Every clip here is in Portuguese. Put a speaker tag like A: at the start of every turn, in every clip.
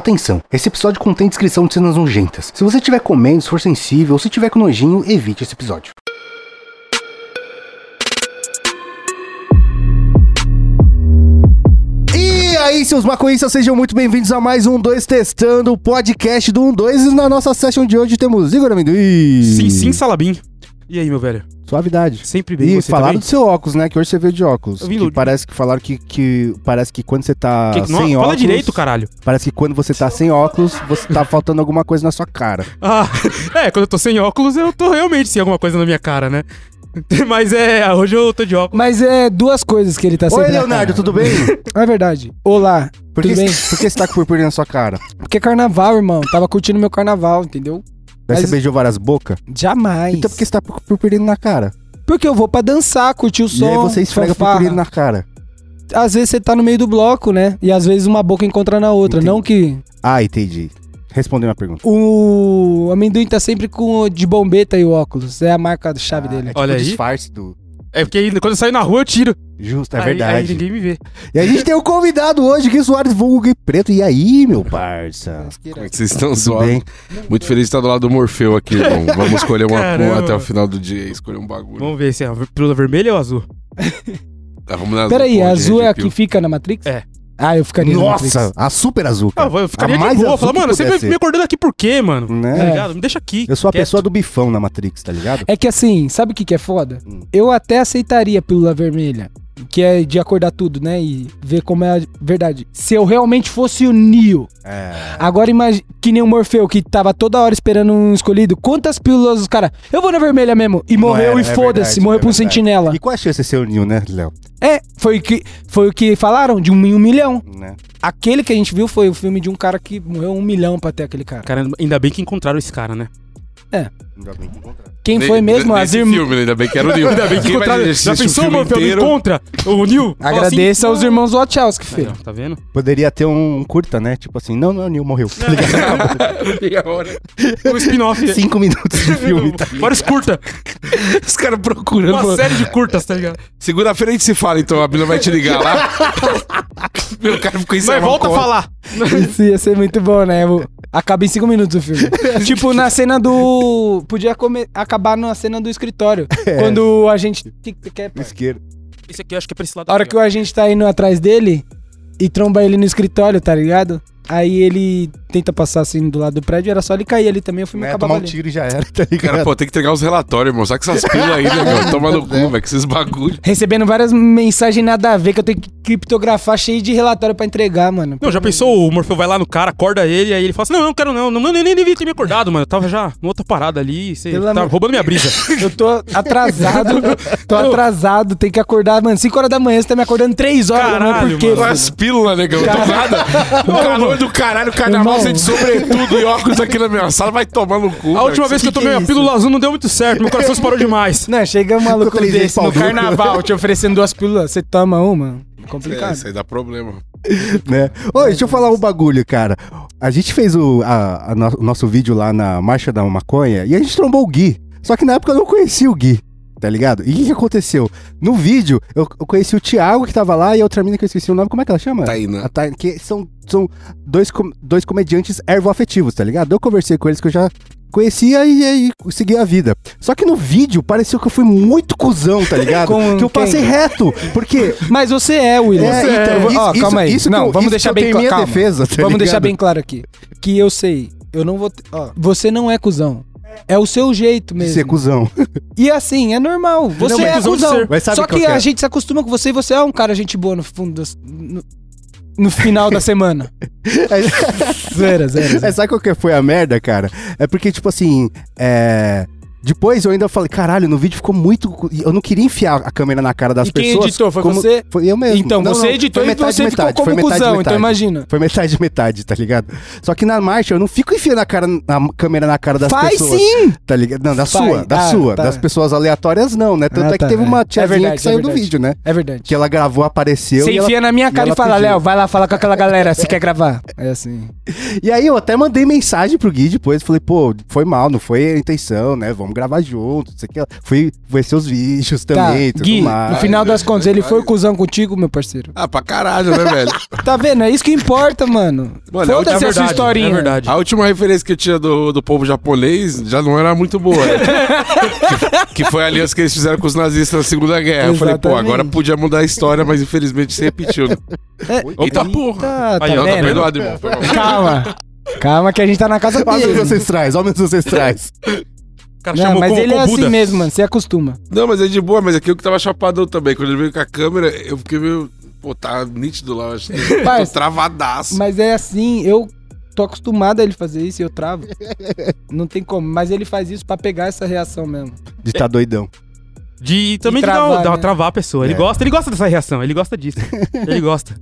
A: Atenção, esse episódio contém descrição de cenas nojentas. Se você estiver comendo, se for sensível, ou se tiver com nojinho, evite esse episódio. E aí, seus maconhistas, sejam muito bem-vindos a mais um 2 Testando, o podcast do 1 2. E na nossa session de hoje temos Igor Amendoim.
B: Sim, sim, Salabim. E aí, meu velho?
A: Suavidade.
B: Sempre bem,
A: E
B: você
A: falaram
B: também?
A: do seu óculos, né? Que hoje você veio de óculos.
B: Eu vim
A: Que
B: do-
A: parece que falaram que, que parece que quando você tá
B: Que-
A: sem
B: não,
A: óculos,
B: fala direito, caralho.
A: parece que quando você tá sem óculos, você tá faltando alguma coisa na sua cara.
B: Ah, é, quando eu tô sem óculos, eu tô realmente sem alguma coisa na minha cara, né? Mas é, hoje eu tô de óculos.
C: Mas é duas coisas que ele tá
A: Oi,
C: sempre na
A: Leonardo, tudo bem?
C: cara. É verdade. Olá.
A: Por que,
C: Tudo bem?
A: por que você tá com purpurina na sua cara?
C: Porque é carnaval, irmão. Tava curtindo meu carnaval, entendeu?
A: Daí
C: Mas-
A: você beijou várias bocas?
C: Jamais.
A: Então por que você tá com purpurina na cara?
C: Porque eu vou pra dançar, curtir o som.
A: e aí você esfrega
C: fanfarra.
A: purpurina na cara.
C: Às vezes você tá no meio do bloco, né? E às vezes uma boca encontra na outra.
A: Entendi.
C: Não que
A: Ah, entendi. Respondendo a pergunta.
C: o amendoim tá sempre com o de bombeta e o óculos. É a marca chave dele.
A: É tipo
B: Olha
A: o
B: aí.
A: disfarce do...
B: É porque aí, quando eu saio na rua, eu tiro.
A: Justo, é
B: Aí- Aí,
A: verdade.
B: ninguém me vê.
A: e a gente tem um convidado hoje, Gui Soares, vulgo Gui Preto. E aí, meu parça?
D: Como é que vocês estão
A: Tudo
D: zoados?
A: bem?
D: Muito feliz de estar do lado do Morfeu aqui, irmão. Vamos escolher uma
B: Caramba.
D: cor até o final do dia e escolher um bagulho.
B: Vamos ver se é a pílula vermelha ou azul.
D: Tá, vamos na
C: Peraí,
D: cor
C: a
D: de
C: azul é a
D: Red
C: que
D: Pill.
C: fica na Matrix?
B: É.
C: Ah, eu ficaria na Matrix.
A: Nossa, a super azul,
B: Ah,
A: cara.
B: eu vou- eu ficaria
A: É, A mais
B: de boa.
A: azul
B: Falar,
A: que
B: mano, você
A: pudesse.
B: me, me acordando aqui por quê, mano? Tá
A: Né?
C: É.
B: ligado? Me deixa aqui.
A: Eu sou a
B: quieto.
A: pessoa do bifão na Matrix, tá ligado?
C: É que assim, sabe o que, que é foda?
A: Hum.
C: Eu até aceitaria a pílula vermelha, que é de acordar tudo, né? E ver como é a verdade. Se eu realmente fosse o Neo.
A: É.
C: Agora imagina, que nem o Morfeu, que tava toda hora esperando um escolhido. Quantas pílulas os cara... Eu vou na vermelha mesmo. E
A: Não
C: morreu
A: era,
C: e
A: é
C: foda-se,
A: verdade,
C: morreu
A: é
C: pra um
A: verdade.
C: sentinela.
A: E qual a chance de ser o Nil, né, Léo?
C: É, foi o que, foi o que falaram, de um em um milhão.
A: Né?
C: Aquele que a gente viu foi o filme de um cara que morreu um milhão pra ter aquele cara.
B: Cara, ainda bem que encontraram esse cara, né?
A: Ainda bem que encontraram.
C: Quem
D: Ne-
C: foi mesmo? é
D: ne-
C: As
D: Nesse
C: irmãs...
D: filme, né? ainda bem que era o Nil.
B: Ainda bem que
D: Quem vai
B: encontraram.
D: assistir
B: Já
D: o
B: pensou,
D: filme
B: mano, um me
D: inteiro?
B: encontra o Nil? Fala
C: Agradeça
B: assim,
C: aos irmãos Wachowski,
B: Aí,
C: filho.
B: ó, tá vendo?
A: Poderia ter um curta, né? Tipo assim, não, não, o Nil morreu. Tá ligado?
D: Meia hora.
B: O Um spin-off.
A: Cinco minutos de filme. Tá?
B: Vários curta.
D: Os caras procurando.
B: Uma
D: falando,
B: série de curtas, tá ligado?
D: Segunda-feira a gente se fala, então. A Bila vai te ligar lá. Meu cara ficou
C: é
D: em
B: Mas volta a falar.
C: Isso ia ser muito bom, né? Eu- Acaba em cinco minutos o filme. tipo, na cena do. Podia come- acabar na cena do escritório.
A: É.
C: Quando a gente. tic- tic- é, pô.
A: Esquerda.
B: Esse aqui eu acho que é pra esse lado.
C: A hora que o agente tá indo atrás dele e tromba ele no escritório, tá ligado? Aí ele tenta passar assim do lado do prédio, era só ele cair ali também, o filme
A: Né?
C: acabava
A: Tomar um
C: ali.
A: tiro e já era, tá
D: Cara,
A: ligado?
D: pô, tem que entregar os relatórios, irmão. Só que essas pilas aí, né, meu? Toma no cu, velho, com esses bagulhos.
C: Recebendo várias mensagens nada a ver que eu tenho que criptografar cheio de relatório pra entregar, mano.
B: Não, já pensou? O Morfeu vai lá no cara, acorda ele, aí ele fala assim: Não, não quero não, não, não nem devia ter me acordado, mano. Eu tava já numa outra parada ali, você
C: Pelo
B: tava
C: amor-
B: roubando minha brisa.
C: Eu tô atrasado, tô atrasado, tem que acordar, mano. 5 horas da manhã, você tá me acordando 3 horas,
B: Caralho,
C: mano. Por quê?
B: mano.
D: Com
C: filho?
D: as pílulas, né, negão. Tô nada. O calor do caralho, carnaval,
C: Irmão.
D: você de sobretudo e óculos aqui na minha sala, vai tomar no cu.
B: A última vez que eu
C: que
B: tomei
C: é
B: a
C: isso?
B: pílula azul não deu muito certo, meu coração disparou demais.
C: Não, chega um maluco
A: três vezes
C: desse
A: pau
C: no
A: duro.
C: carnaval te oferecendo duas pílulas, você toma uma.
D: É,
C: Complicado.
D: isso aí dá problema.
A: Né?
C: é,
A: Oi, deixa eu falar um bagulho, cara. A gente fez o, a- a no- o nosso vídeo lá na Marcha da Maconha e a gente trombou o Gui. Só que na época eu não conhecia o Gui, tá ligado? E o que que aconteceu? No vídeo, eu, eu conheci o Thiago que tava lá e a outra mina que eu esqueci o nome, como é que ela chama?
D: Tá aí, né?
A: A Thay- que são, são dois, com- dois comediantes ervoafetivos, tá ligado? Eu conversei com eles que eu já conhecia e, aí segui a vida. Só que no vídeo pareceu que eu fui muito cuzão, tá ligado?
C: Com
A: que eu
C: quem?
A: passei reto, porque...
C: Mas você é, William.
A: É, então,
C: Ó,
A: isso- isso-
C: calma aí.
A: isso que
C: não,
A: eu-
C: vamos
A: isso que
C: deixar
A: eu
C: bem
A: tenho
C: claro.
A: minha
C: Calma.
A: defesa, tá
C: vamos
A: ligado?
C: deixar bem claro aqui. Que eu sei, eu não vou. te- Ó, você não é cuzão. É o seu jeito
A: de
C: mesmo.
A: ser cuzão.
C: E assim, é normal. Você
B: mas
C: é
B: cuzão de
C: cuzão.
B: ser.
A: Mas sabe
C: Só
A: qual
C: que
A: que é?
C: a gente se acostuma com você e você é um cara gente boa no fundo. das- no, no final da semana. Zera, zera.
A: É,
C: zera.
A: sabe qual que foi a merda, cara? É porque, tipo assim, é... Depois eu ainda falei, caralho, no vídeo ficou muito. cu- e Eu não queria enfiar a câmera na cara das
C: E quem
A: pessoas.
C: editou? Foi
A: como-
C: você?
A: Foi eu mesmo.
C: Então,
A: Não,
C: você
A: não, foi
C: editou e
A: metade,
C: você ficou
A: metade,
C: como
A: foi metade,
C: cuzão, então
A: metade.
C: imagina.
A: Foi metade, metade, tá ligado? Só que na marcha eu não fico enfiando a, cara, a câmera na cara das
C: Faz
A: pessoas.
C: sim!
A: Tá ligado? Não, da
C: Faz,
A: sua, da
C: tá,
A: sua.
C: tá.
A: Das pessoas aleatórias, não, né? Tanto
C: Ah,
A: é que
C: tá,
A: teve
C: é.
A: uma
C: É
A: tiazinha
C: verdade,
A: que
C: é
A: saiu do
C: verdade.
A: vídeo, né?
C: É verdade.
A: Que ela gravou, apareceu.
C: Você
A: e ela-
C: enfia na minha
A: e
C: cara e,
A: ela
C: fala,
A: pediu.
C: Léo, vai lá falar com aquela galera, você quer gravar? É assim.
A: E aí eu até mandei mensagem pro Gui depois, falei, pô, foi mal, não foi a intenção, né? Vamos vamos gravar junto, não sei o que. lá. Fui ver seus vídeos também, tudo
C: Tá, Gui,
A: mais.
C: no final das
D: né?
C: contas, ele foi
D: Vários.
C: cuzão contigo, meu parceiro.
D: Ah, pra caralho, né, velho?
C: Tá vendo? É isso que importa, mano.
D: Mano, é
C: Foda-se
D: outra-
C: a sua historinha.
B: É verdade.
D: A última referência que eu tinha do, do povo japonês já não era muito boa, né? que, que foi a aliança que eles fizeram com os nazistas na Segunda Guerra. Eu falei, pô,
C: Exatamente.
D: agora podia mudar a história, mas infelizmente se repetiu. né?
C: É,
D: Eita porra!
C: Tá, tá
B: Aí, ó,
D: Não, tá
B: vendo?
D: perdoado, irmão. Foi mal.
C: Calma. Calma que a gente tá na casa
A: Olha os
C: dele.
A: meus ancestrais, olha os meus ancestrais.
B: O cara
C: Não,
B: chamou
C: mas
B: como,
C: ele é
B: como Buda.
C: assim mesmo, mano. Você acostuma.
D: Não, mas é de boa, mas aqui eu que tava chapadão também. Quando ele veio com a câmera, eu fiquei meio. Pô, tá nítido lá, eu acho. que- Tô
C: Parça.
D: travadaço.
C: Ah, Mas é assim, eu tô acostumado a ele fazer isso e eu travo. Não tem como. Mas ele faz isso pra pegar essa reação mesmo.
A: De tá doidão.
B: De também
C: E
B: de dar-
C: travar,
B: dar-
C: né?
B: travar a pessoa. Ele
A: É.
B: gosta, ele gosta dessa reação, ele gosta disso. ele gosta.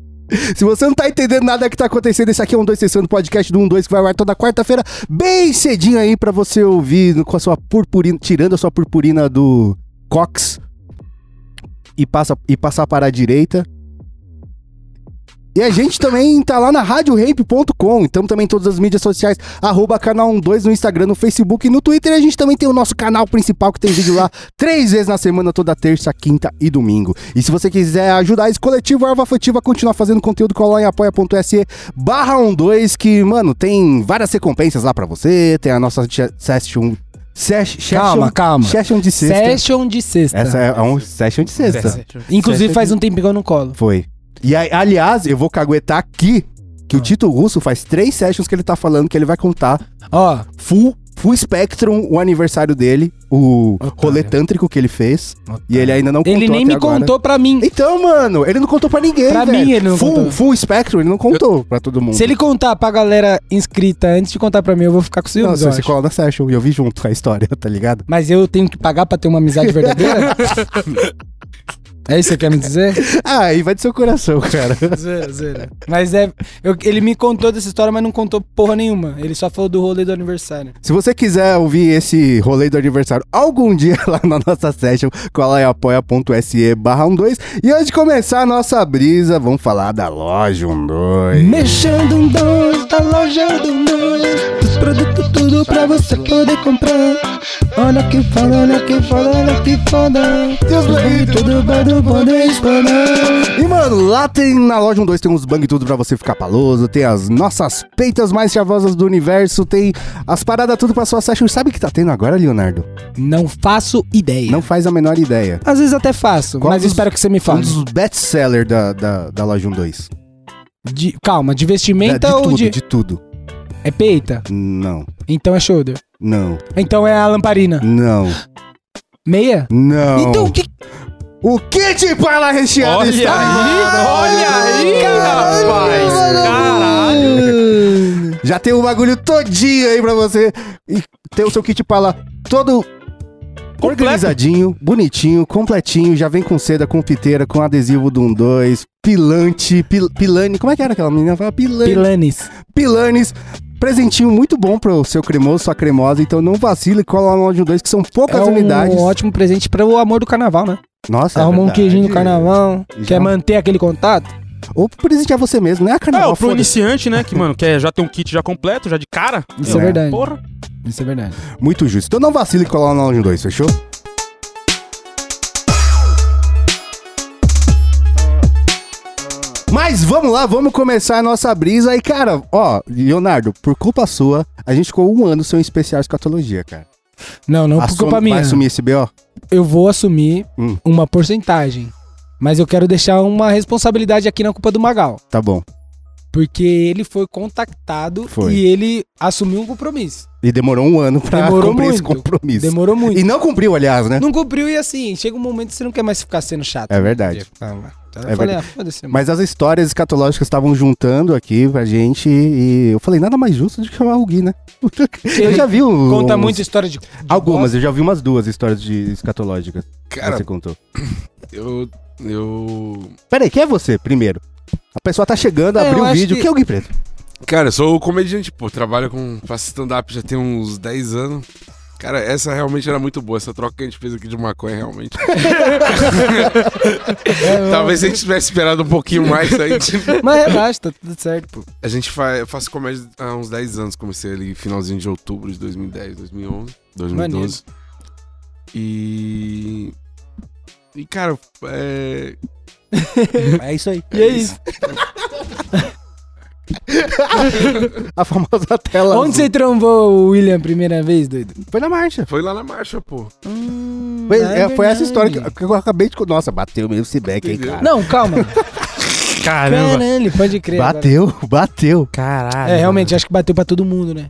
A: Se você não tá entendendo nada que tá acontecendo, esse aqui é um 2 sessão do podcast do 1, 2, que vai ao ar toda quarta-feira, bem cedinho aí pra você ouvir no- com a sua purpurina, tirando a sua purpurina do Cox e, passa, e passar para a direita. E a gente também tá lá na radiohemp.com, estamos também em todas as mídias sociais, arroba canal 12 no Instagram, no Facebook e no Twitter. E a gente também tem o nosso canal principal que tem vídeo lá três vezes na semana, toda terça, quinta e domingo. E se você quiser ajudar esse coletivo Erva Afetiva a continuar fazendo conteúdo, cola lá em apoia.se barra 12, que, mano, tem várias recompensas lá pra você, tem a nossa che- session... Sesh,
C: Calma,
A: session-
C: calma.
A: Session de sexta.
C: Session de sexta.
A: Essa é é um session de sexta.
B: É.
C: Inclusive
A: session
C: faz
A: de-
C: um tempinho que eu não colo.
A: Foi. E aí, aliás, eu vou caguetar aqui que o Tito Russo faz três sessions que ele tá falando que ele vai contar
C: Ó,
A: full, full Spectrum, o aniversário dele, o rolê tântrico que ele fez. E ele ainda não contou
C: ele nem
A: até
C: me
A: agora. né?
C: contou pra mim.
A: Então, mano, ele não contou pra ninguém,
C: Pra
A: velho.
C: mim ele não
A: full,
C: contou.
A: Full Spectrum, ele não contou pra todo mundo.
C: Se ele contar pra galera inscrita antes de contar pra mim, eu vou ficar com
A: não,
C: ciúmes,
A: se
C: eu
A: você
C: acho.
A: cola na session, e eu vi junto a história, tá ligado?
C: Mas eu tenho que pagar pra ter uma amizade verdadeira? é isso que você quer me dizer?
A: Ah, aí vai do seu coração, cara.
C: Zera, zera. Mas é. eu- ele me contou dessa história, mas não contou porra nenhuma. Ele só falou do rolê do aniversário.
A: Se você quiser ouvir esse rolê do aniversário algum dia lá na nossa session, cola aí apoia.se barra 12. E antes de começar a nossa brisa, vamos falar da loja 12.
C: Mexendo um dois, da loja do nós. Os produtos tudo pra você poder comprar. Olha que foda, olha que foda, olha que foda.
A: Deus me livre.
C: Tudo bem, do poder espalhar.
A: E mano, lá tem na loja 12 tem uns bang tudo pra você ficar paloso, tem as nossas peitas mais chavosas do universo, tem as paradas tudo pra sua session. Sabe o que tá tendo agora, Leonardo?
C: Não faço ideia.
A: Não faz a menor ideia.
C: Às vezes até faço,
A: Qual
C: mas
A: dos-
C: espero que você me
A: Um
C: fale.
A: dos best-seller da, da, da loja 12.
C: De- calma, de
A: Da-
C: vestimenta
A: de
C: ou
A: tudo,
C: Então, de...
A: de tudo.
C: É peita?
A: Não,
C: Então é shoulder.
A: não,
C: Então é a lamparina.
A: não,
C: Meia?
A: não.
C: Então o que.
A: O kit pala recheado
B: Olha aí,
A: está
B: olha aí,
A: Caralho,
B: rapaz.
A: mano.
B: Caralho.
A: Já tem o bagulho todinho aí pra você. E tem o seu kit pala todo organizadinho, bonitinho, completinho. Já vem com seda, com piteira, com adesivo do 1-2, pilante, pil- pilane. Como é que era aquela menina? Fala pilane.
C: Pilanes.
A: Pilanes. Presentinho muito bom pro seu cremoso, sua cremosa. Então não vacile, cola lá no áudio 2, que são
C: É
A: poucas
C: um
A: unidades.
C: ótimo presente para o amor do carnaval, né?
A: Nossa, é
C: Arrumar um
A: verdade.
C: queijinho no carnaval,
A: E já-
C: quer manter aquele contato?
A: Ou presentear você mesmo, né?
B: É,
A: Carnaval,
B: o pro
A: foda-se.
B: iniciante, né? Que, mano, quer já ter um kit já completo, já de cara.
C: Isso
A: Não
C: é,
A: é.
C: verdade.
B: Porra.
C: Isso é verdade.
A: Muito justo. Então não vacile e cola lá no áudio 2, fechou? Mas vamos lá, vamos começar a nossa brisa. E, cara, ó, Leonardo, por culpa sua, a gente ficou um ano sem um especial escatologia, cara.
C: Não, não
A: Assume-
C: por culpa minha.
A: Vai assumir esse B.O.?
C: Eu vou assumir
A: Hum.
C: uma porcentagem. Mas eu quero deixar uma responsabilidade aqui na culpa do Magal.
A: Tá bom.
C: Porque ele foi contactado
A: Foi.
C: e ele assumiu um compromisso.
A: E demorou um ano pra
C: Demorou
A: cumprir esse
C: muito.
A: compromisso.
C: Demorou muito.
A: E não cumpriu, aliás, né?
C: Não cumpriu e assim, chega um momento que você não quer mais ficar sendo chato.
A: É verdade.
C: Então
A: É
C: eu falei,
A: verdade.
C: ah, foda-se. mano.
A: Mas as histórias escatológicas estavam juntando aqui pra gente e eu falei, nada mais justo do que chamar o Gui, né? Eu já vi um,
C: Conta
A: uns-
C: muita história de. de
A: Algumas, eu já vi umas duas histórias de escatológicas que
D: Cara,
A: você contou.
D: eu. Eu.
A: Peraí, quem é você, primeiro? A pessoa tá chegando,
C: É, eu
A: abriu o
C: acho
A: vídeo.
C: que-
A: Quem é o Gui Preto?
D: Cara, eu sou comediante, pô. Trabalho com. Faço stand-up já tem uns 10 anos. Cara, essa realmente era muito boa. Essa troca que a gente fez aqui de maconha, realmente. Talvez se a gente tivesse esperado um pouquinho mais, a gente
C: Mas relaxa, tá tudo certo, pô.
D: A gente faz, eu faço comédia há uns 10 anos, comecei ali finalzinho de outubro de 2010, 2011, 2012. E. E, cara, é.
A: É isso aí.
C: E é isso.
A: A famosa tela.
C: Onde
A: azul.
C: você trombou o William a primeira vez, doido?
A: Foi na marcha.
D: Foi lá na marcha, pô.
A: Foi,
C: Ah, é
A: é, foi essa
C: verdade.
A: história que, que eu acabei de. Nossa, bateu mesmo esse back aí,
D: Entendeu?
A: cara.
C: Não, calma.
B: Caramba.
C: Caralho, pode crer. agora.
A: É Bateu, bateu.
B: Caralho.
C: É, realmente, acho que bateu pra todo mundo, né?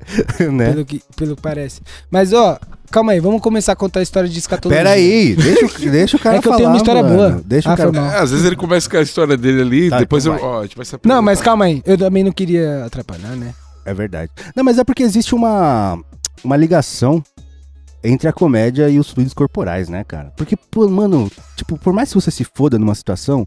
A: né?
C: Pelo, que, pelo que parece. Mas, ó, calma aí, vamos começar a contar a história de escatologia.
A: Pera aí, deixa, o- deixa o cara
C: É que eu
A: falar,
C: tenho uma história
A: mano.
C: boa.
A: Deixa
C: Ah,
A: o cara...
C: foi mal.
D: É, às vezes ele começa com a história dele ali,
A: Tá,
D: depois
A: então
D: eu. Ó, a gente vai tá. se
C: Não,
D: apresentar.
C: mas calma aí. Eu também não queria atrapalhar, né?
A: É verdade. Não, mas é porque existe uma, uma ligação entre a comédia e os fluidos corporais, né, cara? Porque, pô, mano, tipo, por mais que você se foda numa situação,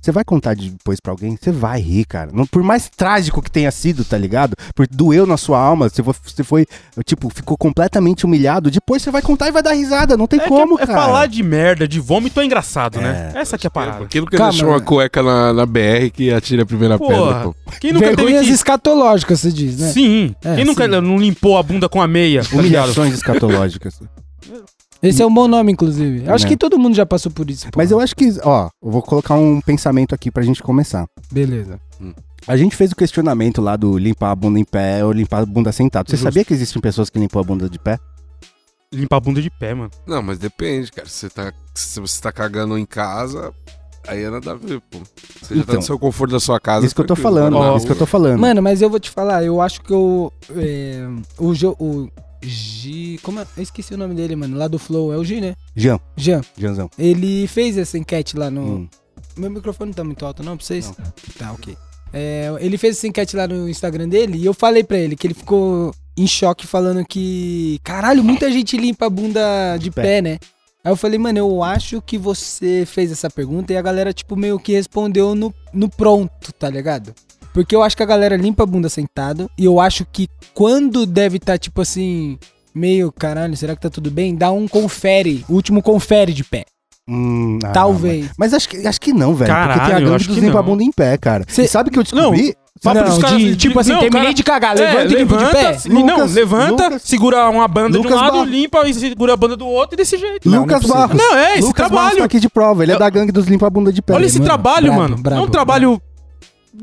A: você vai contar depois pra alguém, você vai rir, cara. Não, por mais trágico que tenha sido, tá ligado? Por doeu na sua alma, você foi, você foi, tipo, ficou completamente humilhado, depois você vai contar e vai dar risada, não tem
B: É,
A: como,
B: que é,
A: cara.
B: É falar de merda, de vômito é engraçado, né? Essa que é a
D: É,
B: parada.
D: pô, quem nunca
C: Calma,
D: deixou uma
C: né?
D: cueca na, na BR que atira a primeira pedra,
B: Porra,
D: pô?
B: quem nunca teve
C: Vergonhas
B: que...
C: escatológicas, você diz, né?
B: Sim.
C: É,
B: quem nunca
C: sim.
B: não limpou a bunda com a meia? tá ligado?
A: Humilhações escatológicas.
C: Esse é um bom nome, inclusive. Acho
A: Né?
C: que todo mundo já passou por isso. porra.
A: Mas eu acho que, ó, eu vou colocar um pensamento aqui pra gente começar.
C: Beleza.
A: A gente fez o questionamento lá do limpar a bunda em pé ou limpar a bunda sentado. Você
B: Justo.
A: sabia que existem pessoas que limpam a bunda de pé?
B: Limpar a bunda de pé, mano.
D: Não, mas depende, cara. Se você tá, se você tá cagando em casa, aí é nada a ver, pô. Você já tá
A: Então,
D: no seu conforto da sua casa.
A: isso que eu tô
D: tranquilo,
A: falando,
D: agora
B: né?
D: na
A: isso que eu tô
D: rua.
A: falando.
C: Mano, mas eu vou te falar, eu acho que eu. é, o Gio. O G. Como é? Eu esqueci o nome dele, mano. Lá do Flow. É o G, né?
A: Jean,
C: Jean.
A: Jeanzão.
C: Ele fez essa enquete lá no.
A: Hum.
C: Meu microfone não tá muito alto, não, pra vocês? Tá, ok. É, ele fez essa enquete lá no Instagram dele e eu falei pra ele que ele ficou em choque falando que. Caralho, muita gente limpa a bunda de
A: Pé.
C: pé, né? Aí eu falei, mano, eu acho que você fez essa pergunta e a galera, tipo, meio que respondeu no, no pronto, tá ligado? Porque eu acho que a galera limpa a bunda sentado e eu acho que quando deve tá, tipo assim, meio, caralho, será que tá tudo bem? Dá um confere, o último confere de pé.
A: Hum, ah,
C: Talvez.
A: Mas, mas acho, que, acho que não, velho. porque tem a
B: Caralho,
A: gangue
B: acho
A: dos
B: que
A: limpa a
B: não.
A: bunda em pé, cara.
C: Cê-
A: E sabe que eu descobri?
B: Papo
C: não,
B: dos caras
C: de-
B: de-
C: tipo assim,
B: não,
C: terminei
B: cara-
C: de
B: É,
C: cagar, levanta e limpa de pé.
B: se- não,
A: Lucas-
B: levanta,
A: Lucas-
B: segura uma banda de
A: Lucas
B: um lado,
A: Barros.
B: limpa e segura a banda do outro e desse jeito.
C: Não, não é
A: Lucas
C: possível.
A: Barros.
B: Não, é esse
A: Lucas Barros
B: trabalho.
A: tá aqui de prova. Ele é da gangue dos limpa a bunda de pé.
B: Olha esse
C: mano,
B: trabalho,
C: brabo,
B: mano. é
C: brabo,
B: um trabalho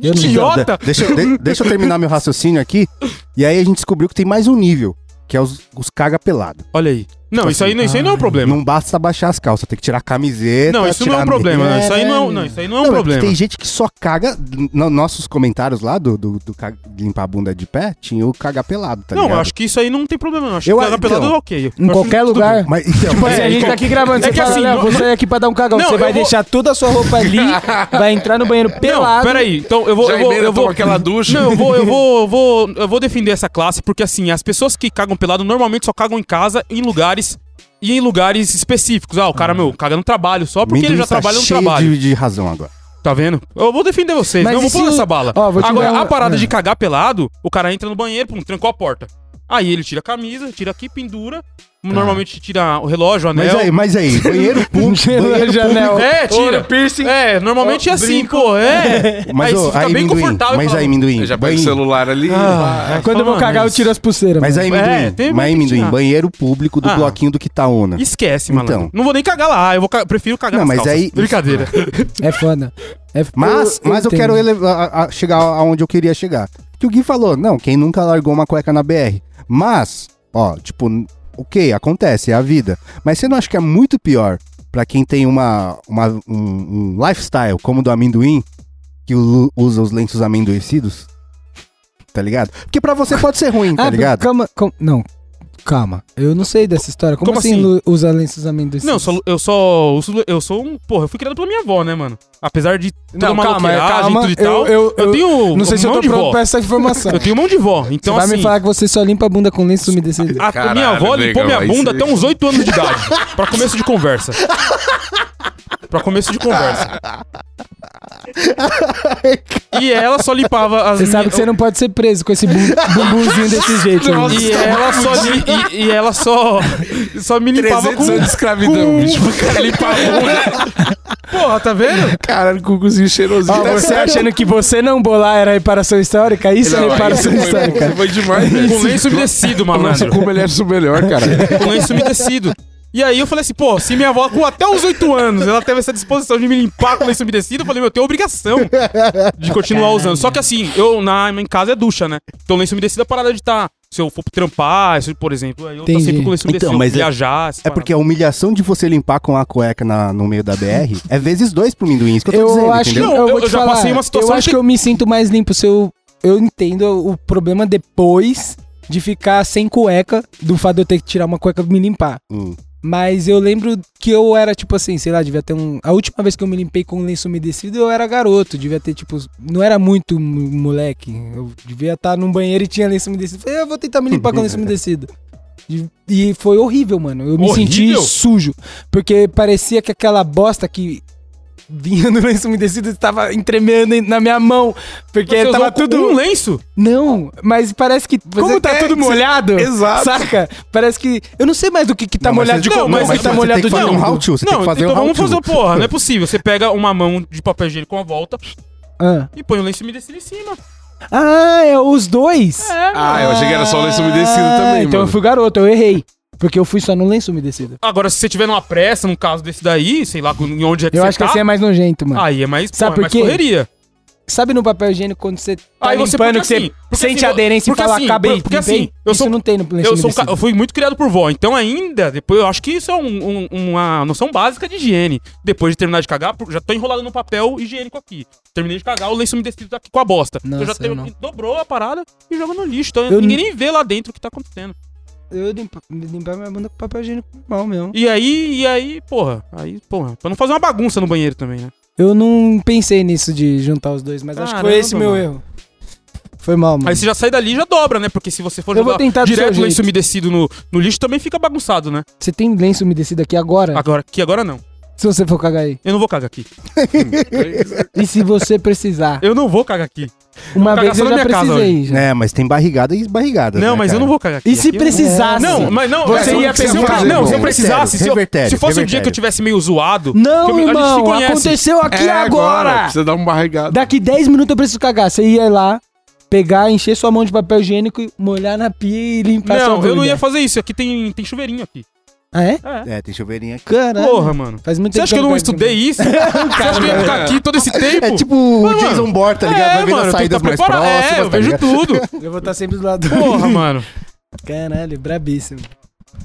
C: Eu não-
B: idiota.
A: Deixa, de- deixa eu terminar meu raciocínio aqui. E aí a gente descobriu que tem mais um nível, que é os, os caga pelado.
B: Olha aí. Não, isso aí, não, isso aí não é um problema.
A: Não basta baixar as calças, tem que tirar a camiseta.
B: Não, isso não
A: tirar
B: é um
A: a
B: problema.
A: meia.
B: não, Isso aí não, é um- não, isso aí não é
A: Não,
B: um
A: é porque
B: problema.
A: Tem gente que só caga. No, nossos comentários lá do, do, do ca- limpar a bunda de pé, tinha o cagar pelado, tá
B: não,
A: ligado?
B: eu acho que isso aí não tem problema, não. Acho
A: Eu
B: que cagar
A: acho-
B: pelado
A: então,
B: é ok. Eu
C: Em
B: acho
C: qualquer
B: tudo
C: lugar.
A: Mas, então,
C: Tipo assim, a gente tá aqui gravando,
B: É
C: você
B: que
C: fala,
B: assim,
C: Léo,
B: não-
C: vou sair aqui pra dar um cagão.
B: Não,
C: você
B: eu
C: vai
B: vou-
C: deixar toda a sua roupa ali, vai entrar no banheiro
B: Não,
C: pelado.
B: peraí. Então eu vou.
D: Já
B: eu vou,
D: emenda,
B: eu vou
D: toma aquela ducha.
B: Não, eu vou, eu vou, eu vou, eu vou defender essa classe, porque assim, as pessoas que cagam pelado normalmente só cagam em casa, em lugares. E em lugares específicos. Ah, o cara, meu, caga no trabalho só porque ele já
C: tá
B: trabalha no trabalho.
A: tá De, de razão agora.
B: Tá vendo? Eu vou defender vocês,
C: Mas
B: não
C: e
B: vou
C: se
B: pôr
C: o-
B: essa bala.
C: Ó, vou te
B: Agora,
C: dar uma-
B: a parada
C: é.
B: de cagar pelado, o cara entra no banheiro, pum, trancou a porta. Aí ele tira a camisa, tira aqui, pendura.
C: Tá.
B: Normalmente tira o relógio, É o
A: Mas
B: anel.
A: aí, mas aí, banheiro público. banheiro
C: Janel.
A: público.
B: É, tira.
D: piercing.
B: É, normalmente é assim, pô. É.
A: Mas
B: aí você
A: ô,
B: fica
A: aí,
B: bem
A: amendoim.
B: confortável.
A: Mas
B: e
A: aí,
B: fala,
A: amendoim.
D: Eu já pego o
A: banheiro-
D: celular ali.
B: Ah,
D: vai.
B: é.
C: Quando eu vou
B: Mano,
C: cagar, eu
B: isso-
C: tiro as pulseiras.
A: Mas
C: mano.
A: aí,
B: É,
A: amendoim.
B: tem-
A: mas aí, amendoim.
B: ah.
A: Banheiro público do
B: Ah.
A: bloquinho do Quitaúna.
B: Esquece, malandro.
A: Então.
B: Não vou nem cagar lá. Eu vou ca- prefiro
A: Não,
B: cagar nas
A: mas
B: calças.
A: aí-
B: Brincadeira.
C: É foda. É-
A: Mas, mas eu
C: entendo.
A: quero elevar- a- a- chegar aonde eu queria chegar. Que o Gui falou, não, quem nunca largou uma cueca na BR. Mas, ó, tipo, n- ok, acontece, é a vida. Mas você não acha que é muito pior pra quem tem uma, uma- um, um lifestyle como o do amendoim, que lu- usa os lenços amendoecidos? Tá ligado? Porque pra você pode ser
B: assim,
A: ruim, tá
C: Ah,
A: ligado?
C: Calma, calma- não, calma. Eu não sei dessa história. Como,
B: Como
C: assim,
B: assim?
C: Lu- usa lenços amendoim?
B: Não, eu sou, eu sou. eu sou- Eu sou um. Porra, eu fui criado pela minha avó, né, mano? Apesar de toda
C: Não,
B: uma
C: calma, é,
B: maluqueiragem
C: calma,
B: e tudo e
C: eu-
B: tal.
C: eu- eu-
B: tenho. um
C: Não sei se eu
B: mão
C: tô
B: de
C: pronto
B: vó.
C: pra essa informação.
B: Eu tenho mão de vó. Então,
C: você vai
B: assim.
C: me falar que você só limpa a bunda com lenço umedecido?
B: A
D: Caralho,
B: minha avó limpou
D: negão,
B: minha
D: aí
B: bunda
D: você-
B: até uns 8 anos de idade. pra começo de conversa. pra começo de conversa. e ela só limpava as
C: Você sabe que você não pode ser preso com esse bum- bumbumzinho desse jeito. aí.
B: E ela só, li- e, e ela só, só me limpava
D: 300
B: com... um
D: anos de escravidão, bicho. O cara limpa a bunda.
B: Porra, tá vendo?
D: Caralho, com o cozinho cheirosinho.
C: Ó,
D: Tá
C: Ah, você
D: certo.
C: achando que você não bolar era reparação histórica? Isso
D: Não,
C: é
D: aí
C: reparação
D: você foi-
C: histórica.
D: Foi demais,
B: Com
D: velho.
B: lenço umedecido,
D: Nossa,
B: malandro.
D: como ele acha isso melhor, cara.
B: Com lenço umedecido. E aí eu falei assim, pô, se minha avó com até uns 8 anos, ela teve essa disposição de me limpar com lenço umedecido, eu falei, meu, eu tenho obrigação de continuar usando. Só que assim, eu na em casa é ducha, né? Então lenço umedecido é parada de estar. se eu for trampar, se, por exemplo, aí eu tô
C: Entendi.
B: sempre com lenço
A: Então,
B: umedecido,
A: mas é-
B: viajar, essa
A: É
B: parada.
A: porque a humilhação de você limpar com a cueca na- no meio da BR é vezes dois pro Minduim, isso que eu tô
C: Eu
A: dizendo,
C: acho que
A: entendeu?
B: Não,
C: eu,
B: eu-
C: vou
B: eu
C: te
B: já
C: falar,
B: passei uma situação
C: Eu acho
B: que-
C: que eu me sinto mais limpo se eu. Eu entendo o problema depois de ficar sem cueca, do fato de eu ter que tirar uma cueca pra me limpar.
A: Hum.
C: Mas eu lembro que eu era, tipo assim, sei lá, devia ter um. A última vez que eu me limpei com lenço umedecido, eu era garoto. Devia ter, tipo. Não era muito mo- moleque. Eu devia estar num banheiro e tinha lenço umedecido. Falei, eu vou tentar me limpar com lenço umedecido. E- E foi horrível, mano. Eu me senti
B: Horrível?
C: sujo. Porque parecia que aquela bosta que vinha no lenço umedecido estava entremeando na minha mão. Porque
B: Você
C: tava
B: usou
C: tudo.
B: um lenço?
C: Não, mas parece que. como tá
D: é,
C: tudo
D: você-
C: molhado.
D: Exato.
C: Saca? Parece que. Eu não sei mais do que, que tá
A: Não, mas
C: molhado
A: você-
C: de
B: não,
C: como,
B: mas
C: mas,
B: você
C: que tá
B: tem
C: molhado
A: que
C: de
A: fazer um
C: como.
A: how to, você tem que fazer
B: então
A: um how
B: vamos
A: to.
B: fazer, porra, não é possível. Você pega uma mão de papel higiênico com a volta
C: Ah.
B: e põe o lenço umedecido em cima.
C: Ah, é os dois?
B: É, mano.
D: Ah, eu achei que era só o lenço umedecido
C: Ah,
D: também,
C: Então eu
D: mano.
C: fui garoto, eu errei. Porque eu fui só no lenço umedecido.
B: Agora, se você tiver numa pressa, num caso desse daí, sei lá em onde é que
C: Eu
B: você
C: acho
B: tá,
C: que assim é mais nojento, mano.
B: aí é mais, porra, é
C: Sabe por
B: mais
C: quê?
B: correria.
C: Sabe no papel higiênico quando você tá
B: Aí você-
C: limpando
B: porque
C: que você
B: assim, porque
C: sente
B: assim,
C: a aderência
B: porque
C: e fala,
B: assim,
C: acabei,
B: porque
C: limpei"?
B: assim, eu
C: Isso
B: sou-
C: não tem no lenço
B: Eu, sou um ca-
C: umedecido.
B: eu fui muito criado por vó, então ainda, depois eu acho que isso é um- um- uma noção básica de higiene. Depois de terminar de cagar, por- já tô enrolado no papel higiênico aqui. Terminei de cagar, o lenço umedecido tá aqui com a bosta.
C: Nossa,
B: eu já
C: eu não.
B: dobrou a parada e joga no lixo. Então
C: Eu
B: ninguém
C: n-
B: nem vê lá dentro o que tá acontecendo.
C: Eu limpa- limpar minha bunda com papel higiênico normal mesmo.
B: E aí, e aí, porra, aí, porra, pra não fazer uma bagunça no banheiro também, né?
C: Eu não pensei nisso de juntar os dois, mas acho que foi
B: Caramba,
C: esse meu
B: mano.
C: erro. Foi mal, mano.
B: Aí você já sai dali e já dobra, né? Porque se você for
C: Hum. Eu vou tentar do
B: direto
C: seu
B: o lenço
C: jeito.
B: umedecido no, no lixo, também fica bagunçado, né?
C: Você tem lenço umedecido aqui agora?
B: Agora, que agora não.
C: Se você for cagar aí.
B: Eu não vou cagar aqui.
C: E se você precisar?
B: Eu não vou cagar aqui.
C: Uma
B: vou
C: vez eu
B: cagar só na
C: já
B: minha casa
C: precisei. já.
A: É, mas tem barrigada e barrigada.
B: um
A: né,
B: Não, mas eu não vou cagar aqui.
C: E se
B: Aqui eu-
C: precisasse?
B: Não, mas não.
C: Você
B: é, se eu-
C: ia
B: se eu-
C: pensar,
B: se eu- Não,
C: bom,
B: se eu precisasse, se, eu-
A: revertério,
B: se fosse um dia
A: revertério.
B: que eu tivesse meio zoado.
C: Não,
B: que eu me- a gente se
C: irmão,
B: conhece.
C: aconteceu aqui
D: É
C: agora.
D: Precisa dar um barrigado.
C: Daqui 10 minutos eu preciso cagar. Você ia lá, pegar, encher sua mão de papel higiênico, molhar na pia e limpar sua
B: Não,
C: bunda.
B: eu não ia fazer isso. Aqui tem, tem chuveirinho aqui.
C: Ah, é?
B: É.
A: É, tem chuveirinho aqui.
C: Caralho.
B: Porra, mano.
C: Faz muito
B: Você
C: tempo
B: acha que eu não
C: cago
B: estudei
C: também.
B: isso? Você acha que eu ia ficar aqui todo esse tempo?
A: É tipo o
B: Mas, mano,
A: Jason Bourne, tá ligado? Vai
B: É,
A: vendo
B: mano,
A: as
B: eu tenho que
A: saídas
B: estar
A: mais
B: preparado.
A: próximas.
B: É, eu
A: tá
B: vejo
A: ligado?
B: tudo.
C: Eu vou estar sempre do lado do...
B: Porra, mano.
C: Caralho, brabíssimo.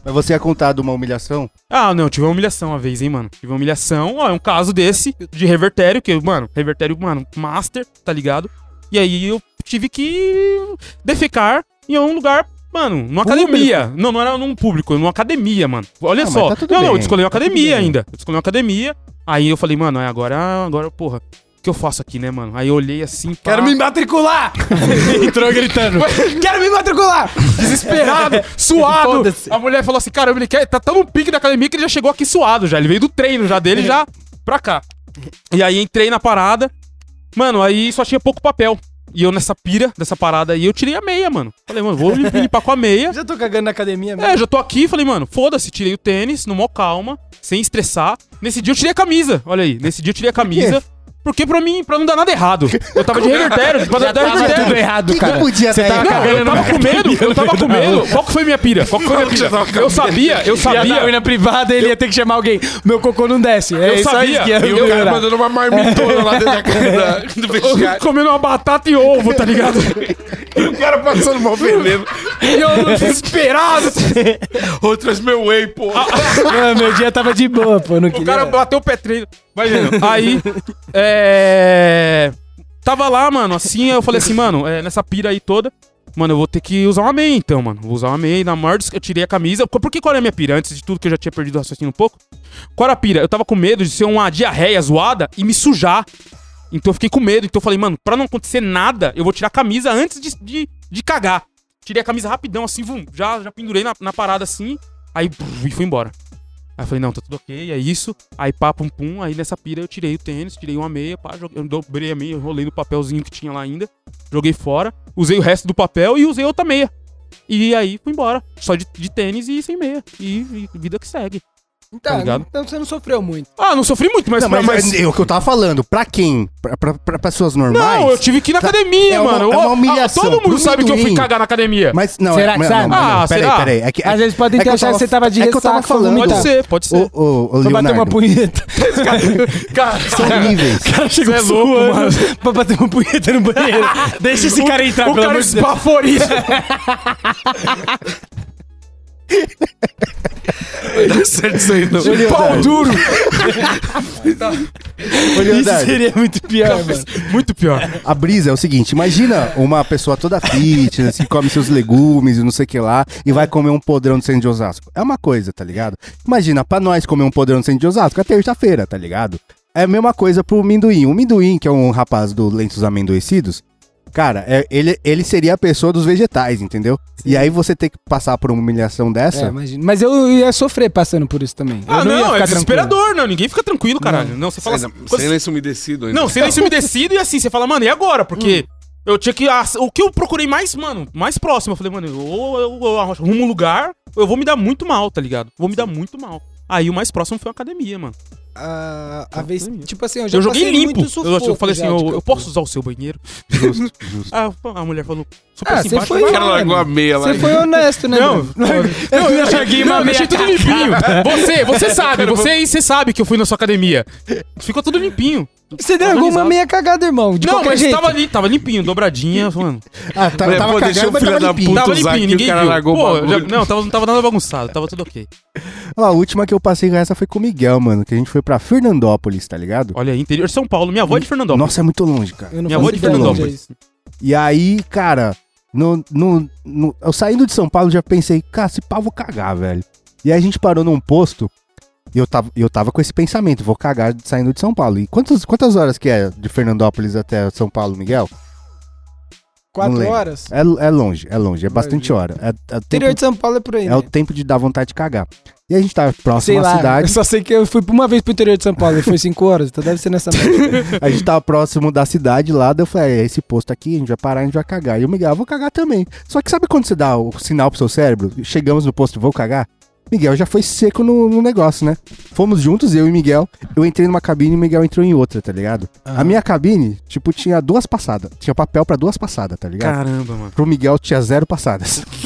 A: Mas você ia contar de uma humilhação?
B: Ah, não, tive uma humilhação uma vez, hein, mano. Tive uma humilhação, ó, é um caso desse, de revertério, que, mano, revertério, mano, master, tá ligado? E aí eu tive que defecar em um lugar, mano, numa academia. Não, não era num público, numa academia, mano. Olha
A: Ah, mas
B: só.
A: tá tudo
B: não, não, eu
A: bem,
B: escolhi uma
A: tá tudo
B: academia
A: bem.
B: ainda. Eu escolhi uma academia. Aí eu falei, mano, é agora, agora, porra, o que eu faço aqui, né, mano? Aí eu olhei assim, pá,
C: Quero me matricular! Entrou gritando. Quero me matricular!
B: desesperado, suado.
C: Foda-se.
B: A mulher falou assim: caramba, ele quer, tá tão no pique da academia que ele já chegou aqui suado já. Ele veio do treino já dele já pra cá. E aí entrei na parada. Mano, aí só tinha pouco papel. E eu nessa pira dessa parada aí, eu tirei a meia, mano. Falei, mano, vou lim- limpar com a meia.
C: Já tô cagando na academia mesmo.
B: É, já tô aqui, falei, mano, foda-se, tirei o tênis, no mó calma, sem estressar. Nesse dia eu tirei a camisa, olha aí, nesse dia eu tirei a camisa. Porque pra mim, pra não dar nada errado. Eu tava de revertério, pra não dar revertério.
A: O que, que podia né, dar
B: Não,
A: errado?
B: eu tava com medo, eu tava com medo. Tá, Qual que foi minha pira? Qual que foi minha pira? Eu sabia, eu sabia.
C: na privada, ele ia ter que chamar alguém. Meu cocô não desce. É
B: Eu
C: só
B: sabia.
C: isso que ia
D: E o cara
C: melhorar.
D: mandando uma marmitona lá dentro da casa do
B: Eu
D: vestiário.
B: Comendo uma batata e ovo, tá ligado?
D: O cara passando mal veneno.
B: E eu desesperado.
D: Outras meu whey, pô.
C: Mano, meu dia tava de boa, pô. Não
B: O
C: queria.
B: cara é bateu o pé treino. Imagina. Aí, é... Tava lá, mano, assim, eu falei assim, mano, é, nessa pira aí toda, mano, eu vou ter que usar uma meia, então, mano. Vou usar uma meia, na maior des- eu tirei a camisa. Por que qual era a minha pira? Antes de tudo, que eu já tinha perdido o raciocínio um pouco. Qual era a pira? Eu tava com medo de ser uma diarreia zoada e me sujar. Então eu fiquei com medo. Então eu falei, mano, pra não acontecer nada, eu vou tirar a camisa antes de, de, de cagar. Tirei a camisa rapidão, assim, vum, já, já pendurei na, na parada assim. Aí, puf, e fui embora. Aí eu falei, não, tá tudo ok, é isso. Aí pá, pum, pum. Aí nessa pira eu tirei o tênis, tirei uma meia, pá, joguei, eu dobrei a meia, enrolei no papelzinho que tinha lá ainda. Joguei fora, usei o resto do papel e usei outra meia. E aí fui embora, só de, de tênis e sem meia. E, e vida que segue.
C: Então,
B: ligado?
C: então você não sofreu muito.
B: Ah, não sofri muito, mas.
A: Não, mas,
B: mas-
A: é o que eu tava falando, pra quem? Pra, pra- pra pessoas normais?
B: Não, eu tive que ir na
A: Tá-
B: academia,
A: é uma-
B: mano.
A: é uma
B: Ah,
A: humilhação
B: Todo mundo
A: pro
B: sabe que eu fui
A: amendoim.
B: cagar na academia.
A: Mas não,
C: Será
A: é-
C: que
A: não, não,
C: sabe?
A: não,
B: Ah,
A: peraí,
B: será?
A: peraí. É que, é,
C: Às vezes
A: é
C: podem
A: que
C: ter
A: eu
C: achado que você tava de
A: é que eu tava
C: ressaca,
A: falando.
B: Pode
A: então.
B: ser, pode ser.
A: Ô, ô, ô,
C: Pra bater
A: Leonardo,
C: uma punheta.
B: Cara,
A: são níveis.
C: cara chegou
B: Cê é louco,
C: suando
B: mano.
C: pra bater uma punheta no banheiro. Deixa esse cara entrar,
B: o
C: pelo
B: cara
C: amor de Deus.
B: espaforiza.
D: Dá certo isso aí, não.
A: Juliano.
B: Pau duro.
A: Ô,
C: Isso
A: Leonardo,
C: seria muito pior, mano.
B: Muito pior.
A: A brisa é o seguinte, imagina uma pessoa toda fitness, que come seus legumes e não sei o que lá, e vai comer um podrão do centro de Osasco. É uma coisa, tá ligado? Imagina, pra nós comer um podrão do centro de Osasco, é terça-feira, tá ligado? É a mesma coisa pro Minduim. O Minduim, que é um rapaz do Lentos Amendoecidos, cara, é- ele, ele seria a pessoa dos vegetais, entendeu? E aí você ter que passar por uma humilhação
C: É,
A: dessa...
C: imagina. Mas eu ia sofrer passando por isso também. Eu
B: Ah,
C: ia
B: não, é
C: ficar tranquilo.
B: desesperador, não. Ninguém fica tranquilo, caralho. Não, você fala assim. quando-
D: Sem lenço umedecido ainda.
B: Não, silêncio umedecido e assim, você fala, mano, e agora? Porque eu tinha que. ass- O que eu procurei mais, mano, mais próximo, eu falei, mano, ou eu, eu arrumo um lugar, ou eu vou me dar muito mal, tá ligado? Vou me dar muito mal. Aí o mais próximo foi a academia, mano.
C: Ah, a vez, tipo assim, eu já
B: Eu, joguei
C: passei
B: limpo.
C: muito
B: Eu,
C: sufoco
B: eu falei assim,
C: já tipo, de
B: eu, eu
C: campo.
B: posso usar o seu banheiro?
A: Justo, justo.
B: Ah, a mulher falou, super
C: Ah,
B: simpática.
C: você foi-
D: O cara largou a meia lá.
C: Você foi honesto, né?
B: Não,
C: Bruno?
B: não, eu joguei uma deixei tudo limpinho. Você, você sabe, você aí, você sabe que eu fui na sua academia. Ficou tudo limpinho.
C: Você deu alguma
B: Organizado.
C: meia cagada, irmão. De
B: não,
C: qualquer
B: mas
C: jeito.
B: tava ali, tava limpinho, dobradinha, mano.
A: Ah, tá,
D: Pô,
A: tava
D: deixa
A: cagando,
D: o
A: mas
D: filho
A: tava
D: da
A: limpinho.
D: puta.
B: Tava
D: usar
B: limpinho,
D: aqui,
B: ninguém
D: o cara
B: viu.
D: largou o
B: Pô,
D: bagulho.
B: já- não, tava, não tava nada bagunçado, tava tudo ok.
A: Ó, A última que eu passei com essa foi com o Miguel, mano, que a gente foi pra Fernandópolis, tá ligado?
B: Olha aí, interior de São Paulo. Minha avó é de Fernandópolis.
A: Nossa, é muito longe, cara.
C: Eu não
B: Minha
C: faço
B: avó de
C: ideia onde é
B: Fernandópolis.
C: isso.
A: E aí, cara, no, no, no- eu saindo de São Paulo já pensei, cara, esse pau eu vou cagar, velho. E aí a gente parou num posto e eu tava, eu tava com esse pensamento, vou cagar saindo de São Paulo. E quantas, quantas horas que é de Fernandópolis até São Paulo, Miguel? Não
C: Quatro
A: lembro.
C: horas?
A: É, é longe, é longe, é bastante hora. É, é o
C: interior
A: tempo,
C: de São Paulo é por aí.
A: é o
C: né?
A: tempo de dar vontade de cagar. E a gente tava próximo
C: Sei
A: à
C: lá, eu
A: cidade,
C: só sei que eu fui uma vez pro interior de São Paulo e foi cinco horas, então deve ser nessa merda.
A: a gente tava próximo da cidade lá, daí eu falei, é, esse posto aqui, a gente vai parar, a gente vai cagar. E o Miguel, eu vou cagar também. Só que sabe quando você dá o sinal pro seu cérebro? Chegamos no posto, vou cagar? Miguel já foi seco no, no negócio, né? Fomos juntos, eu e Miguel. Eu entrei numa cabine e o Miguel entrou em outra, tá ligado?
B: Ah.
A: A minha cabine, tipo, tinha duas passadas. Tinha papel pra duas passadas, tá ligado?
B: Caramba, mano.
A: Pro Miguel tinha zero passadas.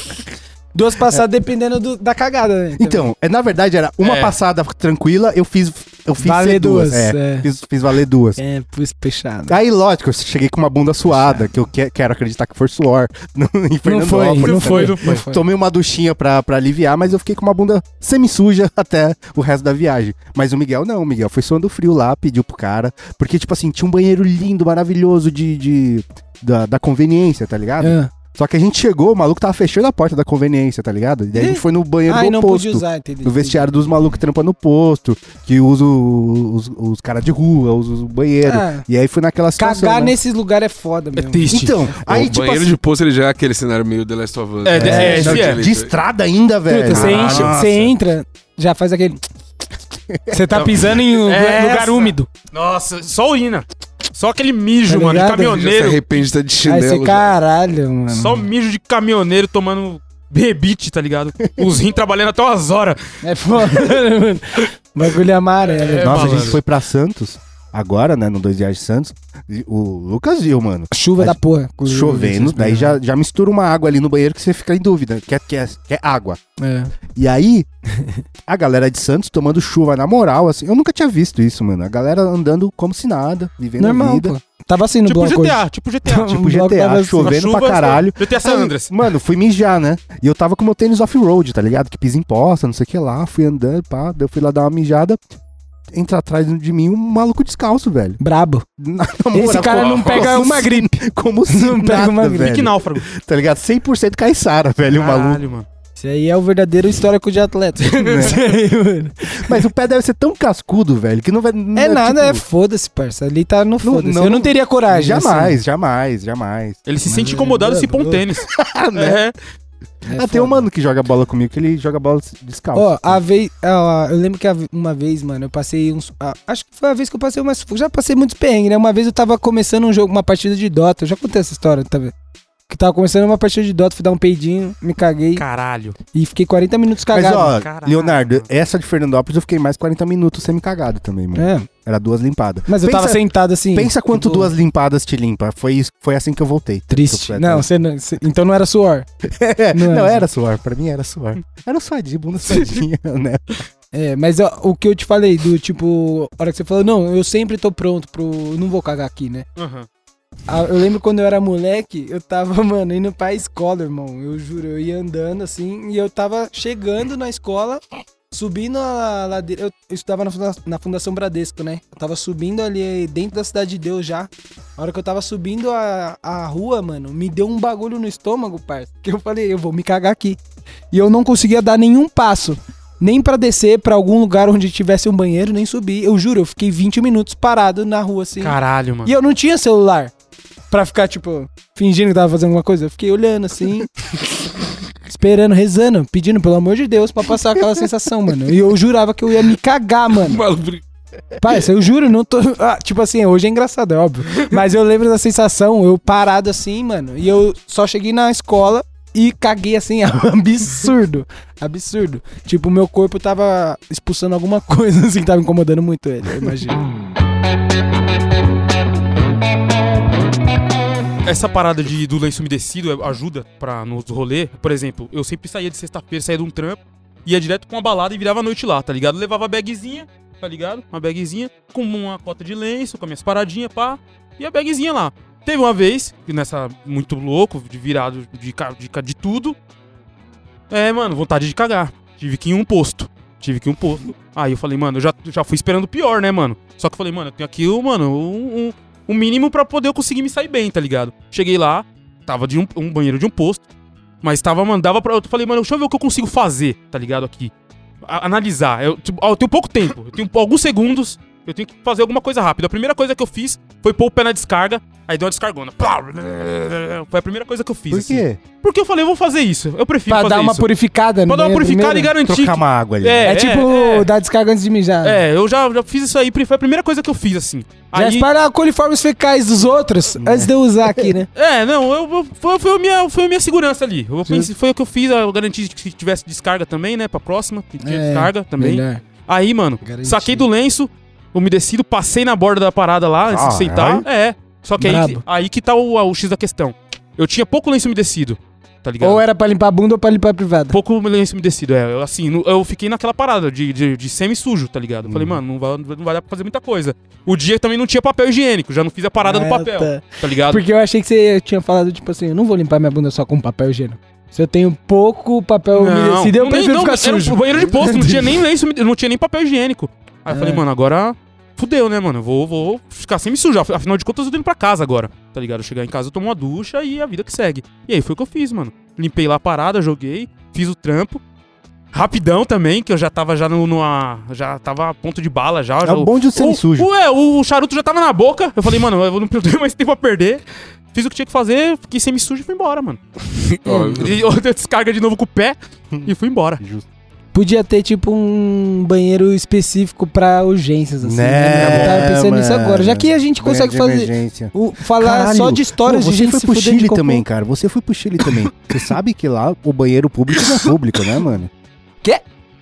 C: Duas passadas dependendo do- da cagada, né?
A: Então, é, na verdade era uma
B: É.
A: passada tranquila, eu fiz, eu fiz
C: Valer
A: ser
C: duas,
A: É,
C: é.
A: Fiz, fiz valer duas.
C: É, pus fechado.
A: Aí, lógico, eu cheguei com uma bunda suada, que eu que- quero acreditar que foi suor. No, em
C: é. Não foi, né?
A: Fernandópolis.
B: Não foi, não
C: Não
B: foi.
C: foi.
A: Tomei uma duchinha pra, pra aliviar, mas eu fiquei com uma bunda semi-suja até o resto da viagem. Mas o Miguel não, o Miguel foi suando frio lá, pediu pro cara. Porque, tipo assim, tinha um banheiro lindo, maravilhoso de. de- da, da conveniência, tá ligado?
C: Ah.
A: Só que a gente chegou, o maluco tava fechando a porta da conveniência, tá ligado? E daí a gente
C: Ih.
A: foi no banheiro
C: Ah, e
A: do
C: não
A: posto.
C: pude usar, entendi.
A: No vestiário dos malucos que trampa no posto, que usa os, os, os caras de rua, usa os banheiros.
C: Ah.
A: E aí foi naquela
C: Cagar
A: situação, né?
C: nesses lugares é foda,
B: É
C: mesmo.
B: triste.
A: Então, aí,
D: o
A: tipo
D: banheiro
A: assim,
D: de poço ele já é aquele cenário meio The Last of Us.
B: É,
D: né?
B: de- é,
A: não,
B: esse é.
A: de estrada ainda, velho.
C: Puta, você,
A: Ah,
C: enche-
A: nossa.
C: você entra, já faz aquele. Você tá pisando em um
B: Essa.
C: lugar úmido.
B: Nossa, só urina. Só aquele mijo,
C: Tá
B: mano, de
C: ligado?
D: Já se
B: caminhoneiro.
D: arrepende, tá de
C: Aí
D: chinelo.
C: você,
D: já.
C: caralho, mano.
B: Só mijo de caminhoneiro tomando rebite, tá ligado? Os rins trabalhando até umas horas.
C: É foda, né, mano. Bagulho amarelo.
B: É,
A: Nossa, a gente
B: malandro.
A: foi pra Santos, agora, né, no Dois Viagens de Santos. e o Lucas viu, mano.
C: Chuva da porra. com os-
A: Chovendo,
C: esses-
A: daí já, já mistura uma água ali no banheiro que você fica em dúvida, que é, que é, que é água.
C: É.
A: E aí, a galera de Santos tomando chuva na moral, assim. Eu nunca tinha visto isso, mano. A galera andando como se nada, vivendo a
C: Normal,
A: vida.
C: pô. Tava assim no
B: tipo
C: bloco hoje.
B: GTA, tipo GTA.
A: Tipo
C: O bloco tava
A: GTA,
C: assim.
A: chovendo
B: Na chuva,
A: pra caralho.
B: GTA
C: é,
B: San Andreas.
A: Ah, Mano, fui mijar, né? E eu tava com meu tênis off-road, tá ligado? Que pisa em poça, não sei o que lá. Fui andando, pá. Daí eu fui lá dar uma mijada. Entra atrás de mim um maluco descalço, velho.
C: Brabo.
A: Na- na
C: Esse
A: moral,
C: cara
A: como-
C: não pega
A: como
C: uma
A: se-
C: gripe.
A: Como se
C: Não pega
A: nada,
C: uma gripe.
A: velho.
B: Que náufrago.
A: Tá ligado? 100% caiçara, velho, o maluco.
B: mano.
C: Isso aí é o verdadeiro histórico de atleta.
A: Né?
C: Isso aí, mano.
A: Mas o pé deve ser tão cascudo, velho, que não vai... não
C: É nada, é
A: tipo,
C: foda-se, parça. Ali tá no foda-se.
A: não-
C: Eu não teria coragem.
A: Jamais,
C: assim.
A: jamais, jamais.
B: Ele se
C: Mas
B: sente
C: é
B: incomodado se põe um
C: louco.
B: tênis.
A: Ah, né?
B: É.
C: É
A: ah, tem um
C: foda.
A: mano que joga bola comigo, que ele joga bola descalço.
C: Ó, a vez. ó, eu lembro que a- uma vez, mano, eu passei uns. a- acho que foi a vez que eu passei umas. Já passei muitos perrengues, né? Uma vez eu tava começando um jogo, uma partida de Dota. Eu já contei essa história, tá vendo? que tava começando uma partida de Dota, fui dar um peidinho, me caguei
B: Caralho.
C: e fiquei 40 minutos
A: Mas,
C: tá cagado.
A: ó,
B: Caralho.
A: Leonardo, essa de Fernandópolis eu fiquei mais 40 minutos semi-cagado também, mano.
C: É,
A: Era duas limpadas.
C: mas eu
A: Pensa-
C: tava sentado assim.
A: Pensa quanto
C: tipo,
A: duas limpadas te limpa. Foi, isso- foi assim que eu voltei.
C: Triste.
A: Eu-
C: Não, você não, você- então não era suor.
A: não,
C: não era.
A: era suor. Pra mim era suor. Era só de bunda suadinha, né?
C: É, mas ó, o que eu te falei, do tipo, a hora que você falou, não, eu sempre tô pronto pro. Não vou cagar aqui, né?
B: Aham.
C: Ah, Eu lembro quando eu era moleque, eu tava, mano, indo pra escola, irmão. Eu juro, eu ia andando assim, e eu tava chegando na escola, subindo a ladeira. Eu estudava na, funda- na Fundação Bradesco, né? Eu tava subindo ali dentro da Cidade de Deus já. A hora que eu tava subindo a, a rua, mano, me deu um bagulho no estômago, parça. Que eu falei, eu vou me cagar aqui. E eu não conseguia dar nenhum passo. Nem pra descer pra algum lugar onde tivesse um banheiro, nem subir. Eu juro, eu fiquei 20 minutos parado na rua assim.
B: Caralho, mano.
C: E eu não tinha celular pra ficar, tipo, fingindo que tava fazendo alguma coisa. Eu fiquei olhando assim, esperando, rezando, pedindo, pelo amor de Deus, pra passar aquela sensação, mano. E eu jurava que eu ia me cagar, mano.
D: Maluco.
C: Parça, eu juro, não tô. Ah, tipo assim, hoje é engraçado, é óbvio. Mas eu lembro da sensação, eu parado assim, mano. E eu só cheguei na escola e caguei assim, absurdo. Absurdo. Tipo, meu corpo tava expulsando alguma coisa, assim, que tava incomodando muito ele, eu imagino.
B: Essa parada de, do lenço umedecido é- ajuda pra, nos rolê. Por exemplo, eu sempre saía de sexta-feira, saía de um trampo, ia direto com uma balada e virava a noite lá, tá ligado? Levava a bagzinha, tá ligado? Uma bagzinha, com uma cota de lenço, com as minhas paradinhas, pá, e a bagzinha lá. Teve uma vez, que nessa muito louco, de virado de, ca- de, ca- de tudo. É, mano, vontade de cagar. Tive que ir em um posto. Tive que ir em um posto. Aí eu falei, mano, eu já, já fui esperando o pior, né, mano? Só que eu falei, mano, eu tenho aqui, mano, um, um- o mínimo pra poder eu conseguir me sair bem, tá ligado? Cheguei lá, tava de um, um banheiro de um posto, mas tava, mano, dava pra. Eu falei, mano, deixa eu ver o que eu consigo fazer, tá ligado? Aqui. A- analisar. Eu, tipo, ó, eu tenho pouco tempo, eu tenho alguns segundos, eu tenho que fazer alguma coisa rápida. A primeira coisa que eu fiz foi pôr o pé na descarga, aí deu uma descargona. Plau! Foi a primeira coisa que eu fiz.
A: Por quê?
B: Assim. Porque eu falei, eu vou fazer isso. Eu prefiro
C: pra
B: fazer
C: dar uma
B: isso.
C: purificada, né?
B: pra dar uma purificada
C: Primeiro.
B: e garantir.
A: Trocar
B: que-
A: uma água ali. né?
B: É,
C: É, tipo
B: é.
C: dar descarga antes de mijar.
B: É, eu já, já fiz isso aí, foi a primeira coisa que eu fiz, assim.
C: Já é
B: Aí-
C: espalhar coliformes fecais dos outros
A: É.
C: antes de eu usar aqui, né?
B: É, não, eu, eu- foi, foi, a minha, foi a minha segurança ali. Eu pensei, foi o que eu fiz, eu garanti que tivesse descarga também, né? Pra próxima, que tinha
C: É,
B: descarga também.
C: Melhor.
B: Aí, mano,
C: Garanti.
B: saquei do lenço, umedecido, passei na borda da parada lá, antes de
A: Ah,
B: aceitar. É. Só que aí,
C: Brabo.
B: aí que tá o, o X da questão. Eu tinha pouco lenço umedecido, tá ligado?
C: Ou era pra limpar a bunda ou pra limpar a privada.
B: Um Pouco lenço umedecido, é. Eu, assim, nu- eu fiquei naquela parada de, de, de semi-sujo, tá ligado? Eu Falei, mano, não vai, não vai dar pra fazer muita coisa. O dia também não tinha papel higiênico, já não fiz a parada do
C: Ah,
B: papel, tá,
C: tá.
B: ligado?
C: Porque eu achei que você tinha falado, tipo assim, eu não vou limpar minha bunda só com papel higiênico. Se eu tenho pouco papel umedecido, eu
B: nem-
C: prefiro
B: não,
C: ficar
B: era um
C: sujo.
B: banheiro de posto, não tinha nem lenço, não tinha nem papel higiênico. Aí eu falei,
C: É.
B: mano, agora fudeu, né, mano? Eu Vou, vou ficar sem me sujar. Afinal de contas, eu tô indo pra casa agora, tá ligado? Eu chegar em casa, eu tomo uma ducha e a vida que segue. E aí foi o que eu fiz, mano. Limpei lá a parada, joguei, fiz o trampo. Rapidão também, que eu já tava já no, numa. Já tava a ponto de bala
C: Tá
B: já.
A: É
B: já
A: o bom de um semi sujo.
B: Ué, o charuto já tava na boca. Eu falei, mano, eu não tenho mais tempo a perder. Fiz o que tinha que fazer, fiquei semi-sujo e fui embora, mano.
D: Ó,
B: E eu dei descarga de novo com o pé e fui embora.
C: Podia ter, tipo, um banheiro específico pra urgências, assim.
A: Né,
C: Eu tava pensando
A: mano.
C: nisso agora. Já que a gente consegue fazer. o- falar
A: Caralho.
C: só de histórias
A: Pô,
C: de
A: você
C: gente
A: foi
C: se
A: pro
C: fudendo de
A: Chile
C: cocô.
A: também, cara. Você foi pro Chile também. você sabe que lá o banheiro público não é público, né, mano?
C: Quê?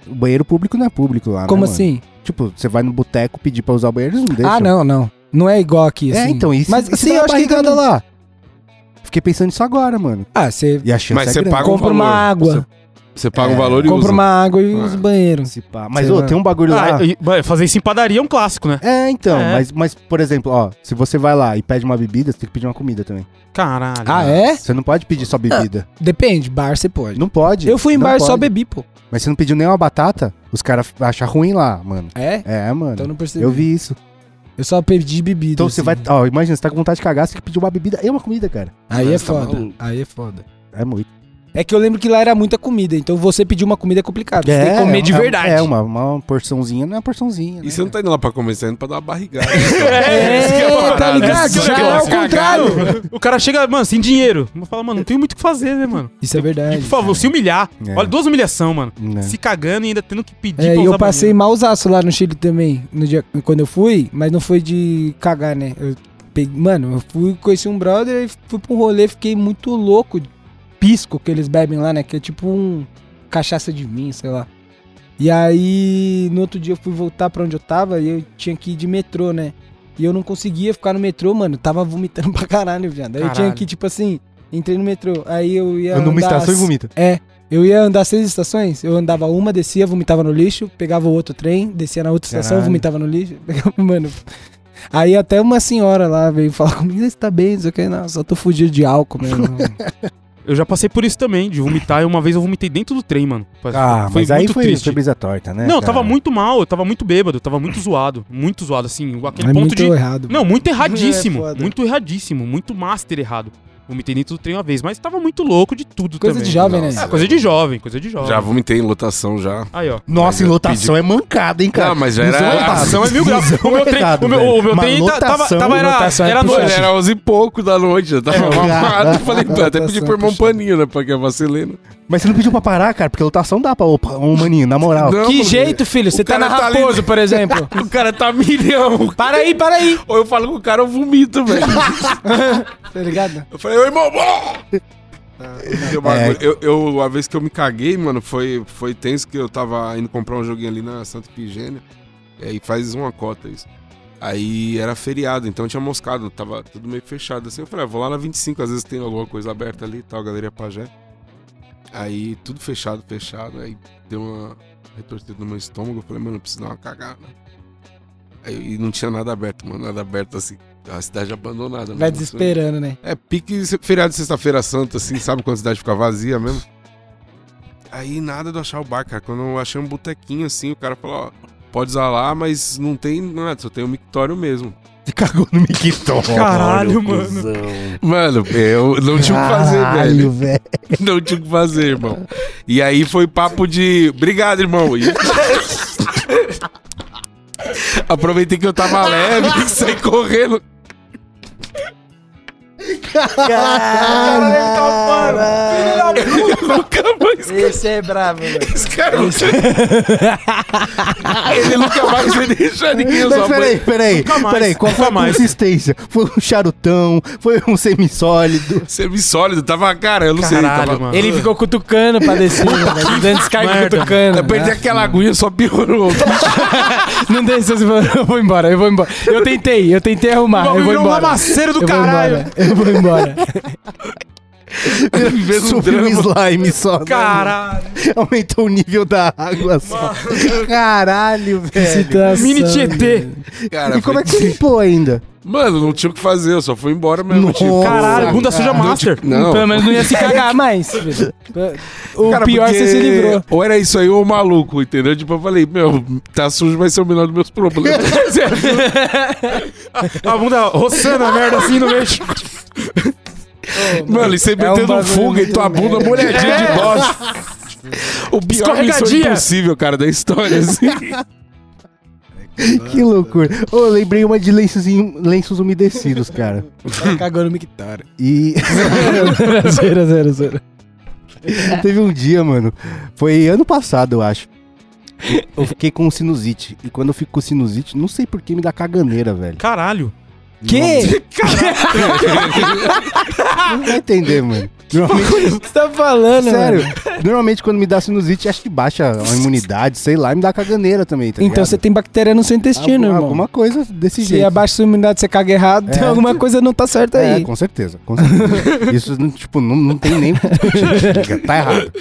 A: O banheiro público não é público lá, né,
C: Como
A: mano?
C: assim?
A: Tipo, você vai no boteco pedir pra usar o banheiro, eles não deixam.
C: Ah, não, não. Não é igual aqui, assim.
A: É, então, isso.
C: Mas, assim, eu acho que
A: barrigada
C: não-
A: lá. Fiquei pensando nisso agora, mano.
C: Ah, você
A: E a chance
D: Mas
A: é
D: você
A: grande.
D: paga um
C: compra uma
D: valor.
C: água.
D: Você paga
A: É,
D: um valor e
C: Compra
D: usa.
C: uma água e
D: Ah.
C: os banheiros.
A: Se pá. Mas,
C: Sei
A: ô,
C: lá.
A: tem um bagulho lá.
B: Ah, e- vai, fazer isso em padaria é um clássico, né?
A: É, então,
B: É.
A: Mas, mas, por exemplo, ó, se você vai lá e pede uma bebida, você tem que pedir uma comida também.
B: Caralho.
C: Ah, é?
A: Você não pode pedir só bebida.
C: Depende, bar você pode.
A: Não pode.
C: Eu fui em
A: não
C: bar e só
A: pode.
C: bebi, pô.
A: Mas você não pediu nenhuma batata, os caras acham ruim lá, mano.
C: É?
A: É, mano.
C: Então não percebi.
A: eu vi isso.
C: Eu só pedi bebida.
A: Então você
C: assim.
A: vai. Ó, imagina, você tá com vontade de cagar, você tem que pedir uma bebida e uma comida, cara.
C: Aí é
D: Você tá
C: foda.
D: maluco.
C: Aí é foda.
A: É muito.
C: É que eu lembro que lá era muita comida, então você pedir uma comida é complicado. Você tem que comer de
A: é-
C: verdade.
A: É, uma, uma porçãozinha não é uma porçãozinha.
D: E
A: né,
D: você não
A: cara?
D: tá indo lá pra comer, você tá indo pra dar uma barrigada. né,
B: É, esse que é o
C: É, tá
B: parado,
C: ligado?
B: esse que é o
C: Já é
B: negócio.
C: ao contrário.
B: O cara chega, mano, sem dinheiro. Fala, mano, não tem muito o que fazer, né, mano?
C: Isso é
B: Por
C: verdade.
B: favor, se humilhar.
A: É.
B: Olha, duas humilhação, mano.
A: Né.
B: Se cagando e ainda tendo que pedir
C: É,
B: pra
C: e
B: usar
C: eu passei
B: banheiro.
C: mausaço lá no Chile também, no dia, quando eu fui, mas não foi de cagar, né? Eu Peguei- Mano, eu fui, conheci um brother e fui pra um rolê, fiquei muito louco. Pisco que eles bebem lá, né? Que é tipo um cachaça de vinho, sei lá. E aí, no outro dia eu fui voltar pra onde eu tava e eu tinha que ir de metrô, né? E eu não conseguia ficar no metrô, mano. eu Tava vomitando pra caralho, viado. Aí eu tinha
B: Caralho.
C: que, tipo assim, entrei no metrô. Aí eu ia.
A: Anda uma
C: andar
A: estação e
C: as-
A: vomita.
C: é, eu ia andar seis estações, eu andava uma, descia, vomitava no lixo, pegava o outro trem, descia na outra estação,
A: Caralho.
C: vomitava no lixo. pegava- Mano. Aí até uma senhora lá veio falar comigo, você tá bem, isso aqui, não, só tô fudido de álcool mesmo.
B: Eu já passei por isso também, de vomitar. E uma vez eu vomitei dentro do trem, mano.
A: Ah, mas aí foi, foi brisa torta, né?
B: Não,
C: é,
B: eu
A: cara?
B: tava muito mal, eu tava muito bêbado, eu tava muito zoado. Muito zoado, assim. Aquele
C: é
B: ponto
C: muito
B: de.
C: errado.
B: Não, muito erradíssimo.
C: É foda.
B: muito erradíssimo, muito master errado. Vomitei dentro do trem uma vez, mas tava muito louco de tudo
C: Coisa
B: também.
C: de jovem, né?
D: Nossa.
A: Ah,
B: É, coisa de jovem, coisa de jovem.
D: Já vomitei em lotação já.
B: Aí, ó.
A: Nossa, e
D: Mas eu
A: lotação é mancada, hein, cara?
D: Não, mas já
A: Busão
D: era-
A: errado.
D: Ah,
B: Lotação é mil graus.
A: Busão
B: O meu
A: é
B: trem,
A: errado,
B: o meu, o
A: velho.
B: meu
A: Mas
B: trem tá- tava,
A: lotação-
B: tava
C: lotação
B: era,
C: é
B: era
C: puxado.
B: noite.
D: Era 11 e pouco da noite, eu tava mamado. Falei, pô, até pedi pro irmão um paninho, né? Porque eu vacilei. né?
A: Mas você não pediu pra parar, cara, porque lotação dá pra ô, pa- ô, maninho, na moral.
D: Não,
C: Que
D: mano,
C: jeito, filho? Você tá
D: cara
C: na
D: tá ali-
C: Raposo, por exemplo.
D: O cara tá milhão.
C: para aí, para aí.
D: Ou eu falo com o cara, eu vomito, velho.
C: Tá ligado?
D: Eu falei, ô irmão, bom! Deu bagulho. Eu, eu- a vez que eu me caguei, mano, foi, foi tenso que eu tava indo comprar um joguinho ali na Santa Pigênia. E aí faz uma cota isso. Aí era feriado, então tinha moscado, tava tudo meio fechado assim. Eu falei, ah, vou lá na 25, às vezes tem alguma coisa aberta ali e tal, Galeria Pajé. Aí tudo fechado, fechado. Aí deu uma retorcida no meu estômago. Eu falei, mano, eu preciso dar uma cagada. Aí, e não tinha nada aberto, mano, nada aberto assim. A cidade abandonada.
C: Vai
D: mano.
C: desesperando, né?
D: É, pique se- feriado de sexta-feira santa, assim, sabe quando a cidade fica vazia mesmo? Aí nada de eu achar o bar, cara. Quando eu achei um botequinho, assim, o cara falou, ó, pode usar lá, mas não tem nada, só tem o mictório mesmo.
A: Você cagou no Miquiton.
B: Caralho, mano.
D: Mano, eu não tinha o que fazer,
A: Caralho,
D: velho.
A: velho.
D: Não tinha o que fazer, irmão. E aí foi papo de... Obrigado, irmão. E- Aproveitei que eu tava leve e saí correndo. Nunca mais
C: Esse é bravo, velho.
D: Esse cara não Ele nunca mais vai deixar ninguém usar
A: Mas peraí, peraí,
B: Nunca mais,
A: peraí, qual
B: nunca
A: foi a
B: mais.
A: consistência? Foi um charutão, foi um semissólido.
D: Semissólido, tava, cara, eu não sei.
B: Caralho,
D: Tava...
B: mano.
C: Ele ficou cutucando pra descer, né? velho. Dando descarga
B: Ah. merda.
C: cutucando. né?
D: Eu perdi aquela aguinha, só piorou.
C: Não desceu, você falou, eu vou embora, eu vou embora. Eu tentei, eu tentei arrumar, eu vou
D: Virou um
C: embora.
D: lamaceiro do
C: eu
D: caralho.
C: Vou embora, eu vou embora.
D: Vivendo um
A: Subiu
D: drama.
A: o slime só. né?
B: Caralho.
A: Aumentou o nível da água só. Caralho, velho.
C: Situação,
B: Mini Tietê.
D: Cara,
A: E como
D: foi-
A: é que você limpou ainda?
D: Mano, não tinha o que fazer, eu só fui embora mesmo.
A: Nossa.
D: tipo,
B: Caralho,
D: sabe?
B: bunda suja
D: Não,
B: master.
D: tipo, Não.
C: Pelo menos não ia se cagar mais. filho. O
D: Cara,
C: pior é
D: porque
C: você se livrou.
D: Ou era isso aí ou o maluco, entendeu? Tipo, eu falei, meu, tá sujo, vai ser o menor dos meus problemas.
B: A bunda roçando a merda assim no meio.
D: Mano, e você metendo
C: É um bagulho
D: fuga e
C: muito
D: tua bunda
C: merda.
D: molhadinha de bosta. O pior é missão
C: é
B: Escorregadia.
D: impossível, cara, da história, assim.
A: Que loucura. Ô, eu lembrei uma de lenços, em- lenços umedecidos, cara.
C: Cagou Tá no mictório.
A: E
C: zero, zero, zero.
A: teve um dia, mano. Foi ano passado, eu acho. Eu fiquei com sinusite. E quando eu fico com sinusite, não sei por que me dá caganeira, velho.
B: Caralho.
C: Que?
A: Não vai entender, mano.
C: O que você tá falando,
A: Sério,
C: mano?
A: normalmente quando me dá sinusite, acho que baixa a imunidade, sei lá, e me dá caganeira também, tá
C: Então
A: ligado?
C: você tem bactéria no seu intestino,
A: alguma,
C: irmão.
A: alguma coisa desse
C: Se
A: jeito.
C: abaixo da imunidade você caga errado, tem
A: É.
C: alguma coisa não tá certa
A: É,
C: aí.
A: com certeza. com certeza. Isso, não- tipo, não, não tem nem. tá errado.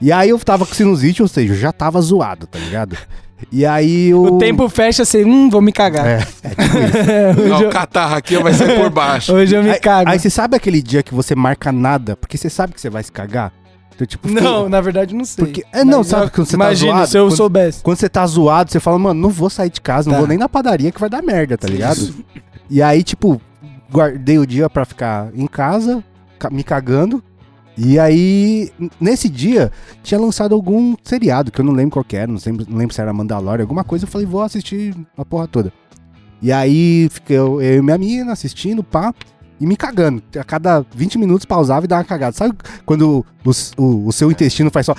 A: E aí eu tava com sinusite, ou seja, eu já tava zoado, tá ligado? E aí eu.
C: O tempo fecha assim, hum, vou me cagar.
A: É, é tipo isso.
D: Não, o catarro aqui vai ser por baixo.
C: Hoje eu me
A: aí,
C: cago.
A: aí você sabe aquele dia que você marca nada, porque você sabe que você vai se cagar? Então, tipo,
C: Não, na verdade não sei.
A: Porque- é, não,
C: Mas
A: sabe
C: eu-
A: quando você tá
C: Imagina,
A: zoado,
C: se eu
A: quando-
C: soubesse.
A: Quando você tá zoado, você fala, mano, não vou sair de casa, não
C: Tá.
A: vou nem na padaria que vai dar merda, tá ligado? E aí, tipo, guardei o dia pra ficar em casa, ca- me cagando. E aí, n- nesse dia, tinha lançado algum seriado, que eu não lembro qual que era, não lembro, não lembro se era Mandalorian, alguma coisa. Eu falei, vou assistir a porra toda. E aí, fiquei eu, eu e minha menina assistindo, pá. e me cagando. A cada 20 minutos pausava e dava uma cagada. Sabe quando o, o, o seu intestino faz só.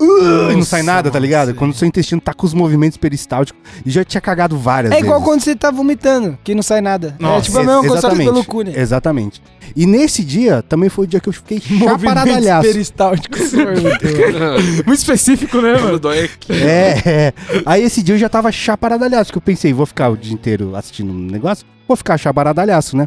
A: "Uh", e não sai nada, tá ligado? Quando o seu intestino tá com os movimentos peristálticos. E já tinha cagado várias
C: É igual
A: vezes.
C: quando você tá vomitando, que não sai nada. é
B: Nossa,
C: tipo a mesma coisa, só que pelo cu, né?
A: Exatamente. E nesse dia também foi o dia que eu fiquei
C: Movimentos
A: chaparadalhaço.
C: peristálticos.
B: Muito específico, né, mano?
D: Quando dói aqui.
A: É, é. Aí esse dia eu já tava chaparadalhaço, porque eu pensei, vou ficar o dia inteiro assistindo um negócio, vou ficar chaparadalhaço, né?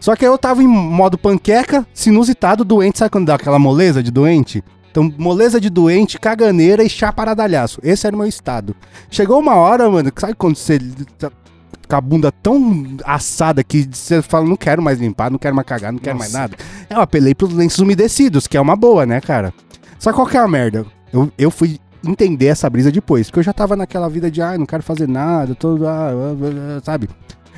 A: Só que aí eu tava em modo panqueca, sinusitado, doente, sabe quando dá aquela moleza de doente? Então, moleza de doente, caganeira e chaparadalhaço. Esse era o meu estado. Chegou uma hora, mano, que sabe quando você tá com a bunda tão assada que você fala, não quero mais limpar, não quero mais cagar, não quero mais nada. Eu apelei pros lenços umedecidos, que é uma boa, né, cara? Só qual que é a merda? Eu, eu fui entender essa brisa depois, porque eu já tava naquela vida de, ah, não quero fazer nada, tô, ah, ah, ah", sabe?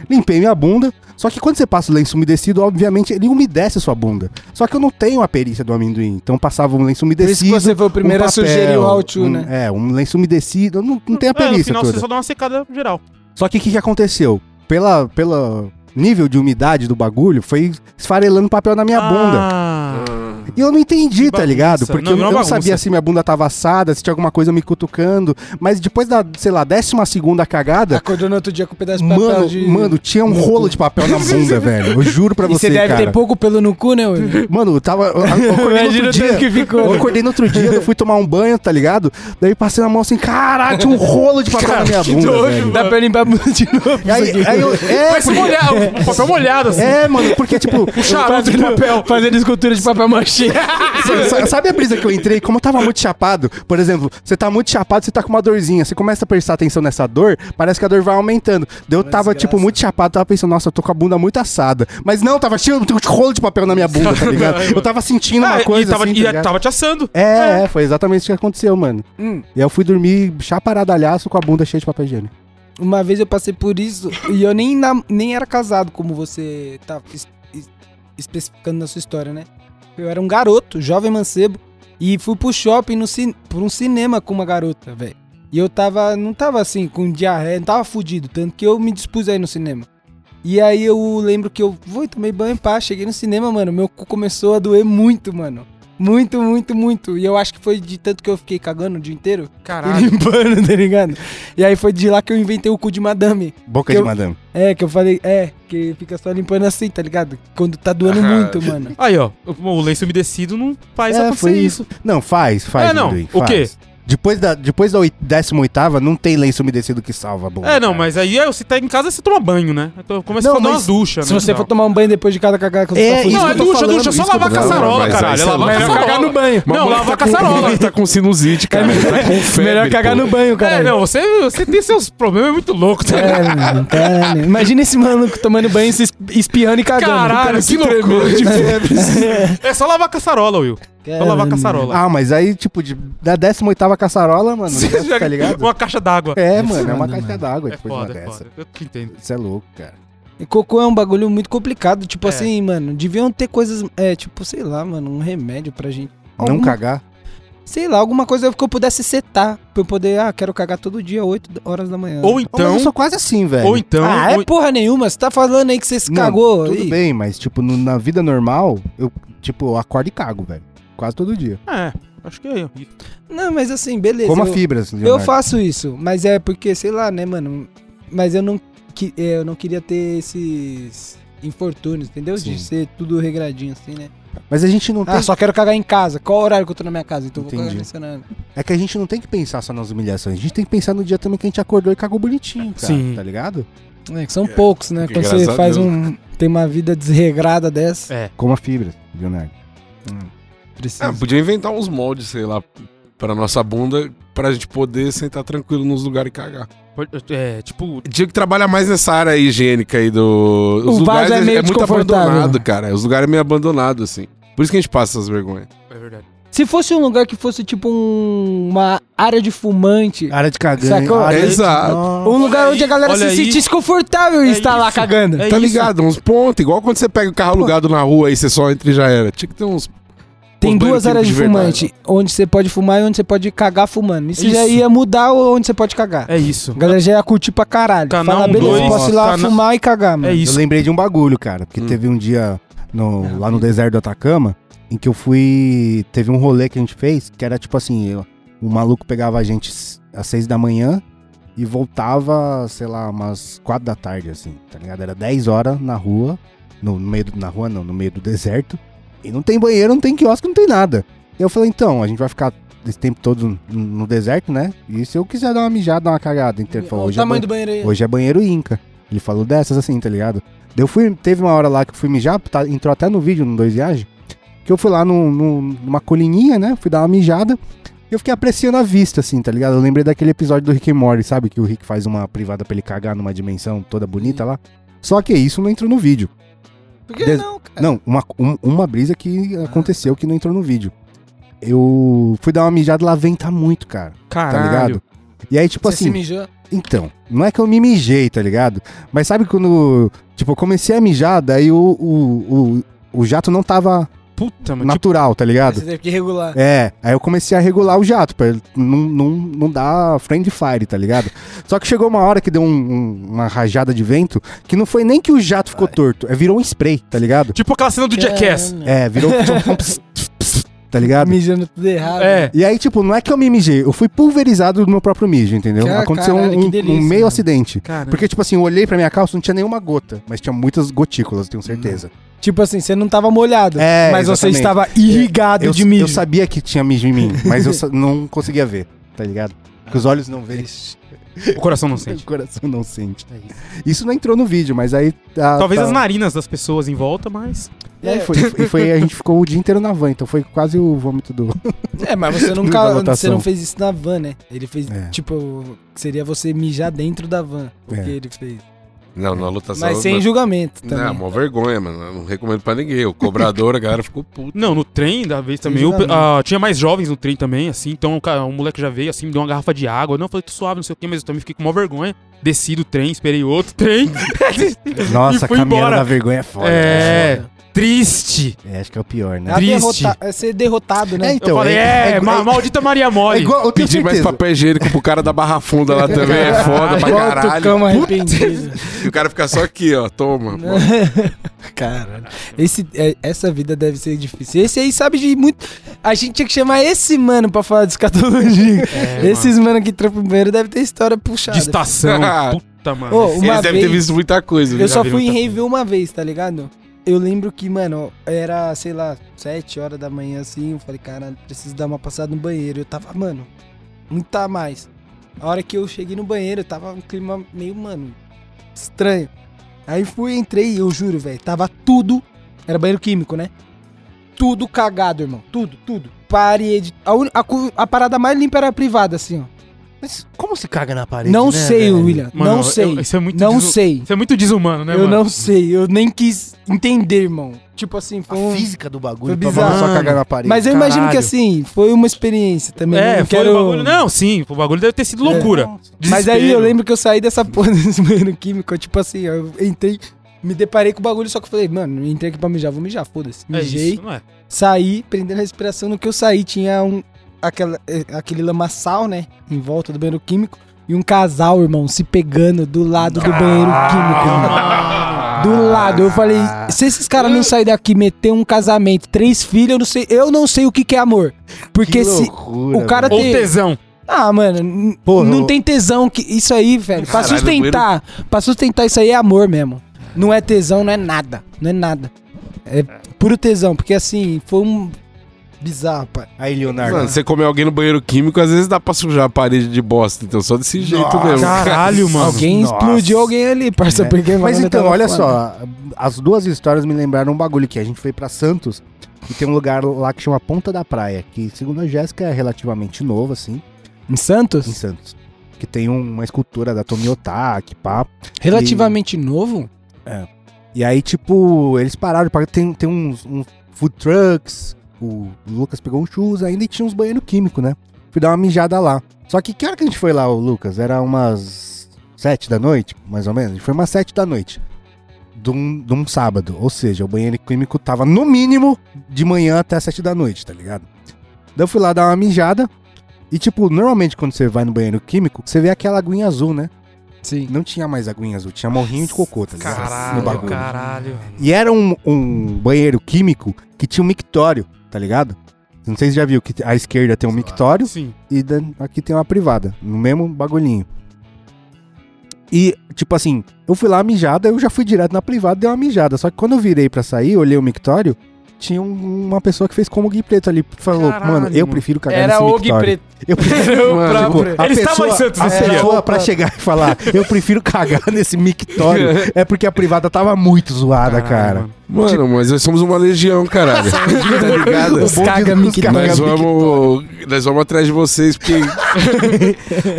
A: Limpei minha bunda, só que quando você passa o lenço umedecido, obviamente ele umedece a sua bunda. Só que eu não tenho a perícia do amendoim, então eu passava um lenço
C: Por isso que
A: umedecido.
C: você foi o primeiro
A: um
C: a sugerir
A: papel,
C: o how to,
A: um-
C: né?
A: É, um lenço umedecido, eu não, não tenho a
B: É, no
A: perícia
B: final
A: toda.
B: você só dá uma secada geral.
A: Só que o que, que aconteceu? Pela, pela nível de umidade do bagulho, foi esfarelando papel na minha É bunda.
B: Ah.
A: E eu não entendi,
B: Que
A: tá
B: bagunça.
A: ligado? Porque
B: Não,
A: eu,
B: virou
A: eu não
B: bagunça.
A: sabia se minha bunda tava assada, se tinha alguma coisa me cutucando. Mas depois da, sei lá, décima segunda cagada,
C: Acordou no outro dia com um pedaço de papel
A: mano,
C: de...
A: mano, tinha um rolo de papel na bunda, velho. Eu juro pra
C: e
A: você,
C: você deve
A: cara.
C: ter pouco pelo no cu, né, Will?
A: Mano, eu tava. Eu, eu acordei no
C: Imagina
A: outro
C: o tanto
A: dia.
C: que ficou.
A: Eu acordei no outro dia, eu fui tomar um banho, tá ligado? Daí passei na mão assim, caralho, tinha um rolo de papel na minha bunda. velho.
C: Dá pra limpar a bunda de novo.
A: E aí, aí eu, é,
B: Mas se
A: porque-
B: molhar, o papel molhado, assim.
A: É, mano, porque, tipo, eu tava-
C: Fazendo, papel, fazendo escultura de papel machê.
A: Sa- sa- Sabe a brisa que eu entrei? Como eu tava muito chapado, por exemplo, você tá muito chapado, você tá com uma dorzinha. Você começa a prestar atenção nessa dor, parece que a dor vai aumentando. Daí Eu tava,
C: desgraça.
A: tipo, muito chapado, tava pensando, nossa, eu tô com a bunda muito assada. Mas não, tava cheio de rolo de papel na minha bunda, tá ligado? Eu tava sentindo
B: Ah,
A: uma coisa
B: e tava,
A: assim,
B: e
A: tá ligado?
B: tava te assando.
A: É, é, foi exatamente isso que aconteceu, mano.
C: Hum.
A: E aí eu fui dormir chaparadalhaço com a bunda cheia de papel higiênico.
C: Uma vez eu passei por isso e eu nem, nam- nem era casado, como você tá es- es- especificando na sua história, né? Eu era um garoto, jovem mancebo, e fui pro shopping no cin- por um cinema com uma garota, velho. E eu tava, não tava assim, com diarreia, não tava fudido, tanto que eu me dispus aí no cinema. E aí eu lembro que eu fui, tomei banho, pá, cheguei no cinema, mano, meu cu começou a doer muito, mano. Muito, muito, muito. E eu acho que foi de tanto que eu fiquei cagando o dia inteiro. E
B: Caralho.
C: limpando, tá ligado? E aí foi de lá que eu inventei o cu de madame.
A: Boca
C: Eu-
A: de madame.
C: É, que eu falei, é, que fica só limpando assim, tá ligado? Quando tá doendo
D: Ah.
C: muito, mano.
B: Aí, ó. O o lenço umedecido não faz
A: É,
B: acontecer
A: foi
B: isso.
A: Não, faz, faz,
B: É, não.
A: amendoim,
B: O
A: faz.
B: quê?
A: Depois da, depois da 18 não tem lenço umedecido que salva a bunda.
B: É, não,
A: cara.
B: mas aí é, você tá em casa, você toma banho, né? Então começa
A: Não,
B: a fazer
A: mas
B: umas duchas,
C: Se
B: né?
C: você
B: Não.
C: for tomar um banho depois de cada cagada quando
A: É,
C: você
A: isso
C: tá
B: Não,
A: que
B: é
A: eu tô
B: ducha,
A: falando,
B: ducha. É
A: isso
B: só
A: que eu tô
B: lavar a
A: falando.
B: caçarola,
D: Mas aí
B: caralho. É
D: você
B: lavar a
D: lava.
C: Melhor
D: Não,
C: cagar
B: caçarola.
C: no banho.
B: Não,
D: Maluco
B: lava a
D: tá com-
B: caçarola.
D: tá com sinusite, cara. tá com febre,
C: É Melhor cagar
D: pô.
C: no banho, cara.
B: É, não, você, você tem seus problemas muito loucos, tá ligado?
C: É, mano, caralho. Imagina esse maluco tomando banho, se es- espiando e cagando.
B: Caralho, que loucura. tipo. É só lavar a caçarola, Will. Só lavar a caçarola.
A: Ah, mas aí, tipo, de, da 18 caçarola, mano,
B: Você
A: tá ligado?
B: Uma caixa d'água.
A: É, mano, é uma
C: foda,
A: caixa
C: mano.
A: d'água
B: É
A: depois de
B: foda,
A: uma
B: é
A: dessa.
B: foda. Eu que entendo.
A: Isso é louco, cara.
C: E cocô é um bagulho muito complicado, tipo
B: É.
C: assim, mano, deviam ter coisas, é, tipo, sei lá, mano, um remédio pra gente.
A: Não
C: Alguma-
A: cagar.
C: Sei lá, alguma coisa que eu pudesse setar. Pra eu poder, ah, quero cagar todo dia, 8 horas da manhã.
B: Ou
A: Então, mas
B: então.
A: eu sou quase assim, velho.
B: Ou então.
C: ah, é
B: ou-
C: porra nenhuma. Você tá falando aí que você se
A: Não,
C: cagou.
A: Tudo
C: aí.
A: bem, mas, tipo, no- na vida normal, eu, tipo, eu acordo e cago, velho. Quase todo dia.
B: É, acho que é.
C: Não, mas assim, beleza.
A: Coma
C: eu,
A: fibras,
C: eu
A: Leonardo.
C: faço isso, mas é porque, sei lá, né, mano. Mas eu não, que, é, eu não queria ter esses infortúnios, entendeu?
A: Sim.
C: De ser tudo regradinho assim, né?
A: Mas a gente não tem...
C: Ah, só quero cagar em casa. Qual o horário que eu tô na minha casa? Então eu vou cagar
A: Entendi.
C: nesse horário.
A: É que a gente não tem que pensar só nas humilhações. A gente tem que pensar no dia também que a gente acordou e cagou bonitinho, cara.
B: Sim.
A: Tá ligado?
C: É, que são poucos, né?
D: que
C: Quando
D: graças
C: você
D: a
C: faz
D: Deus.
C: um. Tem uma vida desregrada dessa.
B: É.
A: Coma fibras, Leonardo.
C: Precisa.
D: Ah, podia inventar uns moldes, sei lá, pra nossa bunda, pra gente poder sentar tranquilo nos lugares e cagar.
B: Pode- É, tipo.
D: Tinha que trabalhar mais nessa área aí higiênica aí do.
C: O vaso é meio
D: muito
C: desconfortável.
D: abandonado, cara. Os lugares é meio abandonado, assim. Por isso que a gente passa essas vergonhas.
B: É verdade.
C: Se fosse um lugar que fosse tipo um- uma área de fumante.
A: Área de cagando.
C: Sacou?
A: Área...
D: Exato.
A: Nossa.
C: Um lugar
B: aí,
C: onde a galera
B: olha
C: se
B: aí.
C: sentisse confortável em
B: É
C: estar lá
B: isso,
C: cagando.
B: é
D: tá
B: isso.
D: ligado? Uns pontos, igual quando você pega o carro alugado na rua aí, você só entra e já era. Tinha que ter uns.
C: Tem
D: banho
C: duas
D: químico
C: áreas de,
D: de verdade.
C: fumante, onde você pode fumar e onde você pode cagar fumando. Isso, já
B: É Isso.
C: ia mudar o- onde você pode cagar.
B: É isso.
C: A galera já ia curtir pra caralho.
B: Canal
C: Fala, beleza,
A: dois,
C: posso ir lá
B: cana-
C: fumar e cagar, mano.
B: É
A: Eu
B: isso.
A: lembrei de um bagulho, cara, porque
D: Hum.
A: teve um dia no-
C: Ah,
A: lá no deserto do Atacama em que eu fui. Teve um rolê que a gente fez que era tipo assim: eu- o maluco pegava a gente s- às seis da manhã e voltava, sei lá, umas quatro da tarde, assim, tá ligado? Era 10 horas na rua, no meio do, na rua não, no meio do deserto, e não tem banheiro, não tem quiosque, não tem nada. E eu falei: então, a gente vai ficar esse tempo todo no- no deserto, né? E se eu quiser dar uma mijada, dar uma cagada, então, ele falou,
C: Olha o
A: hoje é ban-
C: tamanho do banheiro aí.
A: Hoje é banheiro Inca. Ele falou dessas assim, tá ligado? Daí Eu fui, teve uma hora lá que eu fui mijar, tá- entrou até no vídeo, no Dois Viagens, que eu fui lá num- num- numa colininha, né? Fui dar uma mijada. E eu fiquei apreciando a vista, assim, tá ligado? Eu lembrei daquele episódio do Rick and Morty, sabe? Que o Rick faz uma privada pra ele cagar numa dimensão toda bonita lá. Só que isso não entrou no vídeo.
C: Por que
A: Des-
C: não, cara?
A: Não, uma, um- uma brisa que aconteceu que não entrou no vídeo. Eu fui dar uma mijada lá, venta muito, cara. Tá
B: Caralho.
A: ligado? E aí, tipo
C: você se
A: assim.
C: mijou.
A: Então, não é que eu me mijei, tá ligado? Mas sabe quando, tipo, eu comecei a mijar, daí o, o, o, o jato não tava
B: Puta, mano. Tipo,
A: natural, tá
C: Você
A: ligado?
C: teve que regular.
A: É, aí eu comecei a regular o jato, pra ele não, não, não dar friend fire, tá ligado? Só que chegou uma hora que deu um- um- uma rajada de vento, que não foi nem que o jato ficou torto, é virou um spray, tá ligado?
B: tipo aquela cena do Jackass.
C: Caralho.
A: É, virou tipo, um ps- ps- ps, tá ligado?
C: Mijando tudo errado.
B: É.
A: E aí, tipo, não é que eu me mijei, eu fui pulverizado do meu próprio mijo, entendeu?
C: Cara,
A: Aconteceu um-
C: Ah, caralho, que
A: um- um
C: delícia, né?
A: meio
C: mano.
A: acidente.
B: Caralho.
A: Porque, tipo assim, eu olhei pra minha calça, não tinha nenhuma gota, mas tinha muitas gotículas, eu tenho certeza.
C: Tipo assim, você não tava molhado,
A: É,
C: mas você
A: exatamente.
C: estava irrigado
A: Eu,
C: de
A: eu
C: mijo.
A: sabia que tinha mijo em mim, mas eu sa- não conseguia ver, tá ligado? Porque os olhos não veem,
B: O coração não
A: o
B: sente.
A: coração não sente.
C: É
A: Isso não entrou no vídeo, mas aí. ah,
B: Talvez
A: tá.
B: as narinas das pessoas em volta, mas.
A: E aí foi, e foi- a gente ficou o dia inteiro na van, então foi quase o vômito do.
C: É, mas você
A: Da
C: nunca. Você
A: lotação.
C: não fez isso na van, né? Ele fez,
A: É.
C: tipo, seria você mijar dentro da van. O
A: É.
C: que ele fez.
D: Não, na lotação.
C: Mas sem
D: mas-
C: julgamento também.
D: Não, é uma vergonha, mano. Eu não recomendo pra ninguém. O cobrador, a galera ficou puta.
B: Não, no trem da vez também.
C: Sim,
B: eu-
C: julgamento.
B: ah, tinha mais jovens no trem também, assim. Então o cara- um moleque já veio, assim, me deu uma garrafa de água. Não, eu falei, tô suave, não sei o quê, mas eu também fiquei com uma vergonha. Desci do trem, esperei outro trem.
A: Nossa,
B: E foi
A: caminhada
B: embora.
A: da vergonha é foda.
B: é.
A: né?
B: Triste.
A: É, acho que é o pior, né?
C: É, a
B: Triste.
C: derrota- é ser derrotado, né?
A: Então,
B: eu falei,
A: é-
B: é,
A: é-
B: ma-
A: é-
B: maldita Maria Mole.
A: É igual, eu tenho
D: Pedir mais
A: certeza.
D: papel higiênico pro cara da Barra Funda lá também é foda pra
C: Igual o
D: caralho.
C: Tucano arrependido.
D: E o cara fica só aqui, ó. Toma. pô.
C: Né? Caralho. Esse, é- essa vida deve ser difícil. Esse aí sabe de muito. A gente tinha que chamar esse mano pra falar de escatologia.
B: É,
C: Esses mano que trampam primeiro devem ter história puxada.
B: De estação. Puta, mano. é-
C: Ô,
D: Eles
C: uma
D: devem ter
C: vez-
D: visto muita coisa. né?
C: Eu só
B: vi
C: fui em
B: muita
C: rave uma vez, tá ligado? Eu lembro que, mano, era, sei lá, 7 horas da manhã assim. Eu falei, caralho, preciso dar uma passada no banheiro. Eu tava, mano, muito a mais. A hora que eu cheguei no banheiro, tava um clima meio, mano, estranho. Aí fui, entrei, eu juro, velho, tava tudo. Era banheiro químico, né? Tudo cagado, irmão. Tudo, tudo. Parede. A, un- a cu- a parada mais limpa era a privada, assim, ó.
A: Mas como se caga na parede?
C: não
A: né,
C: sei,
A: velho?
C: William.
B: Mano,
C: não
B: eu-
C: sei.
B: isso é muito
C: não
B: desu-
C: sei.
B: Isso é muito desumano, né,
C: Eu
B: mano?
C: não sei, eu nem quis entender, irmão. Tipo assim, foi um...
A: A física do bagulho
C: Foi
A: pra você só
B: bizarro.
A: cagar na parede.
C: Mas eu imagino que
B: caralho.
C: assim, foi uma experiência também. né?
B: É,
C: não
B: foi
C: quero... É.
B: o bagulho. Não, sim, o bagulho deve ter sido loucura.
C: Mas aí eu
B: Desespero.
C: lembro que eu saí dessa porra desse banheiro químico, tipo assim, ó, eu entrei, me deparei com o bagulho, só que eu falei, mano, entrei aqui pra mijar, vou mijar, foda-se.
B: É
C: Mijei,
B: isso, não é?
C: saí, prendendo a respiração, no que eu saí tinha um, aquela, eh, aquele lamaçal, né, em volta do banheiro químico, e um casal, irmão, se pegando do lado do banheiro químico, irmão. Do lado, eu falei, se esses caras não saírem daqui, meter um casamento, três filhos, eu não sei, eu não sei o que, que é amor. Porque
A: Que
C: se.
A: loucura,
C: o cara
B: Ou
C: tem-
B: tesão.
C: Ah, mano, n-
A: Porra,
C: não
A: eu-
C: tem tesão que. Isso aí, velho. Pra
D: Caralho,
C: sustentar. Pra sustentar isso aí é amor mesmo. Não é tesão, não é nada. Não é nada. É puro tesão, porque assim, foi um. Bizarro, pai.
A: Aí, Leonardo.
D: Mano, você comer alguém no banheiro químico, às vezes dá pra sujar a parede de bosta. Então, só desse jeito
A: Nossa.
D: mesmo.
B: Caralho, mano.
C: Alguém
A: nossa.
C: explodiu alguém ali, parça.
A: É.
C: Porque
A: Mas
C: mano,
A: então,
C: tava
A: olha
C: foda.
A: só, as duas histórias me lembraram um bagulho que a gente foi pra Santos e tem um lugar lá que chama Ponta da Praia, que segundo a Jéssica é relativamente novo, assim,
C: Em Santos?
A: em Santos. Que tem um- uma escultura da Tomi Otaki, pá.
C: Relativamente novo?
A: E aí, tipo, eles pararam, pra, tem, tem uns, uns food trucks, o Lucas pegou um churros ainda e tinha uns banheiro químico, né? Fui dar uma mijada lá. Só que que hora que a gente foi lá, o Lucas? Era umas sete da noite, mais ou menos. A gente foi umas sete da noite. de um, de um sábado. Ou seja, o banheiro químico tava no mínimo de manhã até sete da noite, tá ligado? Daí eu fui lá dar uma mijada. E, tipo, normalmente quando você vai no banheiro químico, você vê aquela aguinha azul, né?
C: Sim.
A: Não tinha mais aguinha azul, tinha morrinho de cocô, tá ligado? no
B: Caralho,
A: bagulho.
B: caralho.
A: E era um, um banheiro químico que tinha um mictório, tá ligado? Não sei se já viu que à esquerda tem um mictório
B: Sim.
A: e da- aqui tem uma privada, no mesmo bagulhinho. E, tipo assim, eu fui lá mijada, eu já fui direto na privada, dei uma mijada. Só que quando eu virei pra sair, olhei o mictório, tinha um- uma pessoa que fez como o Gui Preto ali. Falou,
B: Caralho,
A: mano, eu
B: mano.
A: prefiro cagar
C: Era
A: nesse
C: o Gui
A: mictório.
C: Preto.
A: Eu prefiro...
B: Eu
D: Mano,
B: pra-
A: Tipo, a
B: Ele estava em
A: pessoa-
B: Santos
A: A
B: esse dia.
A: pessoa pra chegar e falar, eu prefiro cagar nesse mictório, é porque a privada tava muito zoada,
B: Caralho,
A: cara.
B: mano.
D: Mano,
A: tipo-
D: mas nós somos uma legião, caralho. tá ligado?
A: O bom de-
C: caga
A: os
C: mictório.
A: caga
D: Nós vamos, nós vamos atrás de vocês, porque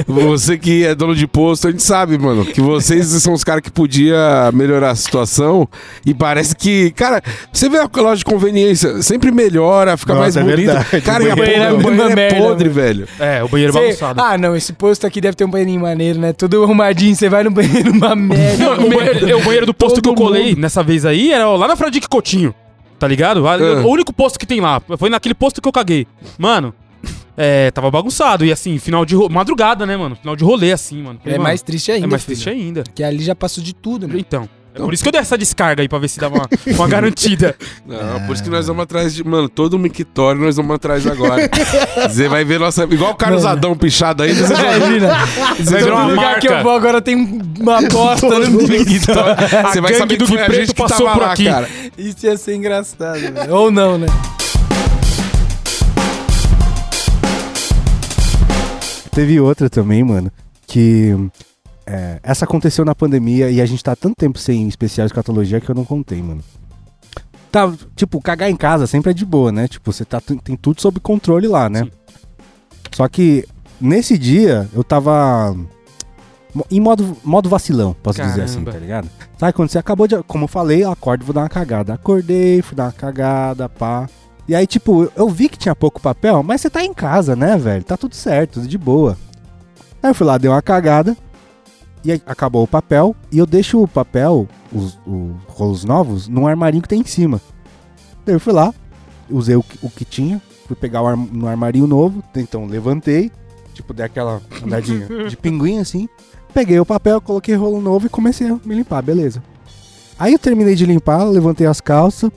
D: você que é dono de posto, a gente sabe, mano, que vocês são os caras que podia melhorar a situação e parece que, cara, você vê a loja de conveniência, sempre melhora, fica
A: Nossa,
D: mais
A: é
D: bonito.
A: verdade.
D: Cara, e a
A: O banheiro é
D: porra do
C: uma
D: banheiro é
C: merda,
D: podre, velho.
B: É, o banheiro
C: Cê-
B: bagunçado.
C: Ah, não, esse posto aqui deve ter um banheirinho maneiro, né? Tudo arrumadinho, você vai no banheiro, uma merda.
B: Não, o, banheiro, o banheiro do posto
C: Todo
B: que eu colei nessa vez aí era lá na Fradique Coutinho. Tá ligado? A-
D: Ah.
B: O único posto que tem lá. Foi naquele posto que eu caguei. Mano, é, tava bagunçado. E assim, final de. ro- Madrugada, né, mano? Final de rolê, assim, mano.
C: É mais triste ainda.
B: ainda, é mais
C: filho.
B: triste ainda.
C: Que ali já passou de tudo, né?
B: Então. É por isso que eu dei essa descarga aí pra ver se dava uma, uma garantida.
D: Não, por isso que nós vamos atrás de. Mano, todo mictório nós vamos atrás agora. Você vai ver nossa. Igual o Carlos
C: Mano.
D: Adão pichado aí, você vai
C: Imagina.
B: Vai virar
C: Todo
B: uma
C: tá lugar
B: marca.
C: que eu vou agora tem uma bosta no mictório.
D: Você vai
B: gangue
D: saber
B: do
D: que foi
B: Gui
D: a
B: Preto
D: gente que
B: passou
D: tava
B: por
D: lá,
B: aqui.
D: cara.
C: Isso ia ser engraçado, velho. Ou não, né?
A: Teve outra também, mano, que. é, essa aconteceu na pandemia e a gente tá há tanto tempo sem especial de escatologia que eu não contei, mano. Tá, tipo, cagar em casa sempre é de boa, né? Tipo, você tá, tem tudo sob controle lá, né?
B: Sim.
A: Só que nesse dia eu tava mo- em modo, modo vacilão, posso dizer assim,
B: Caramba.
A: tá ligado? Sabe quando você acabou de. Como eu falei, eu acordo e vou dar uma cagada. Acordei, fui dar uma cagada, pá. E aí, tipo, eu- eu vi que tinha pouco papel, mas você tá em casa, né, velho? Tá tudo certo, tudo de boa. Aí eu fui lá, dei uma cagada. E aí acabou o papel. E eu deixo o papel, os, os rolos novos, num armarinho que tem em cima. Daí eu fui lá, usei o, que- o que tinha. Fui pegar o ar- no armarinho novo. Então levantei. Tipo, dei aquela andadinha de pinguim assim. Peguei o papel, coloquei rolo novo e comecei a me limpar, beleza. Aí eu terminei de limpar, levantei as calças.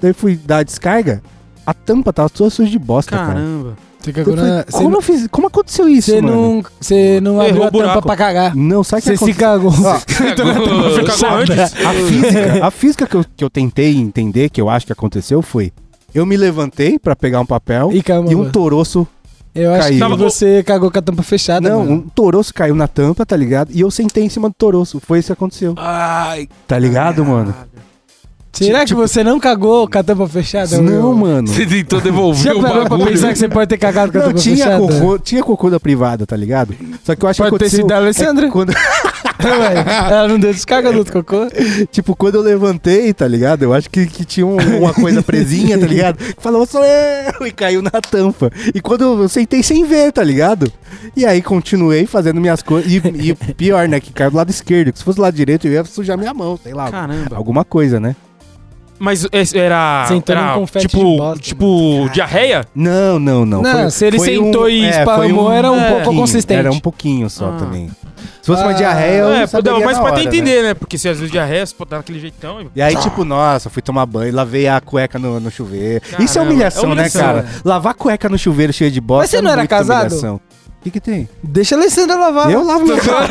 A: Daí fui dar a descarga. A tampa tava toda suja de bosta, cara.
B: Caramba.
C: Você
A: Eu falei,
C: não-
A: como, eu fiz, como aconteceu isso,
C: Você
A: mano?
C: não, você não
B: Errou
C: abriu
B: o
C: a tampa
B: buraco.
C: pra cagar.
A: Não, sabe o é que
C: Você se
A: aconteceu?
C: cagou.
A: Ó,
C: tá
B: Você cagou antes?
A: A física, a física que, eu, que eu tentei entender, que eu acho que aconteceu, foi... Eu me levantei pra pegar um papel
C: Ih,
A: e,
C: calma,
A: um
C: mano.
A: toroço...
C: Eu acho
A: caiu.
C: que você cagou com a tampa fechada,
A: Não,
C: mano.
A: um toroço caiu na tampa, tá ligado? E eu sentei em cima do toroço. Foi isso que aconteceu.
D: Ai,
A: Tá ligado, mano?
C: Será que
A: tipo-
C: você não cagou com a tampa fechada?
A: Não,
C: mano.
A: mano.
D: você tentou devolver
C: Já
D: o
C: parou pra
D: bagulho.
C: pensar que você pode ter cagado com a
A: Não,
C: tampa
A: tinha
C: tá fechada?
A: cocô, tinha cocô da privada, tá ligado? Só que eu acho
C: Pode
A: que
C: ter
A: aconteceu...
C: sido a Alessandra.
A: é quando,
C: Ué, Ela não deu descarga do outro cocô?
A: Tipo, quando eu levantei, tá ligado? Eu acho que, que tinha um- uma coisa presinha, tá ligado? Que falou, sou eu! E caiu na tampa. E quando eu, eu sentei sem ver, tá ligado? E aí continuei fazendo minhas coisas. E, e o pior, né? Que caiu do lado esquerdo. Que se fosse do lado direito, eu ia sujar minha mão, sei lá.
B: Caramba.
A: Alguma coisa, né?
B: Mas esse era.
C: Sentou num
B: era
C: um confete
B: tipo.
C: de bosta,
B: tipo, diarreia?
A: Não, não, não.
C: Não, se ele sentou e
A: foi
C: esparramou, era um
A: é,
C: pouco
A: pouquinho,
C: consistente.
A: Era um pouquinho só
B: Ah.
A: também. Se fosse
C: Ah,
A: uma diarreia, eu
B: é,
A: é, saberia
B: não, mas
A: na
B: pra
A: hora, né?
B: até entender, né? Porque se às vezes diarreia, você pode dar aquele jeitão.
C: Tá
B: e-
A: E aí, tipo, nossa, fui tomar banho, lavei a cueca no, no chuveiro. Isso é
B: Caramba,
A: humilhação,
B: é humilhação,
A: né, cara? Lavar cueca no chuveiro cheio de bosta.
C: Mas você não
A: é
C: era
A: muita
C: casado?
A: humilhação. O que, que tem?
C: Deixa a Alessandra lavar.
A: Eu lavo meu
B: Cada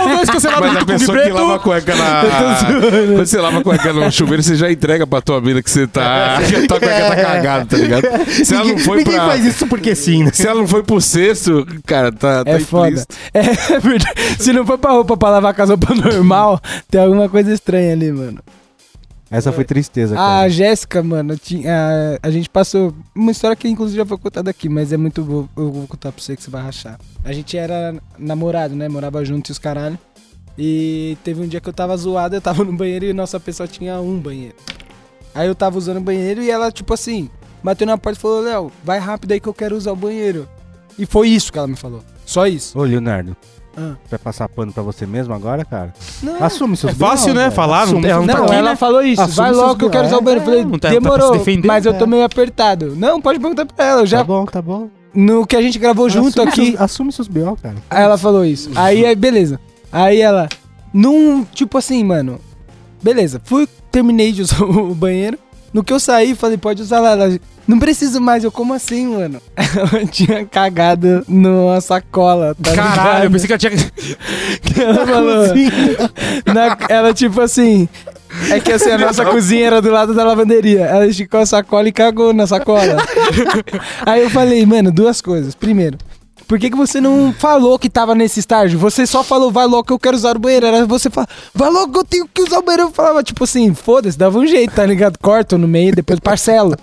B: um dois
D: Mas
B: cancelados
D: a
B: do Clube
D: pessoa que lava a
B: Preto.
D: cueca na. Quando você lava a cueca no chuveiro, você já entrega pra tua mina que você tá. que a tua cueca tá cagada, tá ligado? Se ela não
A: ninguém
D: foi
A: ninguém
D: pra.
A: faz isso porque sim, né?
D: Se ela não foi pro sexto, cara, tá. tá
C: É foda.
D: implícito.
C: É verdade. Se não for pra roupa pra lavar com as roupas normal, tem alguma coisa estranha ali, mano.
A: Essa foi
C: Ah,
A: tristeza, cara.
C: A Jéssica, mano, tinha, a, a gente passou uma história que inclusive já foi contada aqui, mas é muito boa. Eu vou contar pra você que você vai rachar. A gente era namorado, né? Morava junto e os caralho. E teve um dia que eu tava zoado, eu tava no banheiro e nossa pessoa tinha um banheiro. Aí eu tava usando o banheiro e ela, tipo assim, bateu na porta e falou: Léo, vai rápido aí que eu quero usar o banheiro. E foi isso que ela me falou. Só isso.
A: Ô, Leonardo,
C: Ah.
A: Vai passar pano pra você mesmo agora, cara?
C: Não.
A: Assume seus
B: É fácil,
A: B.O.,
B: né?
A: velho.
B: Falar, não
A: Assume
B: tem-
A: seus
B: não tá
C: Não,
B: aqui,
C: ela
B: né?
C: falou isso.
A: Assume
C: vai
A: seus
C: logo que eu
A: B.O.
C: quero usar o banheiro. Eu falei,
B: não tá- tá pra se
C: demorou.
B: defender,
C: mas eu
A: né?
C: tô meio apertado. Não, pode perguntar pra ela. Eu já,
A: Tá bom, tá bom.
C: no que a gente gravou junto
A: Assume
C: aqui,
A: Seus, assume seus B.O., cara.
C: Aí ela falou isso. Aí, aí, beleza. Aí ela, num, tipo assim, mano. Beleza, fui, terminei de usar o banheiro. No que eu saí, falei, pode usar lá. Ela, não preciso mais. Eu, como assim, mano? Ela tinha cagado numa sacola, tá
B: Caralho, eu
C: ligado?
B: pensei que ela tinha.
C: que ela falou.
A: assim?
C: na- ela, tipo assim. É que assim, a nossa cozinha era do lado da lavanderia. Ela esticou a sacola e cagou na sacola. Aí eu falei, mano, duas coisas. Primeiro, por que, que você não falou que tava nesse estágio? Você só falou, vai logo que eu quero usar o banheiro. Era você falar, vai logo que eu tenho que usar o banheiro. Eu falava, tipo assim, foda-se, dava um jeito, tá ligado? Corto no meio, depois parcelo.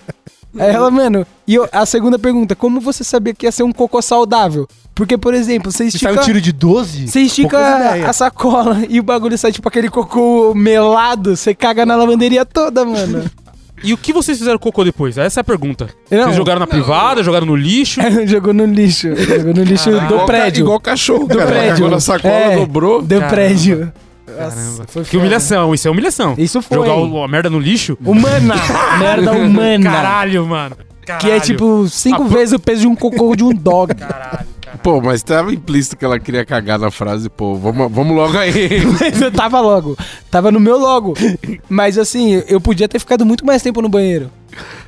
C: Aí ela, mano, e eu- a segunda pergunta, como você sabia que ia ser um cocô saudável? Porque, por exemplo, você
A: Se
C: estica...
A: sai um tiro de 12?
C: Você estica
A: poucas ideias.
C: a sacola e o bagulho sai tipo aquele cocô melado, você caga na lavanderia toda, mano.
B: E o que vocês fizeram com o cocô depois? Essa é a pergunta.
C: Não. É,
B: Vocês jogaram na privada, jogaram no lixo?
C: Jogou no lixo. Jogou no lixo
B: Caralho.
C: do
D: Igual ca-
C: prédio.
D: Igual cachorro, do cara.
C: prédio.
D: Cagou na sacola,
C: É.
D: dobrou.
C: Do
B: Caramba.
C: prédio.
B: Caramba.
C: foi
B: Que humilhação, isso é humilhação.
C: Isso foi.
B: Jogar o- a merda no lixo?
C: Humana. Merda humana.
B: Caralho, mano.
C: Que é
B: Caralho.
C: tipo cinco
B: A pro-
C: vezes o peso de um cocô de um dog.
B: Caralho, caralho.
D: Pô, mas tava implícito que ela queria cagar na frase, pô, vamos, vamos logo aí.
C: Mas eu tava logo. Tava no meu logo. Mas assim, eu podia ter ficado muito mais tempo no banheiro.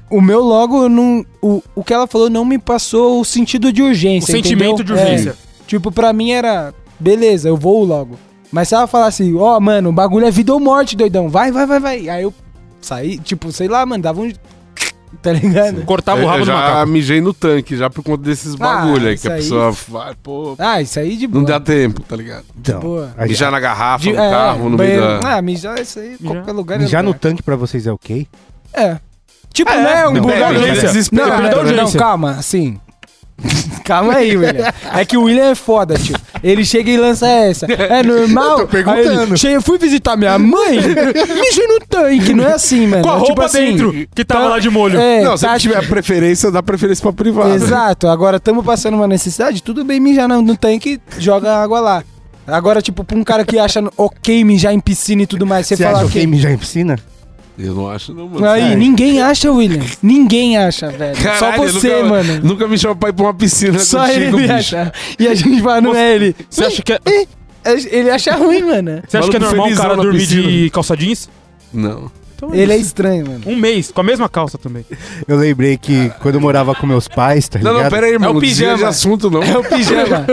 C: O meu logo, eu não, o, o que ela falou não me passou o sentido de
B: O
C: urgência.
B: sentimento
C: entendeu?
B: de urgência.
C: É, tipo, pra mim era, beleza, eu vou logo. Mas se ela falasse, ó, mano, o bagulho é vida ou morte, doidão. Vai, vai, vai, vai. Aí eu saí, tipo, sei lá, mano, dava um. Tá ligado?
B: Cortava
D: eu,
B: o rabo
D: eu
B: do
D: já
B: macaco.
D: mijei no tanque, já por conta desses bagulho aí,
C: Ah, isso
D: que a
C: aí.
D: pessoa vai, pô,
C: Ah, isso aí de boa.
D: não dá tempo, tá ligado?
A: Então,
C: Boa.
A: aí-
D: Mijar na garrafa,
C: de,
D: no
C: é,
D: carro, no meio
C: banheiro.
D: da...
C: Ah, mijar isso aí,
B: Mijar-
C: qualquer lugar. é
A: mijar no
C: lugar.
A: tanque pra vocês é ok?
C: É. Tipo,
B: É,
C: né? Um
B: não,
C: lugar-
B: é, urgência.
D: desespero,
C: Não,
B: Depende
C: não,
B: da
C: não,
B: urgência.
C: calma, assim. calma aí, William. É que o William é foda, tio. Ele chega e lança essa. É normal?
A: Eu tô perguntando.
C: Aí ele, "Che- eu fui visitar minha mãe, mijei no tanque, não é assim, mano.
B: Com a
C: É
B: roupa
C: tipo assim,
B: dentro, que tava
C: tá-
B: lá de molho.
C: É,
D: não, se
C: tá-
D: tiver preferência, dá preferência pra privada.
C: Exato. Agora, estamos passando uma necessidade, tudo bem mijar no, no tanque, joga água lá. Agora, tipo, pra um cara que acha ok mijar em piscina e tudo mais, você,
A: Você
C: fala
A: acha ok
C: ok.
A: mijar em piscina?
D: Eu não acho não, mano.
C: Aí,
A: Sério.
C: ninguém acha, William. Ninguém acha, velho.
D: Caralho,
C: Só você,
D: nunca,
C: mano.
D: Nunca me chamou pra ir pra uma piscina
C: Só
D: contigo,
C: ele
D: bicho.
C: acha. E a gente fala, não é ele.
B: Você acha que é,
C: Ele acha ruim, mano.
B: você acha que é
D: Maluco
B: normal o
D: felizão
B: cara
D: na
B: dormir de
D: piscina.
B: calça jeans?
D: Não.
B: Então
C: Ele é
B: isso.
C: estranho, mano.
B: Um mês, com a mesma calça também.
A: Eu lembrei que quando eu morava com meus pais, tá
D: Não, não,
A: ligado?
D: pera aí, irmão.
C: É o
D: Não desvia de
C: pijama.
D: assunto, não.
C: o pijama.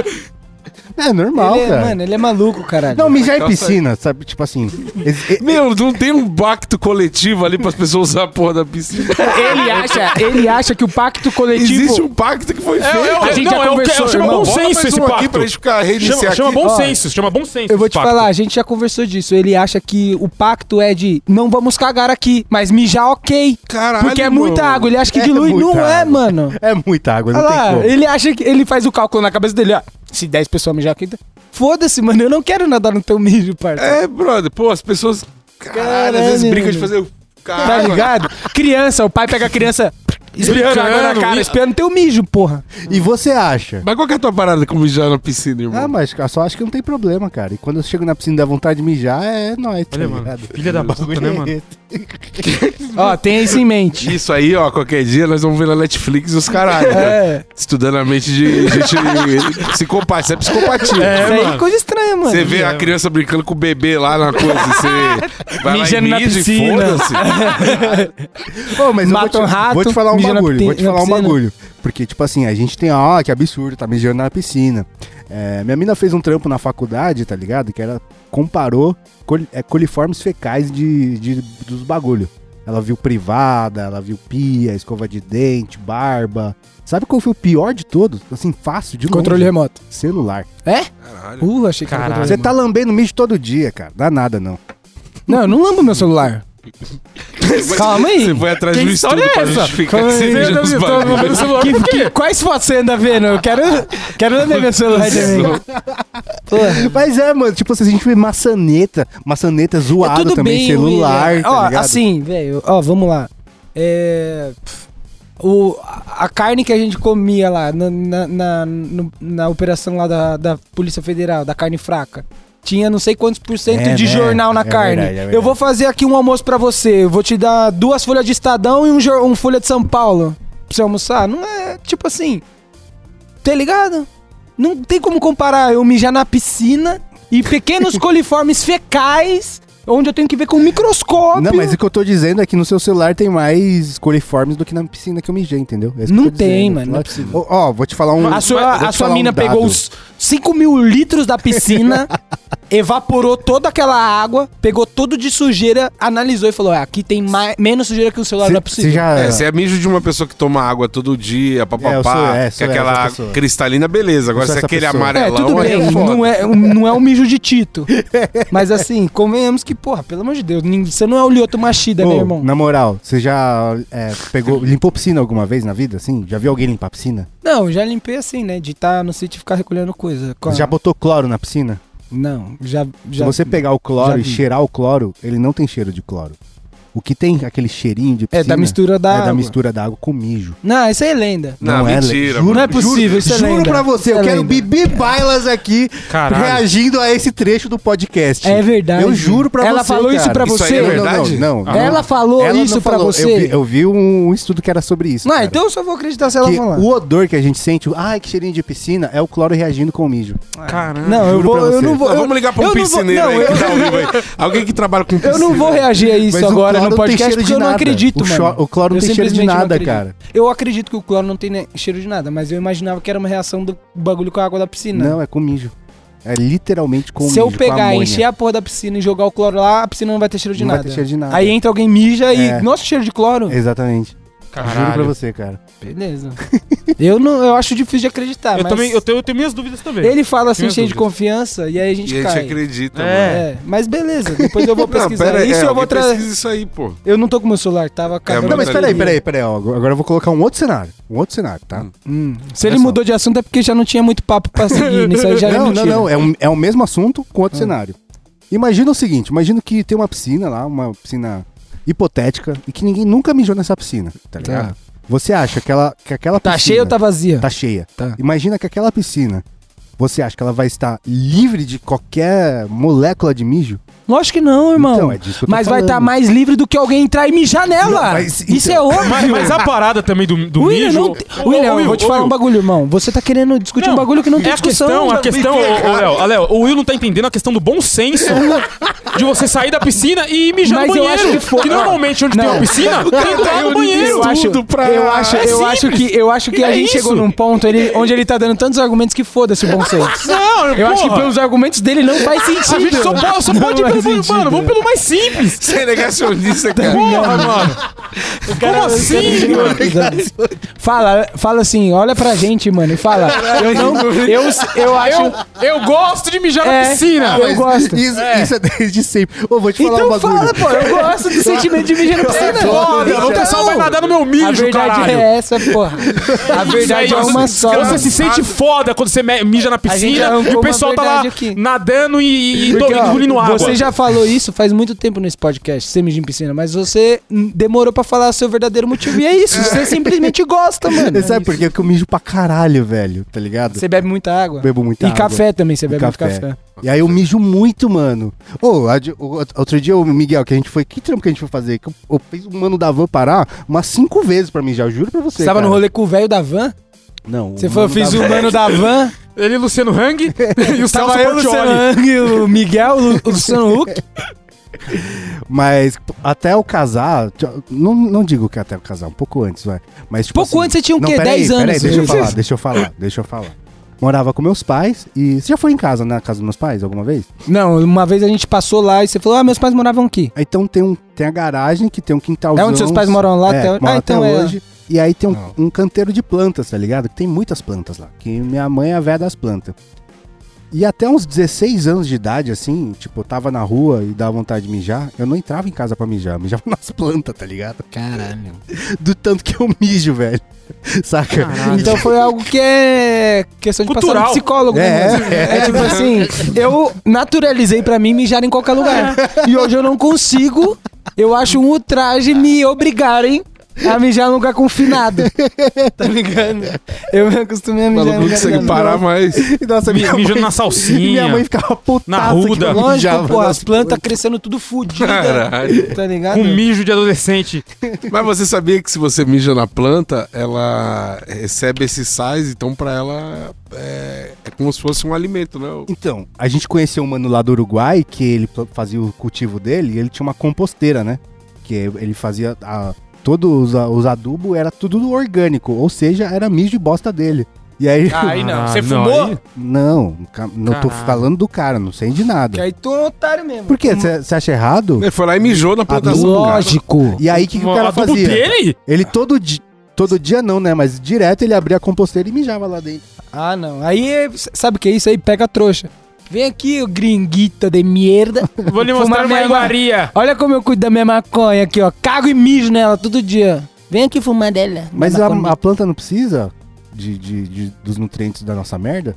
A: É normal,
C: ele é,
A: cara.
C: mano, é ele é maluco, caralho.
A: Não, mijar em
D: Calça aí.
A: piscina, sabe? Tipo assim. ex- e-
D: Meu, não tem um pacto coletivo ali pras pessoas usar a porra da piscina.
C: ele acha, ele acha que o pacto coletivo.
D: Existe um pacto que foi feito.
B: eu-
C: a gente já
B: eu-
C: conversou,
B: eu chamo
C: irmão.
B: bom
D: Bota mais
B: senso esse
D: um aqui pra
B: pacto.
D: gente ficar reiniciar
B: Chama, chama
D: aqui.
B: bom
C: Ó,
B: senso, chama bom senso.
C: Eu vou
B: esse
C: te
B: pacto.
C: falar, a gente já conversou disso. Ele acha que o pacto é de não vamos cagar aqui, mas mijar ok.
D: Caralho,
C: porque é muita
D: mano.
C: água, ele acha que
A: É
C: dilui.
A: muita
C: Não é,
A: água.
C: mano.
A: É muita água, não
C: Olha lá,
A: tem como.
C: ele acha que. Ele faz o cálculo na cabeça dele, ó. Se 10 pessoas mijar aqui. então- Foda-se, mano. Eu não quero nadar no teu mijo, parça.
D: É, brother. Pô, as pessoas. Caralho, às vezes
C: Caralho,
D: brincam de
C: mano.
D: fazer. o-
C: Tá
D: Caralho.
C: ligado? Criança, o pai pega a criança espiando água na
B: Brincando,
C: cara,
B: e-
C: espiando teu mijo, porra.
A: E você acha?
D: Mas qual que é a tua parada com mijar na piscina, irmão?
A: Ah, mas eu só acho que não tem problema, cara. E quando eu chego na piscina da vontade de mijar, é nóis, tá
B: Olha, mano,
A: ligado? é
B: filha da puta, né, mano?
C: Ó, tenha isso em mente.
D: Isso aí, ó, qualquer dia nós vamos ver na Netflix os caralho. né?
C: É.
D: Estudando a mente de gente psicopata. Isso é psicopatia.
B: É,
C: Isso aí é
B: mano.
C: coisa estranha, mano.
D: Você vê a
B: é,
D: criança brincando com o bebê lá na coisa, você vai
C: Mijando na
D: lá e mija e
C: piscina.
D: foda-se.
A: Pô, mas eu vou
C: Mata
A: te,
C: um rato,
A: vou te falar um
C: mija na
A: bagulho,
C: piti-
A: vou te
C: na
A: falar um
C: piscina.
A: bagulho. Porque, tipo assim, a gente tem, ó, que absurdo, tá mijando na piscina. É, minha mina fez um trampo na faculdade, tá ligado? Que ela comparou col- é, coliformes fecais de, de- dos bagulho. Ela viu privada, ela viu pia, escova de dente, barba. Sabe qual foi o pior de todos? Assim, fácil, de longe.
C: Controle remoto.
A: Celular.
D: Caralho.
C: Uh, achei que era
B: Caralho.
C: controle
A: Você tá lambendo mijo todo dia, cara. Dá nada, não.
C: remoto. Não, eu não lambo meu celular. Calma aí.
D: Você foi atrás
B: Que
D: de um estudo
B: história é
D: pra
B: essa?
D: justificar que
C: Calma
D: você
C: aí.
D: mija nos
B: Eu tô
D: bagulhos.
B: vendo o celular, por
C: Que-
B: quê?
C: que- quais fotos você anda vendo? Eu quero, quero lamber meu celular também. Porra.
A: Mas é, mano, tipo assim, a gente vê maçaneta,
C: É
A: maçaneta zoada também,
C: William.
A: celular, tá
C: é. ó,
A: ligado?
C: assim, velho, ó, vamos lá. É. pff, o, a a carne que a gente comia lá na, na, na, no- na operação lá da, da Polícia Federal, da carne fraca. Tinha não sei quantos por cento
A: É,
C: de
A: né?
C: jornal na
A: É
C: carne.
A: verdade, é verdade.
C: Eu vou fazer aqui um almoço pra você. Eu vou te dar duas folhas de Estadão e um, jor- um folha de São Paulo pra você almoçar. Não é tipo assim. Tá ligado? Não tem como comparar eu mijar na piscina e pequenos coliformes fecais, onde eu tenho que ver com um microscópio.
A: Não, mas o que eu tô dizendo é que no seu celular tem mais coliformes do que na piscina que eu mijei, entendeu? É isso que
C: Não
A: eu tô
C: tem,
A: dizendo.
C: mano, não é possível.
A: Ó, ó, vou te falar um.
C: A sua,
A: vou te
C: a sua
A: falar um
C: mina
A: dado.
C: pegou os 5 mil litros da piscina, evaporou toda aquela água, pegou tudo de sujeira, analisou e falou: "Ah, aqui tem mais, menos sujeira que o celular da
A: Você
C: piscina.
A: já.
D: É, se é mijo de uma pessoa que toma água todo
A: É,
D: dia,
A: eu sou-
D: papapá,
A: é,
D: que
A: sou
D: aquela
A: essa pessoa.
D: cristalina, beleza. Agora
A: Eu sou
D: se é
A: essa
D: aquele
A: pessoa.
C: É,
D: amarelão,
C: tudo
D: aí
C: bem,
D: é foda.
C: não, é, um- não é um mijo de Tito. Mas assim, convenhamos que, porra, pelo amor de Deus, nin- você não é o Lioto Machida, né,
A: Ô,
C: irmão?
A: na moral, você já é, pegou, limpou piscina alguma vez na vida, assim? Já viu alguém limpar piscina?
C: Não, já limpei assim, né? De estar no sítio e ficar recolhendo coisa. Com a-
A: Já botou cloro na piscina?
C: Não, já. já...
A: Se você pegar o
C: já
A: cloro e
C: vi.
A: cheirar o cloro, ele não tem cheiro de cloro. O que tem aquele cheirinho de
C: É
A: piscina
C: da mistura da.
A: é da
C: água.
A: mistura da água com mijo.
C: Não, isso aí é lenda.
D: Não,
A: é
D: mentira,
A: le-
D: mano.
C: Não é possível, isso é
A: Juro
C: lenda.
A: pra você,
C: Isso
A: eu
C: é
A: quero
C: lenda.
A: Bibi Bailas aqui
B: Caralho.
A: reagindo a esse trecho do podcast.
C: É verdade.
A: Eu juro pra
C: Ela
A: você,
C: falou isso
A: cara.
C: pra
D: Isso aí
C: você?
D: é
A: Não, não,
D: verdade?
A: Não, não,
C: Ela falou
A: Ah. Ela não
C: isso pra
A: falou.
C: você?
A: Eu vi, eu vi um estudo que era sobre isso.
C: Não,
A: cara.
C: então eu só vou acreditar se ela
A: que
C: falar.
A: o odor que a gente sente, o, ai, que cheirinho de piscina, é o cloro reagindo com o mijo.
B: Caralho.
C: Não, eu,
A: Juro
C: vou,
A: pra
C: eu
A: você.
C: não vou.
D: Não,
C: eu-
D: vamos ligar pra um
C: eu não vou-
D: piscineiro
C: não,
D: aí, que
C: eu-
D: tá ao vivo aí. Alguém que trabalha com piscina.
C: Eu não vou reagir a isso
A: Mas o
C: agora
A: cloro
C: no
A: não tem
C: podcast
A: cheiro de
C: porque eu não
A: nada.
C: acredito,
A: O
C: mano.
A: cho- o cloro não
C: Eu
A: tem cheiro de
C: simplesmente não
A: nada,
C: acredito.
A: cara.
C: Eu acredito que o cloro não tem ne- cheiro de nada, mas eu imaginava que era uma reação do bagulho com a água da piscina.
A: Não, é com mijo. É literalmente com mijo.
C: Se eu pegar,
A: com
C: encher a porra da piscina e jogar o cloro lá, a piscina não vai ter cheiro de
A: Não vai
C: nada.
A: ter cheiro de nada.
C: Aí entra alguém mija
A: É.
C: e. Nossa, cheiro de cloro.
A: Exatamente. Juro pra
B: Caralho.
A: você, cara.
C: Beleza. eu não, eu acho difícil de acreditar,
B: Eu
C: mas
B: também, eu tenho, eu tenho minhas dúvidas também.
C: Ele fala assim,
B: Minhas
C: cheio de
B: dúvidas.
C: confiança, e aí a gente
D: E a
C: cai.
D: gente
B: É.
D: acredita, mano.
C: É, mas beleza, depois eu vou pesquisar
D: pera aí,
C: isso
D: é,
C: e eu
D: alguém
C: vou trazer.
D: pesquisa isso aí, pô.
C: Eu não tô com meu celular, tava acabando.
D: Não,
A: Não, mas
D: mas
A: peraí,
D: ali-
A: peraí, peraí. ó. Agora eu vou colocar um outro cenário. Um outro cenário, tá?
C: Hum, Se ele
A: Olha só.
C: mudou de assunto é porque já não tinha muito papo pra seguir nisso aí, já era
A: não, não,
C: mentira.
A: não. É, um- é
C: Hum.
A: o mesmo assunto com outro cenário. Imagina o seguinte: imagina que tem uma piscina lá, uma piscina hipotética, e que ninguém nunca mijou nessa piscina, tá ligado? Você acha que, ela, que aquela
C: Tá
A: piscina.
C: cheio ou tá vazia?
A: Tá cheia.
C: Tá.
A: Imagina que aquela piscina. Você acha que ela vai estar livre de qualquer molécula de mijo?
C: Lógico que não, irmão.
A: Então, é disso que eu tô
C: mas vai
A: falando.
C: estar mais livre do que alguém entrar e mijar nela.
A: Não, mas,
C: Isso
A: então-
C: é óbvio.
B: Mas, mas a parada também do, do
C: William,
B: mijo...
C: não tem- William, eu vou te falar um bagulho, irmão. Você tá querendo discutir um bagulho que não tem
B: é a
C: discussão.
B: questão, a
C: mano.
B: questão, ô, ô, Léo, ô, Léo, o Will não tá entendendo a questão do bom senso de você sair da piscina e ir mijar
C: Mas
B: no
C: eu
B: banheiro.
C: acho que foi-
B: normalmente onde tem
C: Não.
B: uma piscina, tem que
C: Cara,
B: entrar no banheiro.
C: Eu acho,
D: pra-
C: eu acho,
B: É
C: eu acho
B: simples.
C: que, eu acho que a
B: É
C: gente chegou
B: isso.
C: num ponto ele- onde ele tá dando tantos argumentos que foda-se o bom senso.
B: Não,
C: Eu acho que
B: porra,
C: pelos argumentos dele não faz sentido.
B: a gente só, po- só
C: Não
B: pode ir
C: faz
B: pelo banheiro,
C: sentido.
B: mano, vamos pelo mais simples.
D: Você é negacionista, cara.
B: Porra, mano.
C: é
B: Como assim, mano?
C: Fala, fala assim, olha pra gente, mano, e fala. Eu não. Eu, eu acho.
B: Eu gosto de mijar
C: É.
B: na piscina.
C: Eu gosto.
A: Isso
B: É.
A: é, isso é desde sempre. Ô, vou te falar um
C: então
A: bagulho.
C: fala, pô, eu gosto do sentimento de mijar na piscina.
A: É
B: Foda, o
C: Então,
B: pessoal vai nadar no meu
C: A
B: mijo,
C: verdade
B: caralho.
C: é essa, porra. A verdade
B: Isso
C: é
B: aí,
C: uma
B: você-
C: só.
B: Você se sente foda quando você me- mija na
C: gente
B: piscina
C: arrancou
B: e o
C: uma
B: pessoal tá lá
C: verdade aqui.
B: nadando e, e do-
C: Porque, ó,
B: engolindo água.
C: Você já falou isso faz muito tempo nesse podcast, você mija em piscina, mas você hum, demorou pra falar o seu verdadeiro motivo. E é isso, você simplesmente gosta, mano.
A: Você sabe por quê? Porque eu mijo pra caralho, velho, tá ligado?
C: Você bebe muita água.
A: Bebo muita
C: e
A: água.
C: café também, você
A: E
C: bebe
A: café.
C: muito café.
A: E aí eu mijo muito, mano. Ô, a de- o- outro dia, o Miguel, que a gente foi. Que trampo que a gente foi fazer? Que eu, eu fiz o mano da van parar umas cinco vezes pra mijar, eu juro pra você.
C: Você tava no
A: cara.
C: rolê com o velho da van?
A: Não. o
C: Você foi, eu
A: mano
C: fiz um-
A: da
C: o
A: van-
C: mano da van.
B: Ele, Luciano Hang e o Celso
C: Tava eu, Luciano
B: Portioli.
C: Hang, o Miguel, o Luciano Huck.
A: Mas p- até eu casar. t- Não, não digo que até eu casar, um pouco antes, vai. Mas, tipo,
C: Pouco antes você tinha o
A: não,
C: quê?
A: peraí,
C: 10 anos?
A: Peraí, deixa eu falar, deixa eu falar, deixa eu falar. Morava com meus pais e. Você já foi em casa, na casa dos meus pais, alguma vez?
C: Não, uma vez a gente passou lá e você falou, ah, meus pais moravam aqui.
A: Então tem, um, tem a garagem que tem um quintalzão.
C: É onde seus pais moram lá até-
A: moram
C: Ah, então é.
A: hoje. E aí tem
D: Não.
A: um, um canteiro de plantas, tá ligado? Que tem muitas plantas lá. Que minha mãe é a véia das plantas. E até uns 16 anos de idade, assim, tipo, eu tava na rua e dava vontade de mijar, eu não entrava em casa pra mijar, eu mijava nas plantas, tá ligado?
C: Caralho.
A: Do tanto que eu mijo, velho. Saca?
C: Então foi algo que é questão de
B: Cultural.
C: passar no psicólogo. né,
A: É,
C: mano? é tipo assim, eu naturalizei pra mim mijar em qualquer lugar. E hoje eu não consigo, eu acho um ultraje me obrigarem a mijar num lugar confinado. Tá ligado? Eu me acostumei a
D: O
C: mijar
D: maluco não consegue parar mais.
A: E Nossa,
B: Mi- Mijando na salsinha.
A: minha mãe ficava putada.
B: Na ruda.
A: Que eu mijava
C: Lógico, pô,
A: nas
C: as plantas crescendo tudo fodido.
D: Caralho.
C: Tá ligado?
B: Com mijo de adolescente.
D: Mas você sabia que se você mija na planta, ela recebe esse sais, então pra ela é, é como se fosse um alimento, né? O-
A: Então, a gente conheceu um mano lá do Uruguai, que ele pla- fazia o cultivo dele, e ele tinha uma composteira, né? Que ele fazia a- todos os, a- os adubos, era tudo orgânico, ou seja, era mijo e bosta dele. E aí,
E: Ah, aí não.
B: Ah,
E: Você
B: não,
E: fumou?
B: aí-
A: não, ca- não tô
B: Caralho.
A: falando do cara, não sei de
C: Que
A: nada.
C: aí tu é um otário mesmo.
A: Por quê? Você acha errado?
D: Ele foi lá e mijou na plantação do cara.
C: Lógico.
A: E aí, o que, que o cara
B: adubo
A: fazia?
B: dele?
A: Ele todo dia, todo dia não, né? Mas direto ele abria a composteira e mijava lá dentro.
C: Ah, não. Aí, é- sabe o que é isso aí? Pega a trouxa. Vem aqui, ô gringuita de merda.
B: Vou lhe
C: Fumar
B: mostrar uma
C: minha
B: iguaria.
C: Olha como eu cuido da minha maconha aqui, ó. Cago e mijo nela todo dia. Vem aqui fumar dela.
A: Mas a,
C: Minha maconha.
A: a planta não precisa de- de- de- dos nutrientes da nossa merda?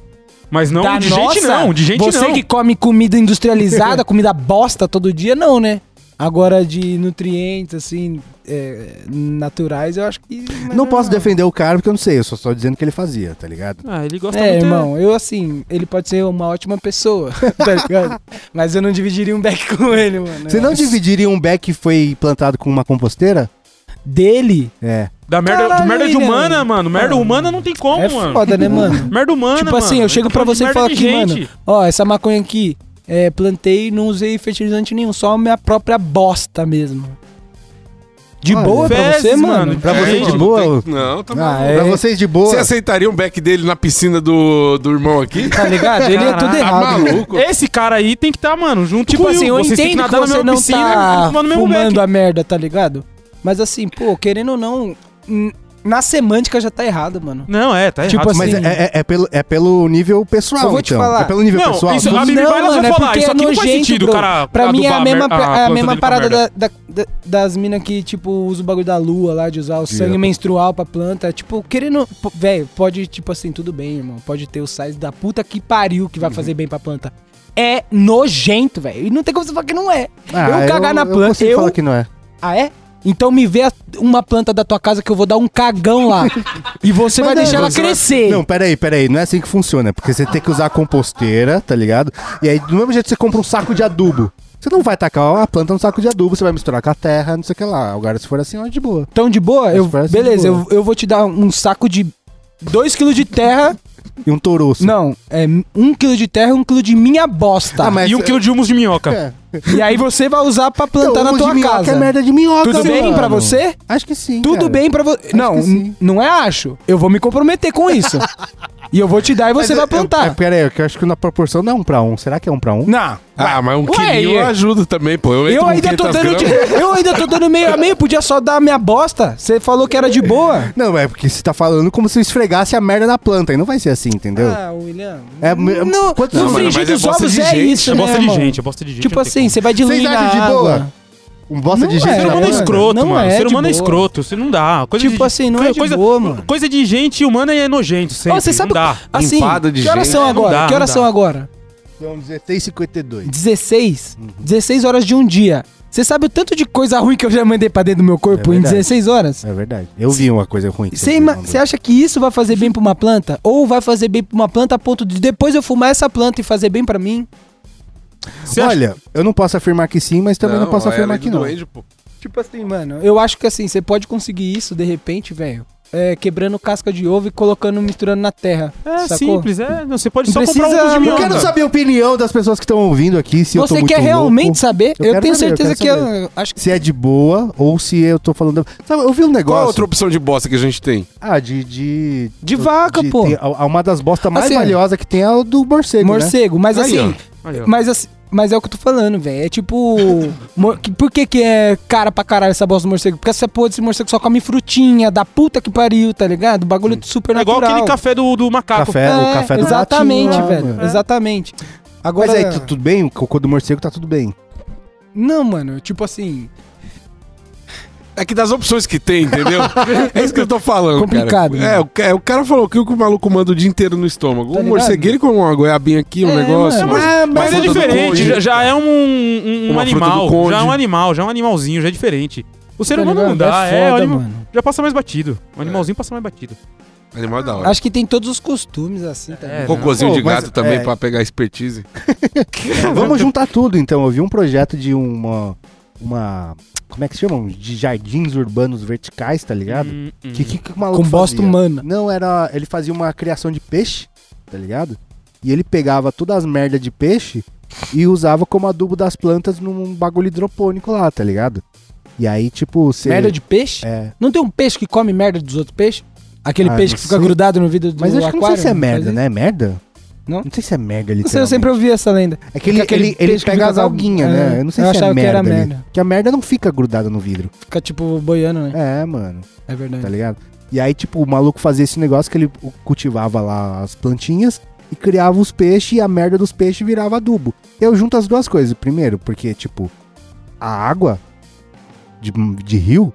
B: Mas não
C: Da
B: de gente
C: nossa,
B: não, de gente
C: Você
B: não.
C: que come comida industrializada, comida bosta todo dia, não, né? Agora de nutrientes, assim, é, naturais, eu acho que.
A: Não posso defender o cara porque eu não sei, eu só estou dizendo que ele fazia, tá ligado?
B: Ah, ele gosta
C: É,
B: muito.
C: irmão, eu assim, ele pode ser uma ótima pessoa, tá ligado? Mas eu não dividiria um back com ele, mano.
A: Você não dividiria um beck que foi plantado com uma composteira?
C: Dele
A: É.
B: Da merda, de
C: Caralho,
B: merda de
C: William.
B: humana, mano. Merda humana não tem como,
C: é
B: mano.
C: foda, né, mano?
B: Merda humana,
C: tipo
B: mano.
C: assim, eu chego pra você e
B: Merda
C: falo
B: de
C: aqui,
B: gente.
C: mano, ó, essa maconha aqui, é, plantei e não usei fertilizante nenhum, só a minha própria bosta mesmo. De
A: Olha,
C: boa pra
B: fezes,
C: você,
B: mano.
C: mano?
A: Pra
D: É,
A: vocês
D: mano,
A: de
D: não
A: boa?
D: tem- Não, tá maluco.
C: Ah, é.
A: Pra vocês de boa.
D: Você aceitaria um back dele na piscina do, do irmão aqui?
C: Tá ligado? Ele é
B: Caralho.
C: tudo
D: Tá
C: errado.
D: maluco?
B: Esse cara aí tem que estar, mano, junto
C: Tipo
B: com
C: assim, eu
B: Vocês têm
C: entendo que,
B: nadar na
C: você
B: mesma
C: não
B: piscina,
C: tá
B: tomar no mesmo
C: fumando
B: beck.
C: a merda, tá ligado? Mas assim, pô, querendo ou não, n- na semântica já tá errado, mano.
B: Não, é, tá
C: Tipo
B: errado.
C: assim,
A: Mas é, é- é pelo, é pelo nível pessoal,
C: Eu vou te
A: então.
C: falar.
A: É pelo nível
B: Não,
A: pessoal.
B: isso- a Bibi Bailas
C: Não,
B: Então, vai
C: mano, é
B: falar,
C: porque
B: isso
C: é
B: aqui não faz
C: nojento,
B: sentido,
C: bro.
B: cara
C: Pra mim é
B: adubar
C: a
B: a
C: mesma,
B: mer-
C: pra-
B: a
C: é a
B: planta
C: mesma
B: dele com
C: parada
B: merda.
C: da- da- da- das minas que, tipo, usa o bagulho da lua lá, de usar o sangue
A: Direto.
C: menstrual pra planta. Tipo, querendo. pô, Velho, pode, tipo assim, tudo bem, irmão. Pode ter o sais da puta que pariu
B: Uhum.
C: que vai fazer bem pra planta. É nojento, velho. E não tem como você falar que não é.
A: Ah,
C: eu cagar na
A: Eu
C: planta,
A: consigo
C: eu-
A: falar que não é.
C: Ah, é? Então me vê a- uma planta da tua casa que eu vou dar um cagão lá. e você
A: Mas
C: vai
A: não,
C: deixar ela
A: você vai-
C: crescer.
A: Não, peraí, peraí. Não é assim que funciona. Porque você tem que usar a composteira, tá ligado? E aí, do mesmo jeito, você compra um saco de adubo. Você não vai tacar a planta no saco de adubo, você vai misturar com a terra, não sei o que lá. Agora, se for assim, é de boa.
C: Então, de boa, eu,
A: Isso parece de
C: beleza,
A: boa.
C: Eu, eu vou te dar um saco de 2kg de terra.
A: E um touroço.
C: Não, é 1kg de terra e 1kg de minha bosta.
A: Ah, mas-
B: E um quilo de humus de minhoca.
A: É.
C: E aí você vai usar pra
A: Então,
C: plantar na
A: humus de
C: tua
A: minhoca
C: casa.
A: É merda de minhoca,
C: Tudo bem
A: mano.
C: pra você?
A: Acho que sim.
C: Tudo
A: cara.
C: bem pra você. Não,
A: que sim.
C: não é acho. Eu vou me comprometer com isso. e eu vou te dar e você
A: Mas
C: vai
A: eu-
C: plantar.
A: eu- é, Pera aí, que eu acho que na proporção não é um pra um. Será que é um pra um?
C: Não.
D: Ah, mas um
C: Ué,
D: quilinho
C: e-
D: eu ajudo também, pô. Eu, entro
C: Eu
D: com
C: ainda, tô
D: 500
C: dando de-
D: gramas.
C: eu ainda tô dando meio a meio, podia só dar a minha bosta. Você falou que era de boa.
A: Não, é porque você tá falando como se eu esfregasse a merda na planta. E não vai ser assim, entendeu?
C: Ah, William.
A: É, me-
C: No,
A: quantos-
C: no
A: Não, mano,
C: frigir
D: mas é
C: dos
D: bosta
C: ovos
D: de
C: é
D: gente.
C: isso,
B: Eu
C: né,
B: gosto de
C: irmão?
B: gente, eu gosto de gente.
C: Tipo
B: não tem
C: assim, você vai diluir
A: Vocês
C: na
A: acham de
C: água.
A: boa? Um bosta
C: Não
A: de gente
C: é,
B: O ser humano é
A: planta.
C: mano.
B: escroto,
C: Não
B: mano.
C: é
B: ser
C: de
B: humano é
C: boa.
B: escroto, isso não dá. Coisa
C: Tipo
B: de-
C: assim, não é de
B: coisa,
C: boa, mano.
B: Coisa de gente humana e é nojento sempre,
C: Ó, Ah, você sabe.
B: não dá.
C: Assim,
D: Limpada de
C: que horas
D: gente.
C: são
B: Não
C: agora?
B: dá,
C: que horas
B: não
C: são
B: dá.
C: agora?
A: São 16,52.
C: 16. 16 horas de um dia. Você sabe o tanto de coisa ruim que eu já mandei pra dentro do meu corpo
A: É
C: em
A: verdade.
C: 16 horas?
A: É verdade. Eu vi uma coisa ruim. que
C: Você
A: me
C: ima-
A: mandou.
C: você acha que isso vai fazer bem pra uma planta? Ou vai fazer bem pra uma planta a ponto de depois eu fumar essa planta e fazer bem pra mim?
B: Você acha-
A: Olha, eu não posso afirmar que sim, mas também não, posso
D: é
A: afirmar
D: lei
A: que
D: do
A: não.
D: duende, pô.
C: Tipo assim, mano, eu acho que assim, você pode conseguir isso de repente, velho. é, quebrando casca de ovo e colocando, misturando na terra.
B: É
C: sacou?
B: simples, é. não, Você pode
C: Não
B: só comprar
C: precisa-
B: um de
C: não
A: Eu
B: minhoca.
A: quero saber a opinião das pessoas que estão ouvindo aqui, se eu tô
C: Você
A: muito
C: quer
A: louco,
C: realmente saber?
A: Eu
C: Eu,
A: quero
C: tenho
A: saber, eu
C: certeza
A: quero
C: que eu acho que
A: Se é de boa ou se eu tô falando... Sabe, eu vi um negócio...
D: Qual a outra opção de bosta que a gente tem?
A: Ah, de... De,
C: De vaca, pô.
A: tem- a- uma das bostas mais
C: Assim,
A: valiosas que tem é o do morcego, né?
C: morcego, mas
D: Aí,
C: assim,
B: Aí, ó.
C: mas assim, mas é o que eu tô falando, velho. É tipo. mor- que- Por que, que é cara pra caralho essa bosta do morcego? Porque essa porra desse morcego só come frutinha da puta que pariu, tá ligado? O bagulho é super
B: É igual
C: natural. É,
B: aquele café do, do macaco.
A: Café, o café do
C: Exatamente,
A: ratinho lá,
C: velho.
A: mano.
C: Exatamente. Agora,
A: Mas aí, tu- tudo bem? O cocô do morcego tá tudo bem.
C: Não, mano, tipo assim.
D: É que das opções que tem, entendeu? é isso que eu tô falando,
C: Complicado,
D: cara.
C: né?
D: É, o ca- É, o cara falou que o que o maluco manda o dia inteiro no estômago.
C: Tá
D: um
C: ligado?
D: morceguinho, ele come uma goiabinha aqui, um
C: É,
D: negócio.
C: mano.
D: uma- uma
B: Mas é
D: fruta do
B: diferente,
D: conde.
B: já, já é um, um- um
D: Uma fruta do
B: animal.
D: conde.
B: Já é um animal, já é um animalzinho, já é diferente. O ser
C: tá
B: humano
C: ligado?
B: não dá, é,
C: foda,
B: o anima-
C: mano. Tá
B: já passa mais batido. O animalzinho passa mais batido.
D: Animal é da hora.
C: Acho que tem todos os costumes assim, tá
B: É,
C: ligado?
D: Cocôzinho
A: Pô,
D: de
A: mas-
D: gato também
A: é.
D: pra pegar expertise. tá
A: Vamos juntar tudo, então. Eu vi um projeto de uma. uma como é que se chamam? De jardins urbanos verticais, tá ligado?
B: Hum, hum.
A: Que, que, que o maluco
C: Com bosta
A: fazia?
C: humana.
A: Não, era. Ele fazia uma criação de peixe, tá ligado? E ele pegava todas as merdas de peixe e usava como adubo das plantas num bagulho hidropônico lá, tá ligado? E aí, tipo, você.
C: Merda de peixe?
A: É.
C: Não tem um peixe que come merda dos outros peixes? Aquele
A: Ah,
C: peixe
A: não
C: que fica
A: sei.
C: grudado no vidro do
A: Mas eu acho que
C: aquário?
A: não sei se é merda,
C: fazia?
A: né? É merda?
C: Não?
A: Não sei se é merga ali.
C: Não sei, eu sempre ouvi essa lenda.
A: É que ele,
C: Aquele
A: ele, ele
C: peixe que
A: pega
C: fica
A: as alguinhas,
C: da-
A: né?
C: é,
A: Eu não sei
C: eu
A: se é
C: achava que
A: merda,
C: era
A: ali.
C: merda.
A: Porque a merda não fica grudada no vidro.
C: Fica tipo boiando, né?
A: É, mano.
C: É, verdade.
A: tá ligado? E aí, tipo, o maluco fazia esse negócio que ele cultivava lá as plantinhas e criava os peixes e a merda dos peixes virava adubo. Eu junto as duas coisas. Primeiro, porque, tipo, a água de, de rio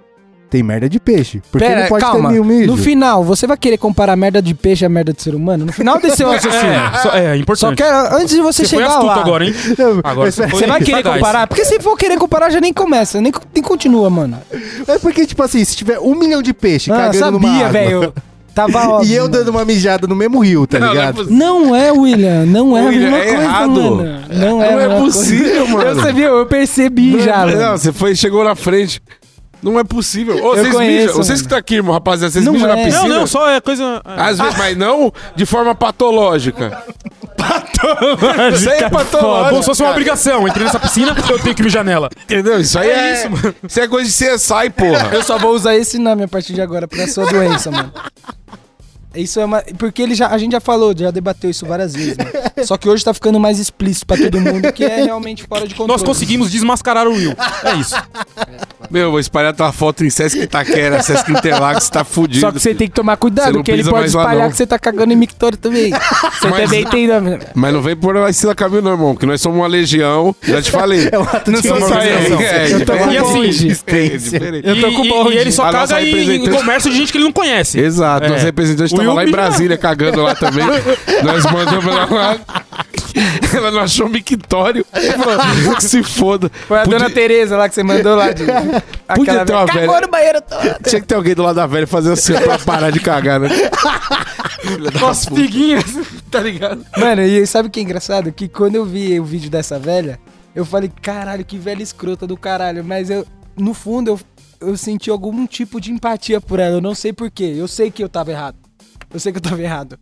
A: tem merda de peixe. Porque
C: Pera,
A: não pode
C: calma.
A: ter mil mijo.
C: No final, você vai querer comparar a merda de peixe à merda de ser humano? No final desse seu raciocínio.
B: É, só- é
C: Só
B: importante.
C: quero, antes de você,
B: Você foi
C: chegar
B: astuto
C: lá,
B: agora, hein? Agora
A: Mas-
B: você foi-
C: você vai querer
B: sagaz.
C: comparar? Porque se for querer comparar, já nem começa, nem, co- nem continua, mano.
A: É porque, tipo assim, se tiver um milhão de peixes
C: Ah,
A: cagando numa
C: sabia,
A: água,
C: velho. Tava óbvio.
A: E eu dando uma mijada no mesmo rio, tá
D: Não, não é
A: ligado?
D: possível.
C: Não é, William. Não é
D: William,
C: a mesma
D: é
C: coisa,
D: errado.
C: mano. Não é, a
D: Não é
C: mesma coisa.
D: possível, mano.
C: Eu sabia, eu percebi
D: Não, é
C: já.
D: Não,
C: mano.
D: você foi, chegou na frente. Não é possível. Ô, vocês
C: conheço,
D: mijam. Vocês
C: mano.
D: que tá aqui, irmão, rapaziada, vocês
C: Não
D: mijam
C: é.
D: na
B: Não,
D: piscina?
B: não, só é coisa.
D: Às vezes, mas não de forma patológica.
B: Patológica.
D: Isso aí é patológico,
B: Como se fosse uma
D: cara.
B: obrigação. Entrei nessa piscina, eu tenho que mijar nela.
D: Entendeu? Isso aí é, isso, mano. Isso é coisa de CSI, porra.
C: Eu só vou usar esse nome a partir de agora pra sua doença, mano. Isso é uma. Porque ele já, a gente já falou, já debateu isso várias vezes, mano. Só que hoje tá ficando mais explícito pra todo mundo que é realmente fora de controle.
B: Nós conseguimos desmascarar o Will. É isso.
D: Meu, vou espalhar tua foto em Sesc Itaquera, Sesc Interlagos, tá fudido.
C: Só que você
D: filho.
C: tem que tomar
D: Você
C: cuidado,
D: não
C: porque ele
D: pisa
C: pode
D: mais lá,
C: espalhar
D: não.
C: que você tá cagando em mictório também. Você
D: Mas-
C: também tem.
D: Mas não vem por Sila Caminho, não, irmão, que nós somos uma legião, já te falei.
A: É um ato de
D: Somos uma
B: organização.
D: legião. É,
C: Eu tô
D: diferente.
B: E
C: com
B: assim,
C: hoje.
D: É, diferente.
C: Eu tô
B: E-
C: com
B: e-
C: pau
B: E
C: hoje.
B: ele só
D: A
B: caga
D: nossa
B: em, em
D: representante-
B: comércio de gente que ele não conhece.
D: Exato,
B: É.
D: nosso representante
B: O
D: tava lá em
B: Will Bira-
D: Brasília, cagando lá também. Nós mandamos ela lá. Ela não achou mictório. Falou, Se foda.
C: Foi a
D: Podia-
C: dona Tereza lá que você mandou lá. De...
D: Podia ter uma
C: velha-
D: velha.
C: Cagou no banheiro todo.
D: Tinha que ter alguém do lado da velha fazer assim pra parar de cagar, né?
B: Nossa, piguinhas.
D: tá ligado?
C: Mano, e sabe o que é engraçado? Que quando eu vi o vídeo dessa velha, eu falei, caralho, que velha escrota do caralho. Mas eu, no fundo, eu, eu senti algum tipo de empatia por ela. Eu não sei porquê. Eu sei que eu tava errado. Eu sei que eu tava errado.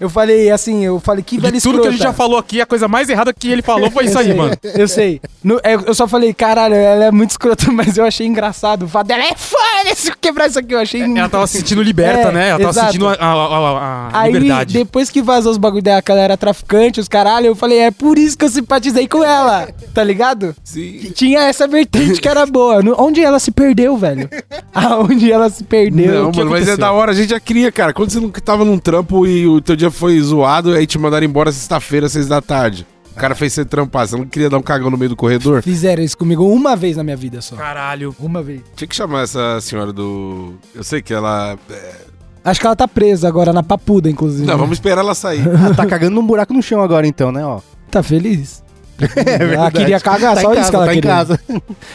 C: Eu falei assim, eu falei, que
B: De
C: velha
B: tudo
C: escrota.
B: que a gente já falou aqui, a coisa mais errada que ele falou foi isso
C: Eu
B: aí,
C: sei,
B: mano.
C: Eu sei. No- é, eu só falei, caralho, ela é muito escrota, mas eu achei engraçado. O fato dela é foda se eu quebrar isso aqui, eu achei.
B: É, Ela tava se sentindo liberta,
C: É,
B: né? Ela tava
C: exato.
B: sentindo a, a- a- a
C: Aí,
B: liberdade.
C: depois que vazou os bagulho dela, que ela era traficante, os caralho, eu falei, é por isso que eu simpatizei com ela, tá ligado?
D: Sim.
C: E tinha essa vertente que era boa. No- onde ela se perdeu, velho? Aonde ela se perdeu?
D: Não,
B: que
D: mano, mas é
B: aconteceu?
D: da hora, a gente já cria, cara. Quando você nunca tava num trampo e o teu dia foi zoado, aí te mandaram embora sexta-feira, seis da tarde. O cara fez você trampar, você não queria dar um cagão no meio do corredor?
C: Fizeram isso comigo uma vez na minha vida só.
B: Caralho.
C: Uma vez.
D: Tinha que chamar essa senhora do. Eu sei que ela. é,
C: Acho que ela tá presa agora, na papuda, inclusive.
D: Não, vamos esperar ela sair.
A: Ah, tá cagando num buraco no chão agora, então, né, ó.
C: Tá feliz? ela
A: É verdade.
C: queria cagar,
A: Tá em
C: só
A: casa,
C: isso que ela
A: tá em
C: queria.
A: casa.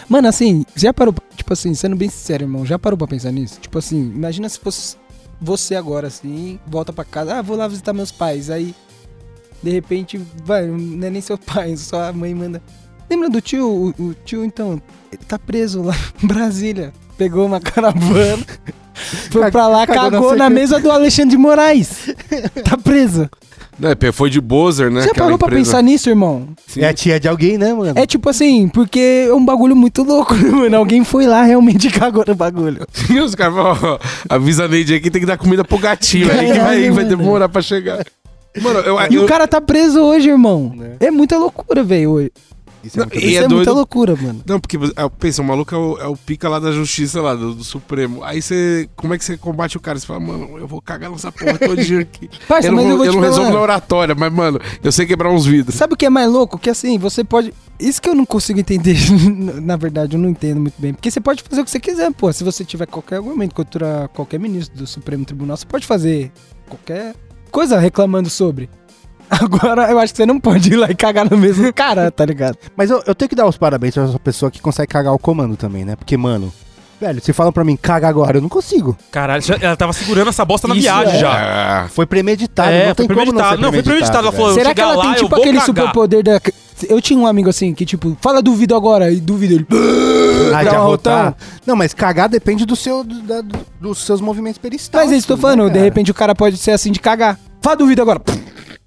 C: Mano, assim, já parou. pra- Tipo assim, sendo bem sincero, irmão, já parou pra pensar nisso? Tipo assim, imagina se fosse você agora, assim, volta pra casa, ah, vou lá visitar meus pais. Aí, de repente, vai, não é nem seu pai, só a mãe manda. Lembra do tio? O, o tio, então, ele tá preso lá em Brasília. Pegou uma caravana, foi pra lá,
A: Cagou
C: cagou,
A: na
C: na,
A: seca.
C: mesa do Alexandre de Moraes. Tá preso.
D: Não, é, foi de Bozer, né?
C: já
D: aquela
C: parou pra
D: empresa.
C: pensar nisso, irmão?
D: Sim.
A: É a tia de alguém, né, mano?
C: É tipo assim, porque é um bagulho muito louco, né, mano? Alguém foi lá realmente e cagou no bagulho.
D: E os caras falam, ó, avisa a Neide aí que tem que dar comida pro gatinho. Aí que vai,
C: Caralho,
D: vai
C: mano.
D: demorar pra chegar. Mano, eu.
C: E
D: eu-
C: o cara tá preso hoje, irmão.
A: Né?
C: É muita loucura, velho. hoje.
A: Isso é
D: Não,
A: muito-
D: E
C: Isso
D: é
C: é, muita
D: doido.
C: loucura, mano.
D: Não, porque você- ah, pensa, o maluco é o, é o pica lá da justiça lá, do, do Supremo. Aí você. Como é que você combate o cara? Você fala, mano, eu vou cagar nessa porra todinha aqui.
C: Parça,
D: eu não,
C: mas
D: vou-
C: eu vou
D: eu
C: te
D: não resolvo na
C: falar.
D: oratória, mas, mano, eu sei quebrar uns vidros.
C: Sabe o que é mais louco? Que assim, você pode. Isso que eu não consigo entender. Na verdade, eu não entendo muito bem. Porque você pode fazer o que você quiser, pô. Se você tiver qualquer argumento contra qualquer ministro do Supremo Tribunal, você pode fazer qualquer coisa reclamando sobre. Agora, eu acho que você não pode ir lá e cagar no mesmo cara, tá ligado?
A: Mas eu, eu tenho que dar os parabéns pra essa pessoa que consegue cagar o comando também, né? Porque, mano, Velho, se falam pra mim, caga agora, eu não consigo.
B: Caralho, já- ela tava segurando essa bosta na
C: Isso
B: viagem
C: é.
B: já.
D: Ah,
A: Foi premeditado,
B: É,
A: não tem
B: foi
A: como não ser
B: premeditado. Não, foi premeditado, ela
A: velho.
B: falou, Eu
C: Será que
B: chegar
C: ela tem
B: lá, eu
C: tipo
B: vou
C: aquele
B: cagar.
C: superpoder da. Eu tinha um amigo assim que, tipo, fala duvido agora e duvido ele.
A: Ah,
C: Dá
A: de
C: um
A: arrotar?
C: arrotão.
A: Não, mas cagar depende do seu, do- da- do- dos seus movimentos peristálticos.
C: Mas é isso que eu tô
A: né,
C: falando, de
A: cara?
C: repente o cara pode ser assim de cagar. Fala duvido agora.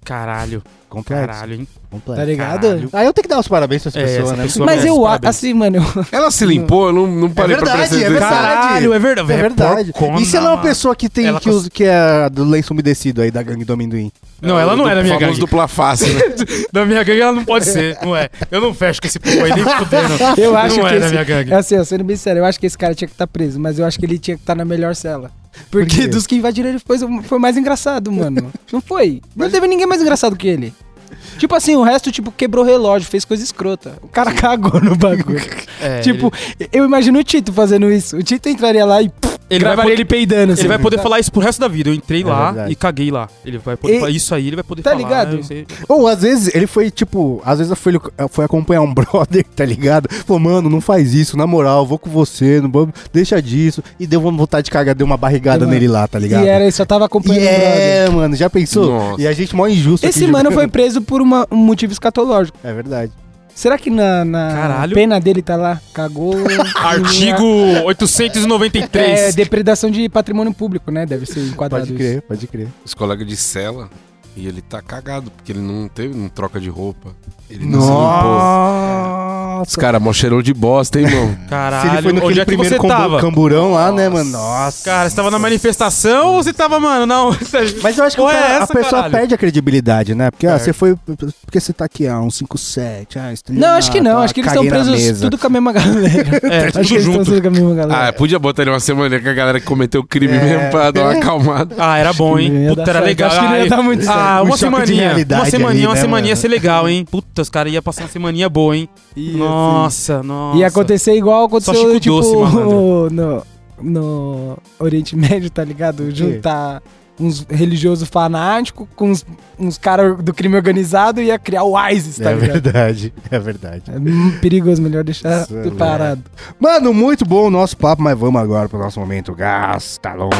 B: Caralho,
A: Complexo,
B: caralho, hein?
A: complexo.
C: Tá ligado?
B: Caralho.
A: Aí eu tenho que dar os parabéns pra essa
B: É,
A: pessoa,
B: essa
A: né?
B: pessoa-
C: Mas
B: merece,
C: eu, a-
B: parabéns.
C: assim, mano, eu-
D: ela se limpou, eu não, não parei pra
A: verdade,
D: prestar
A: é
D: atenção.
A: verdade.
B: Caralho, é verdade.
A: É verdade.
B: porcona,
A: e se ela é uma
B: mano.
A: pessoa que tem
B: Ela
A: que,
B: cons-
A: usa- que é do lenço umedecido aí da gangue do amendoim?
B: Não, ela não é da minha
D: famoso
B: gangue.
D: dupla face, né?
B: Da minha gangue ela não pode ser, não é. Eu não fecho com esse povo aí, nem fudendo.
C: eu acho
B: não
C: que.
B: é
C: esse,
B: da minha gangue.
C: é Assim, eu sendo bem sério, eu acho que esse cara tinha que estar preso, mas eu acho que ele tinha que estar na melhor cela. Porque
A: quê?
C: dos que invadiram ele foi, foi mais engraçado, mano. Não foi? Não teve ninguém mais engraçado que ele. Tipo assim, o resto, tipo, quebrou relógio, fez coisa escrota. O cara cagou no bagulho.
B: É,
C: tipo, eu imagino o Tito fazendo isso. O Tito entraria lá e
B: ele, ele vai
C: gravaria
B: poder,
C: ele peidando, assim.
B: ele vai poder falar isso pro resto da vida. Eu entrei
A: É
B: lá
A: verdade.
B: e caguei lá. Ele vai poder
C: E-
B: falar isso aí, ele vai poder
C: Tá
B: falar.
C: ligado?
B: eu sei.
A: Ou às vezes ele foi tipo, às vezes foi, foi acompanhar um brother, tá ligado? Falou, mano, não faz isso, na moral, vou com você, não vou- deixa disso. E deu uma vontade de cagar, deu uma barrigada
C: Deu uma-
A: nele lá, tá ligado?
C: E era, ele só tava
A: E
C: acompanhando o brother.
A: é, mano, já pensou?
D: Nossa.
A: E a gente mó injusto.
C: Esse
A: aqui
C: mano foi
A: julgando.
C: preso por uma- um motivo escatológico.
A: É verdade.
C: Será que na, na
B: Caralho.
C: pena dele tá lá? Cagou.
B: Artigo
C: É,
B: 893.
C: depredação de patrimônio público, né? Deve ser enquadrado
A: Pode
C: isso.
A: crer, pode crer.
D: Os colegas de cela. E ele tá cagado, porque ele não teve, não troca de roupa. Ele não se
B: Ah.
D: limpou. Os
A: Nossa.
D: caras mó cheirou de bosta, hein, irmão?
A: Se
B: Caralho,
A: ele foi no
B: onde é que
A: primeiro
B: você
A: cambu-
B: tava?
A: camburão lá, né, mano? Nossa.
B: Cara, você tava na manifestação ou você tava, mano, não?
A: Mas eu acho que o
B: Ué,
A: cara- a
B: é essa,
A: pessoa
B: caralho?
A: perde a credibilidade, né? Porque ah,
B: Perde.
A: você foi. Porque você tá aqui, ah, um 5-7. Ah,
C: Não, acho que não. Acho que eles estão presos tudo com a mesma galera.
B: É,
C: acho que
B: tudo
C: eles estão
B: junto.
C: tudo com a mesma galera.
D: Ah,
B: é
D: podia botar ele uma semana com a galera que cometeu crime
A: É.
D: mesmo pra dar uma acalmada.
B: Ah, era bom,
C: Não
B: hein?
C: ia dar
B: Puta, era
C: certo.
B: legal.
C: Acho que não ia
B: Ah,
C: dar muito
B: Ah,
A: Um choque
B: uma
A: de
B: semaninha. Uma
A: realidade
B: semaninha,
A: ali,
B: uma
A: né,
B: semaninha ia
A: mano?
B: ser legal, hein? Puta, os caras iam passar uma semaninha boa, hein? Nossa, nossa.
C: Ia acontecer igual
B: Só
C: aconteceu,
B: Chico
C: tipo,
B: Doce, malandro.
C: no, no Oriente Médio, tá ligado?
A: quê?
C: Juntar uns religiosos fanáticos com uns, uns caras do crime organizado e ia criar o ISIS, tá
A: É
C: ligado?
A: verdade, é verdade.
C: É hum, perigoso, melhor deixar
A: Isso é
C: parado.
A: Mano, muito bom o nosso papo, mas vamos agora pro nosso momento. Gasta longa.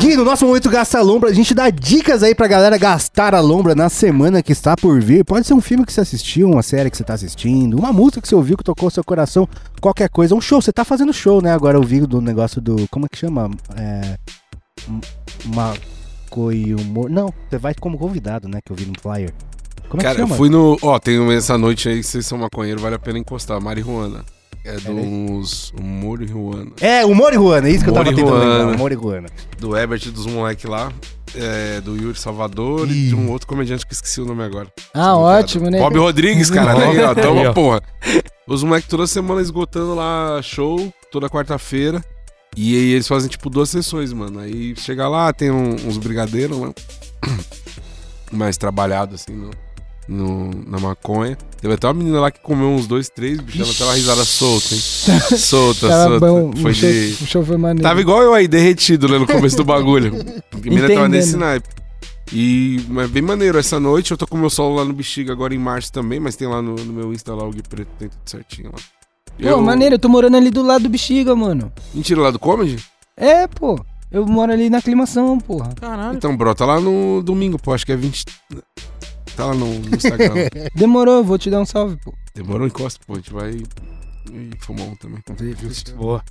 A: Gui, no nosso momento Gasta Lombra, a gente dá dicas aí pra galera gastar a lombra na semana que está por vir. Pode ser um filme que você assistiu, uma série que você tá assistindo, uma música que você ouviu que tocou seu coração, qualquer coisa. Um show, você tá fazendo show, né? Agora eu vi do negócio do. Como é que chama? É. m- Maconha humor. Não, você vai como convidado, né? Que eu vi no flyer. Como é
D: Cara,
A: que
D: eu
A: chama?
D: fui no. Ó, tem uma essa noite aí, se vocês são maconheiros, vale a pena encostar. Marihuana. É um
A: Pera aí.
D: dos. Morihuana.
A: É, o Mori Ruana, é isso que eu tava
D: Humor e
A: tentando lembrar.
D: Ruana.
A: o Mori Ruana.
D: Do Herbert e dos moleque lá. é, do Yuri Salvador
A: Ih.
D: e de um outro comediante que esqueci o nome agora.
A: é
C: Ah, ótimo, né?
D: Bob Rodrigues, cara, né? Aí, ó,
B: Aí,
D: Toma,
B: ó.
D: porra. Os moleques toda semana esgotando lá show, toda quarta-feira. E aí eles fazem, tipo, duas sessões, mano. Aí chega lá, tem um- uns brigadeiros, né? Mais trabalhado, assim, no, no- na maconha. Teve até uma menina lá que comeu uns dois, três, bicho. Ela tava risada solta, hein? Solta,
C: Tava
D: solta.
C: bom,
D: Foi
C: o, show,
D: de...
C: o show foi maneiro.
D: Tava igual eu aí, derretido, né, no começo do bagulho. A menina tava
C: Entendendo.
D: nesse naipe. E mas bem maneiro, essa noite eu tô com meu solo lá no Bexiga agora em março também, mas tem lá no, no meu Insta lá o Gui Preto, tem tudo certinho lá.
C: Pô, maneiro, eu tô morando ali do lado do Bexiga, mano.
D: Mentira, lá do Comedy?
C: É, pô. Eu moro ali na aclimação, porra.
B: Caralho.
D: Então, bro, tá lá no domingo, pô, acho que é 20... Tá lá no, no Instagram. lá.
C: Demorou, eu vou te dar um salve, pô.
D: Demorou, encosta, pô, a gente vai... E fumar um também.
B: Boa.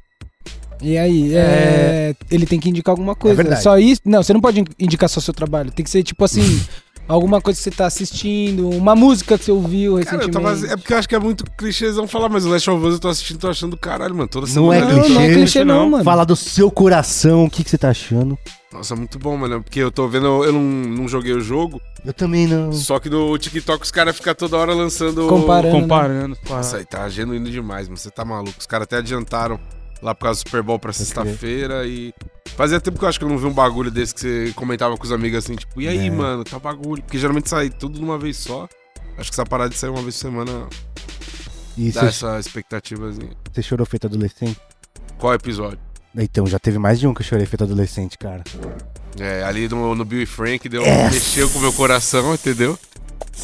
C: E aí, é, ele tem que indicar alguma coisa.
A: É verdade.
C: Só isso? Não, você não pode in- indicar só seu trabalho. Tem que ser tipo assim, alguma coisa que você tá assistindo, uma música que você ouviu
D: Cara, eu
C: recentemente.
D: tava... É porque eu acho que é muito clichêzão falar, mas o Last of Us eu tô assistindo, tô achando do caralho, mano. Toda
A: Não é
D: semana.
C: Não, não é
A: clichê,
C: clichê não,
B: não.
C: mano.
A: Fala do seu coração, o que, que você tá achando?
D: Nossa, muito bom, mano. Porque eu tô vendo, eu não, não joguei o jogo,
A: Eu também não.
D: Só que no TikTok os caras ficam toda hora lançando.
C: Comparando.
A: né?
B: Comparando. com a-
D: Nossa, aí tá genuíno demais, mano. Você tá maluco. Os caras até adiantaram lá por causa do Super Bowl pra sexta-feira e. Fazia tempo que eu acho que eu não vi um bagulho desse que você comentava com os amigos assim, tipo, e aí,
A: É.
D: mano, tá bagulho. Porque geralmente sai tudo de uma vez só. Acho que essa parada de sair uma vez por semana
A: E
D: dá
A: você
D: essa expectativazinha.
A: você chorou feito adolescente?
D: Qual é episódio?
A: Então, já teve mais de um que eu chorei feito adolescente, cara.
D: É, ali no, no Bill e Frank deu, mexeu com o meu coração, entendeu?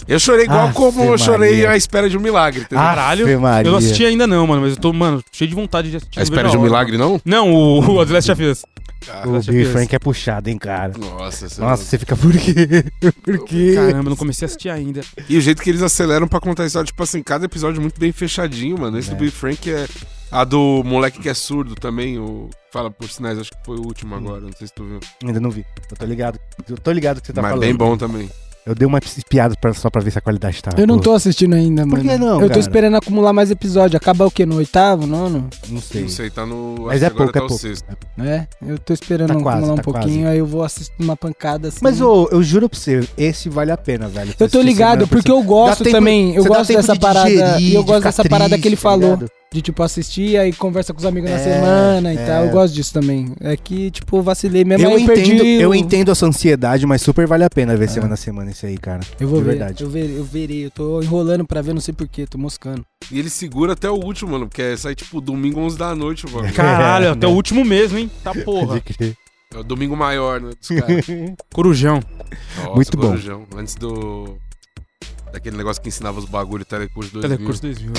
D: Eu chorei igual
A: Aff,
D: como eu chorei
A: Maria.
D: à espera de um milagre, entendeu?
B: Caralho.
A: Ave Maria.
B: Eu não assisti ainda não, mano, mas eu tô, mano, cheio de vontade de assistir.
D: à
B: não
D: espera
B: vejo
D: de
B: a
D: um
B: hora.
D: milagre, não?
B: Não, o, o The Last of Us.
D: Ah,
A: O
B: Acho que
A: Bill
B: é
A: Frank é puxado, hein, cara.
D: Nossa, você-
A: Nossa, você fica por quê? Por quê?
B: Caramba, eu não comecei a assistir ainda.
D: E o jeito que eles aceleram pra contar a história, tipo assim, cada episódio muito bem fechadinho, mano. Esse do Bill Frank é. A do moleque que é surdo também, o. Fala por sinais, acho que foi o último
A: Hum.
D: agora, não sei se tu viu.
A: Ainda não vi. Eu tô ligado. Eu tô ligado que você tá
D: Mas é
A: falando.
D: bem bom também.
A: Eu dei uma espiada pra, só pra ver se a qualidade tá.
C: Eu não tô assistindo ainda, mano.
A: Por que não,
C: Eu tô
A: cara?
C: esperando acumular mais episódio. Acaba o quê? No oitavo, nono?
A: Não sei.
D: Não sei, tá no.
A: Mas
D: acho
A: é
D: que agora
A: pouco, é
D: tá o
A: pouco.
D: sexto.
C: É? Eu tô esperando
A: Tá
C: acumular
A: quase,
C: um
A: tá
C: pouquinho,
A: quase.
C: aí eu vou assistir uma pancada assim.
A: Mas ô, eu juro pra você, esse vale a pena, velho.
C: Eu tô
A: né?
C: ligado, porque eu gosto também. Eu gosto dessa parada. e eu gosto dessa parada que ele falou. de, tipo, assistir, aí conversa com os amigos na
A: tá É,
C: semana e
A: é.
C: tal. Eu gosto disso também. É que, tipo, eu vacilei mesmo.
A: Eu
C: aí
A: entendo,
C: perdi
A: eu
C: o- Ah.
A: entendo essa ansiedade, mas super vale a pena ver semana a semana isso aí, cara.
C: Eu vou
A: de
C: ver.
A: verdade.
C: Eu, ver, eu verei. Eu tô enrolando pra ver, não sei porquê. Tô moscando.
D: E ele segura até o último, mano, porque é sair tipo domingo 11 da noite, mano.
B: Caralho,
A: É,
B: até
A: né?
B: o último mesmo, hein? Tá porra.
A: Pode crer.
D: É o domingo maior, né? Dos caras.
B: Corujão.
D: Nossa,
A: Muito bom.
D: Corujão. Antes do. Daquele negócio que ensinava os bagulho, telecurso 2000.
B: Telecurso 2000.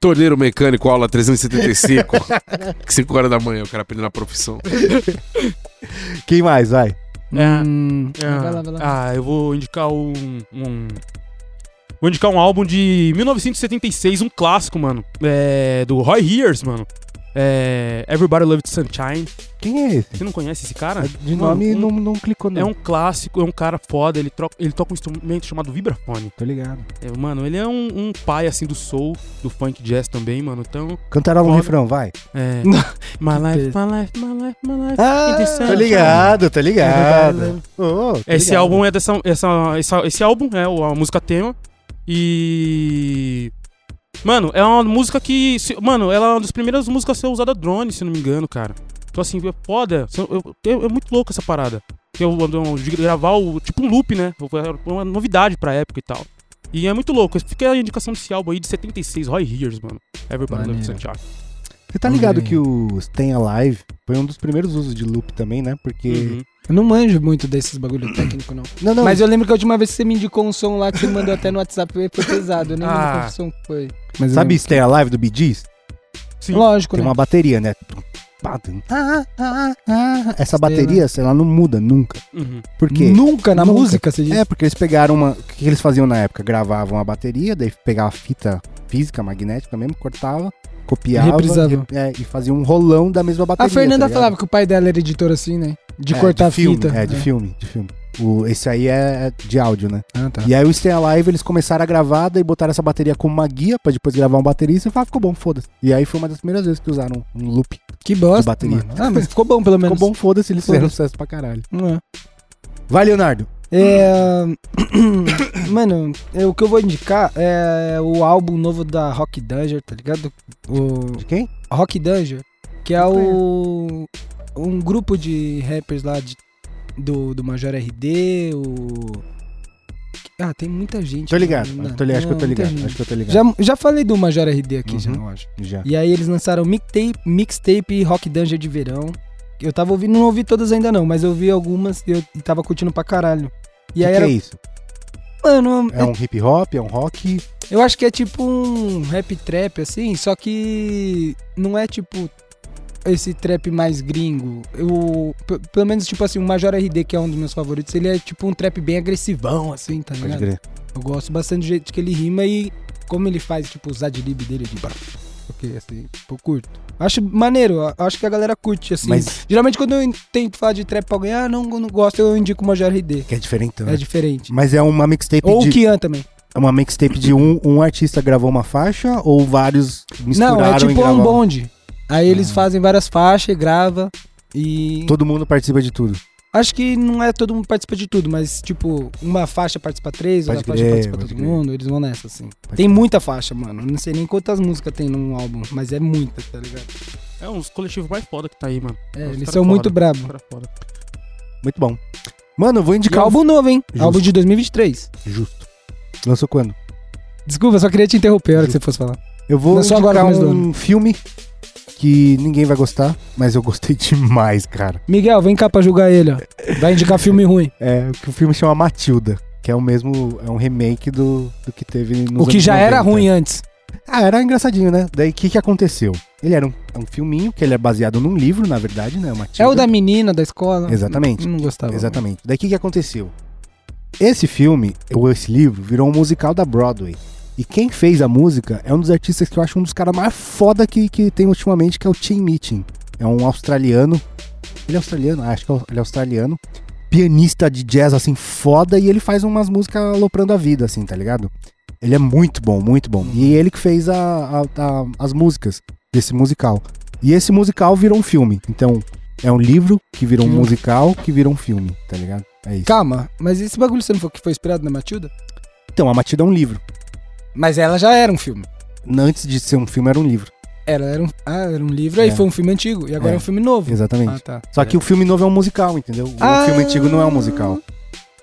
D: Torneiro mecânico, aula 375. 5 horas da manhã, o cara aprendendo a profissão.
A: Quem mais, vai?
B: É.
C: Hum,
B: Ah,
C: Vai lá, vai lá.
B: Ah, eu vou indicar um, um- Vou indicar um álbum de 1976, um clássico, mano. É, do Roy Hears, mano. É, Everybody Loved Sunshine.
A: Quem é esse?
B: Você não conhece esse cara?
A: De
B: Mano,
A: nome
B: um-
A: não, não clicou, não.
B: É um clássico, é um cara foda. Ele, troca, ele toca um instrumento chamado vibrafone.
A: Tô ligado.
B: É, mano, ele é um, um pai, assim, do soul, do funk jazz também, mano. Então,
A: Cantarola um
B: Foda.
A: refrão, vai.
B: é... my life, my life, my life, my life.
A: Ah,
B: É Interessante. É
A: tô ligado, tô ligado. Ô, tô
B: Esse
A: ligado.
B: álbum é dessa. Essa, essa- esse álbum é o- a música tema. E. Mano, é uma música que. se- mano, ela é uma das primeiras músicas a ser usada drone, se não me engano, cara. Então, assim, é foda. Se eu- eu- eu- é muito louco essa parada. Eu, eu- de gravar o. Tipo um loop, né? Foi Uma novidade pra época e tal. E é muito louco. Fica a indicação desse álbum aí de 76, Roy Hears, mano. Everybody Loves
C: Maneiro.
B: Santiago.
A: Você tá
B: Uhum.
A: ligado que o Stay Alive foi um dos primeiros usos de loop também, né? Porque.
B: Uhum.
C: Eu não manjo muito desses bagulho técnico, não.
A: Não, não.
C: Mas eu lembro que a última vez que você me indicou um som lá que você mandou até no WhatsApp foi pesado. Eu nem lembro
B: Ah.
C: qual som que foi. Mas eu
A: Sabe
C: lembro.
A: Stay Alive do Bee Gees?
B: Sim.
C: Lógico,
A: Tem
C: né?
A: uma bateria, né? Pá, tum, ah, ah, ah. Essa
C: Stay
A: bateria, sei lá, não muda nunca.
B: Uhum.
A: Por quê?
C: Nunca na
A: Nunca.
C: música, você diz.
A: É, porque eles pegaram uma. O que eles faziam na época? Gravavam a bateria, daí pegavam a fita física, magnética mesmo, cortava, copiava
C: Reprisava.
A: e, é, e fazia um rolão da mesma bateria.
C: a Fernanda
A: tá ligado?
C: falava que o pai dela era editor assim, né? De
A: É,
C: cortar
A: filme,
C: fita.
A: É, de filme, de filme. O, esse aí é de áudio, né?
C: Ah, tá.
A: E aí o Stay Alive, eles começaram a gravar, daí botaram essa bateria como uma guia pra depois gravar um baterista e falaram, "Ah, ficou bom, foda-se. E aí foi uma das primeiras vezes que usaram um loop.
C: Que bosta.
A: De bateria.
C: mano. Ah, mas ficou bom, pelo menos.
A: Ficou bom, foda-se, eles fizeram
C: Foda-se.
A: sucesso pra caralho.
C: Não é.
A: Vai, Leonardo.
C: É, Mano, é, o que eu vou indicar é o álbum novo da Rock Danger, tá ligado? O
A: De quem?
C: Rock Danger, que é
A: Não
C: o um grupo de rappers lá de- do, do Major RD, o Ah, tem muita gente.
A: Tô ligado.
C: mano,
A: Tô li- acho que eu tô
C: não, muita
A: ligado.
C: gente.
A: Acho que eu tô ligado.
C: Já, já falei do Major RD aqui, já,
A: Uhum.
C: eu acho.
A: Já.
C: E aí eles lançaram mixtape, mixtape Rock Danger de verão. Eu tava ouvindo, não ouvi todas ainda não, mas eu vi algumas e eu e tava curtindo pra caralho. E
A: E
C: aí
A: que
C: era um
A: é isso?
C: Mano,
A: É um hip hop, é um rock.
C: eu acho que é tipo um rap trap, assim, só que não é tipo esse trap mais gringo. Eu, p- pelo menos, tipo assim, o Major RD, que é um dos meus favoritos, ele é tipo um trap bem agressivão, assim, tá
A: Pode
C: ligado?
A: crer.
C: Eu gosto bastante do jeito que ele rima e como ele faz, tipo, os adlib dele de Ok, assim, tipo, eu curto. Acho maneiro, eu acho que a galera curte, assim.
A: Mas
C: Geralmente quando eu tento falar de trap pra alguém, ah, não, não gosto, eu indico o Major RD.
A: que é diferente, né?
C: É diferente.
A: Mas é uma mixtape
C: Ou o
A: de.
C: Kian também.
A: É uma mixtape de um, um artista gravou uma faixa ou vários misturaram
C: Não, é
A: e
C: tipo um
A: gravaram.
C: bonde. Aí eles
A: Ah.
C: fazem várias faixas, grava e
A: Todo mundo participa de tudo.
C: acho que não é todo mundo participa de tudo, mas tipo, uma faixa participa três,
A: Pode
C: outra
A: crer,
C: faixa participa
A: pode
C: todo
A: crer.
C: mundo, eles vão nessa assim.
A: Pode
C: tem
A: crer.
C: muita faixa, mano. Não sei nem quantas músicas tem num álbum, mas é muita, tá ligado?
B: É um dos coletivos mais foda que tá aí, mano.
C: É,
B: Os
C: eles
B: cara
C: são
B: foda,
C: muito brabo.
B: cara foda.
A: Muito bom. Mano, eu vou
C: E
A: indicar.
C: álbum novo, hein?
A: Justo.
C: Álbum de 2023.
A: Justo. Lançou quando?
C: Desculpa, só queria te interromper a hora que você fosse falar.
A: Eu vou
C: Lançou
A: indicar
C: agora, começo do
A: um filme que ninguém vai gostar, mas eu gostei demais, cara.
C: Miguel, vem cá pra julgar ele, ó. Vai indicar filme ruim.
A: É, o que o filme chama Matilda, que é o mesmo, é um remake do, do que teve no
C: O que já era ruim antes.
A: Ah, era engraçadinho, né? Daí o que, que aconteceu? Ele era um, é um filminho que ele é baseado num livro, na verdade, né? Matilda.
C: É o da menina da escola.
A: Exatamente.
C: Não gostava.
A: Exatamente. Daí o que, que aconteceu? Esse filme, ou esse livro, virou um musical da Broadway. E quem fez a música é um dos artistas que eu acho um dos caras mais foda que, que tem ultimamente, que é o Tim Meeting. É um australiano. Ele é australiano? Acho que é au- ele é australiano. Pianista de jazz, assim, foda. E ele faz umas músicas aloprando a vida, assim, tá ligado? Ele é muito bom, muito bom. E ele que fez a- a- a- as músicas desse musical. E esse musical virou um filme. Então, é um livro que virou um
C: Que-
A: musical que virou um filme, tá ligado? É isso.
C: Calma, mas esse bagulho você não falou que foi inspirado na Matilda?
A: Então, a Matilda é um livro.
C: Mas ela já era um filme.
A: Antes de ser um filme, era um livro.
C: Ela era um, ah, era um livro, aí
A: É.
C: foi um filme antigo, e agora é,
A: É.
C: um filme novo.
A: Exatamente.
C: Ah, tá.
A: Só que o filme novo é um musical, entendeu? O
C: Ah.
A: filme antigo não é um musical.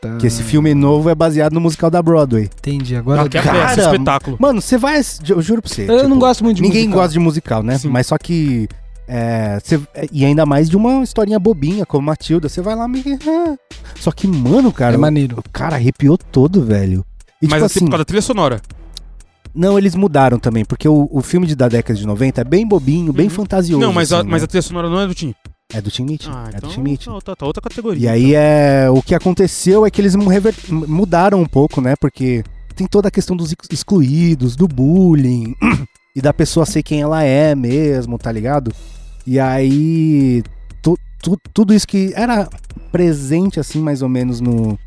C: Tá.
A: Porque esse filme novo é baseado no musical da Broadway.
C: Entendi, agora...
B: Ela quer é peça,
A: Cara,
B: espetáculo.
A: Mano, você vai. ass- Eu juro pra você. tipo,
C: Eu não gosto muito de
A: Ninguém
C: musical.
A: gosta de musical, né?
B: Sim.
A: Mas só que. é, cê- e ainda mais de uma historinha bobinha como Matilda. Você vai lá meio. que, ah. Só que, mano, cara.
C: É maneiro.
A: o cara arrepiou todo, velho. E,
B: Mas
A: tipo
B: assim,
A: assim,
B: por causa da trilha sonora.
A: não, eles mudaram também, porque o, o filme de, da década de 90 é bem bobinho, bem
B: Uhum.
A: fantasioso.
B: Não, mas, a,
A: assim,
B: mas a
A: né?
B: trilha sonora não é do Tim.
A: É do Tim Mitchell.
B: Ah,
A: é
B: então
A: do Tim Mitchell.
B: tá, tá outra
A: E
B: categoria.
A: aí é o que aconteceu é que eles mu- rever- mudaram um pouco, né? Porque tem toda a questão dos ex- excluídos, do bullying e da pessoa ser quem ela é mesmo, tá ligado? E aí tu- tu- tudo isso que era presente assim mais ou menos no,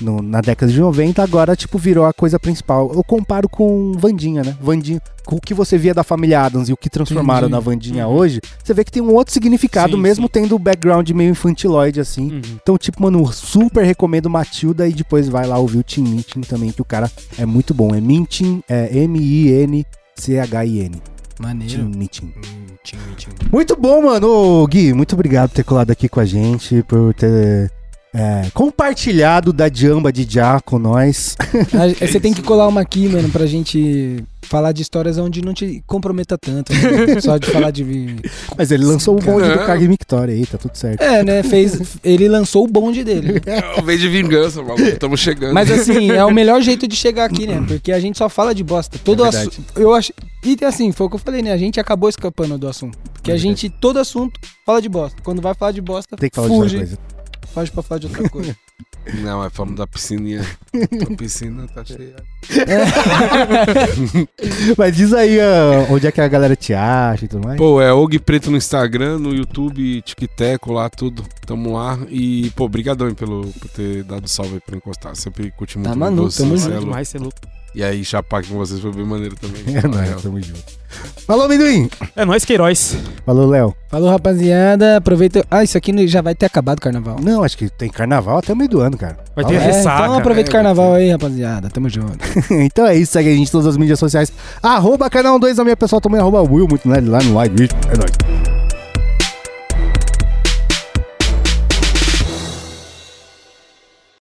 A: no- na década de 90 agora tipo virou a coisa principal. Eu comparo com Vandinha, né? Vandinha, com o que você via da família Adams e o que transformaram
C: Entendi.
A: na Vandinha
B: Uhum.
A: hoje, você vê que tem um outro significado
B: Sim,
A: mesmo
B: sim.
A: tendo o background meio infantiloide assim.
B: Uhum.
A: Então, tipo, mano, eu super recomendo Matilda e depois vai lá ouvir o Team Mintin também, que o cara é muito bom. É Mintin, é M-I-N-C-H-I-N. Team
C: Maneiro.
A: Mintin.
C: Hum, tchim, tchim.
A: Muito bom, mano. Ô, Gui, muito obrigado por ter colado aqui com a gente, por ter é, compartilhado da Jamba de Já com nós.
C: Ah,
A: é
C: Você tem que colar uma aqui, mano, pra gente falar de histórias onde não te comprometa tanto. né? Só de falar de.
A: Mas ele lançou o bonde do
D: Caramba.
A: Cargue Victoria aí, tá tudo certo.
C: É, né? Fez, ele lançou o bonde dele.
D: É o vez de vingança, maluco. Estamos chegando.
C: Mas assim, é o melhor jeito de chegar aqui, né? Porque a gente só fala de bosta. Todo
A: É
C: assunto. Eu acho. E assim, foi o que eu falei, né? A gente acabou escapando do assunto. Porque
A: É
C: a
A: verdade.
C: gente, todo assunto, fala de bosta. Quando vai falar de bosta,
A: Tem que falar de
C: fuge.
A: outra coisa.
C: Foge pra falar de outra coisa.
D: Não, é falando da piscininha. A piscina tá cheia.
A: Mas diz aí ah, onde é que a galera te acha e tudo mais.
D: Pô, é Og Preto no Instagram, no YouTube, TikTok, lá tudo. Tamo lá. E, pô, brigadão hein, pelo, por ter dado salve aí pra encostar. Sempre curti muito
C: Tá
D: ouvir
C: maluco,
D: vocês,
C: tamo
B: Mano,
C: junto.
D: Marcelo.
B: demais, você é louco.
D: E aí, chapar aqui com vocês foi bem maneiro também.
A: É nóis,
D: Valeu.
A: tamo junto. Falou, amendoim.
B: É nóis, Queiroz.
A: Falou, Léo.
C: Falou, rapaziada. Aproveita. Ah, isso aqui já vai ter acabado o carnaval.
A: Não, acho que tem carnaval até o meio do ano, cara.
B: Vai
A: Fala
B: ter
A: aí.
C: É,
B: ressaca.
C: então aproveita o
D: É,
C: carnaval
D: vai
C: aí, rapaziada. Tamo junto.
A: Então é isso, segue a gente em todas as mídias sociais. Arroba canal 2 da minha pessoal também, arroba Will, muito nerd lá no né, Live. É nóis.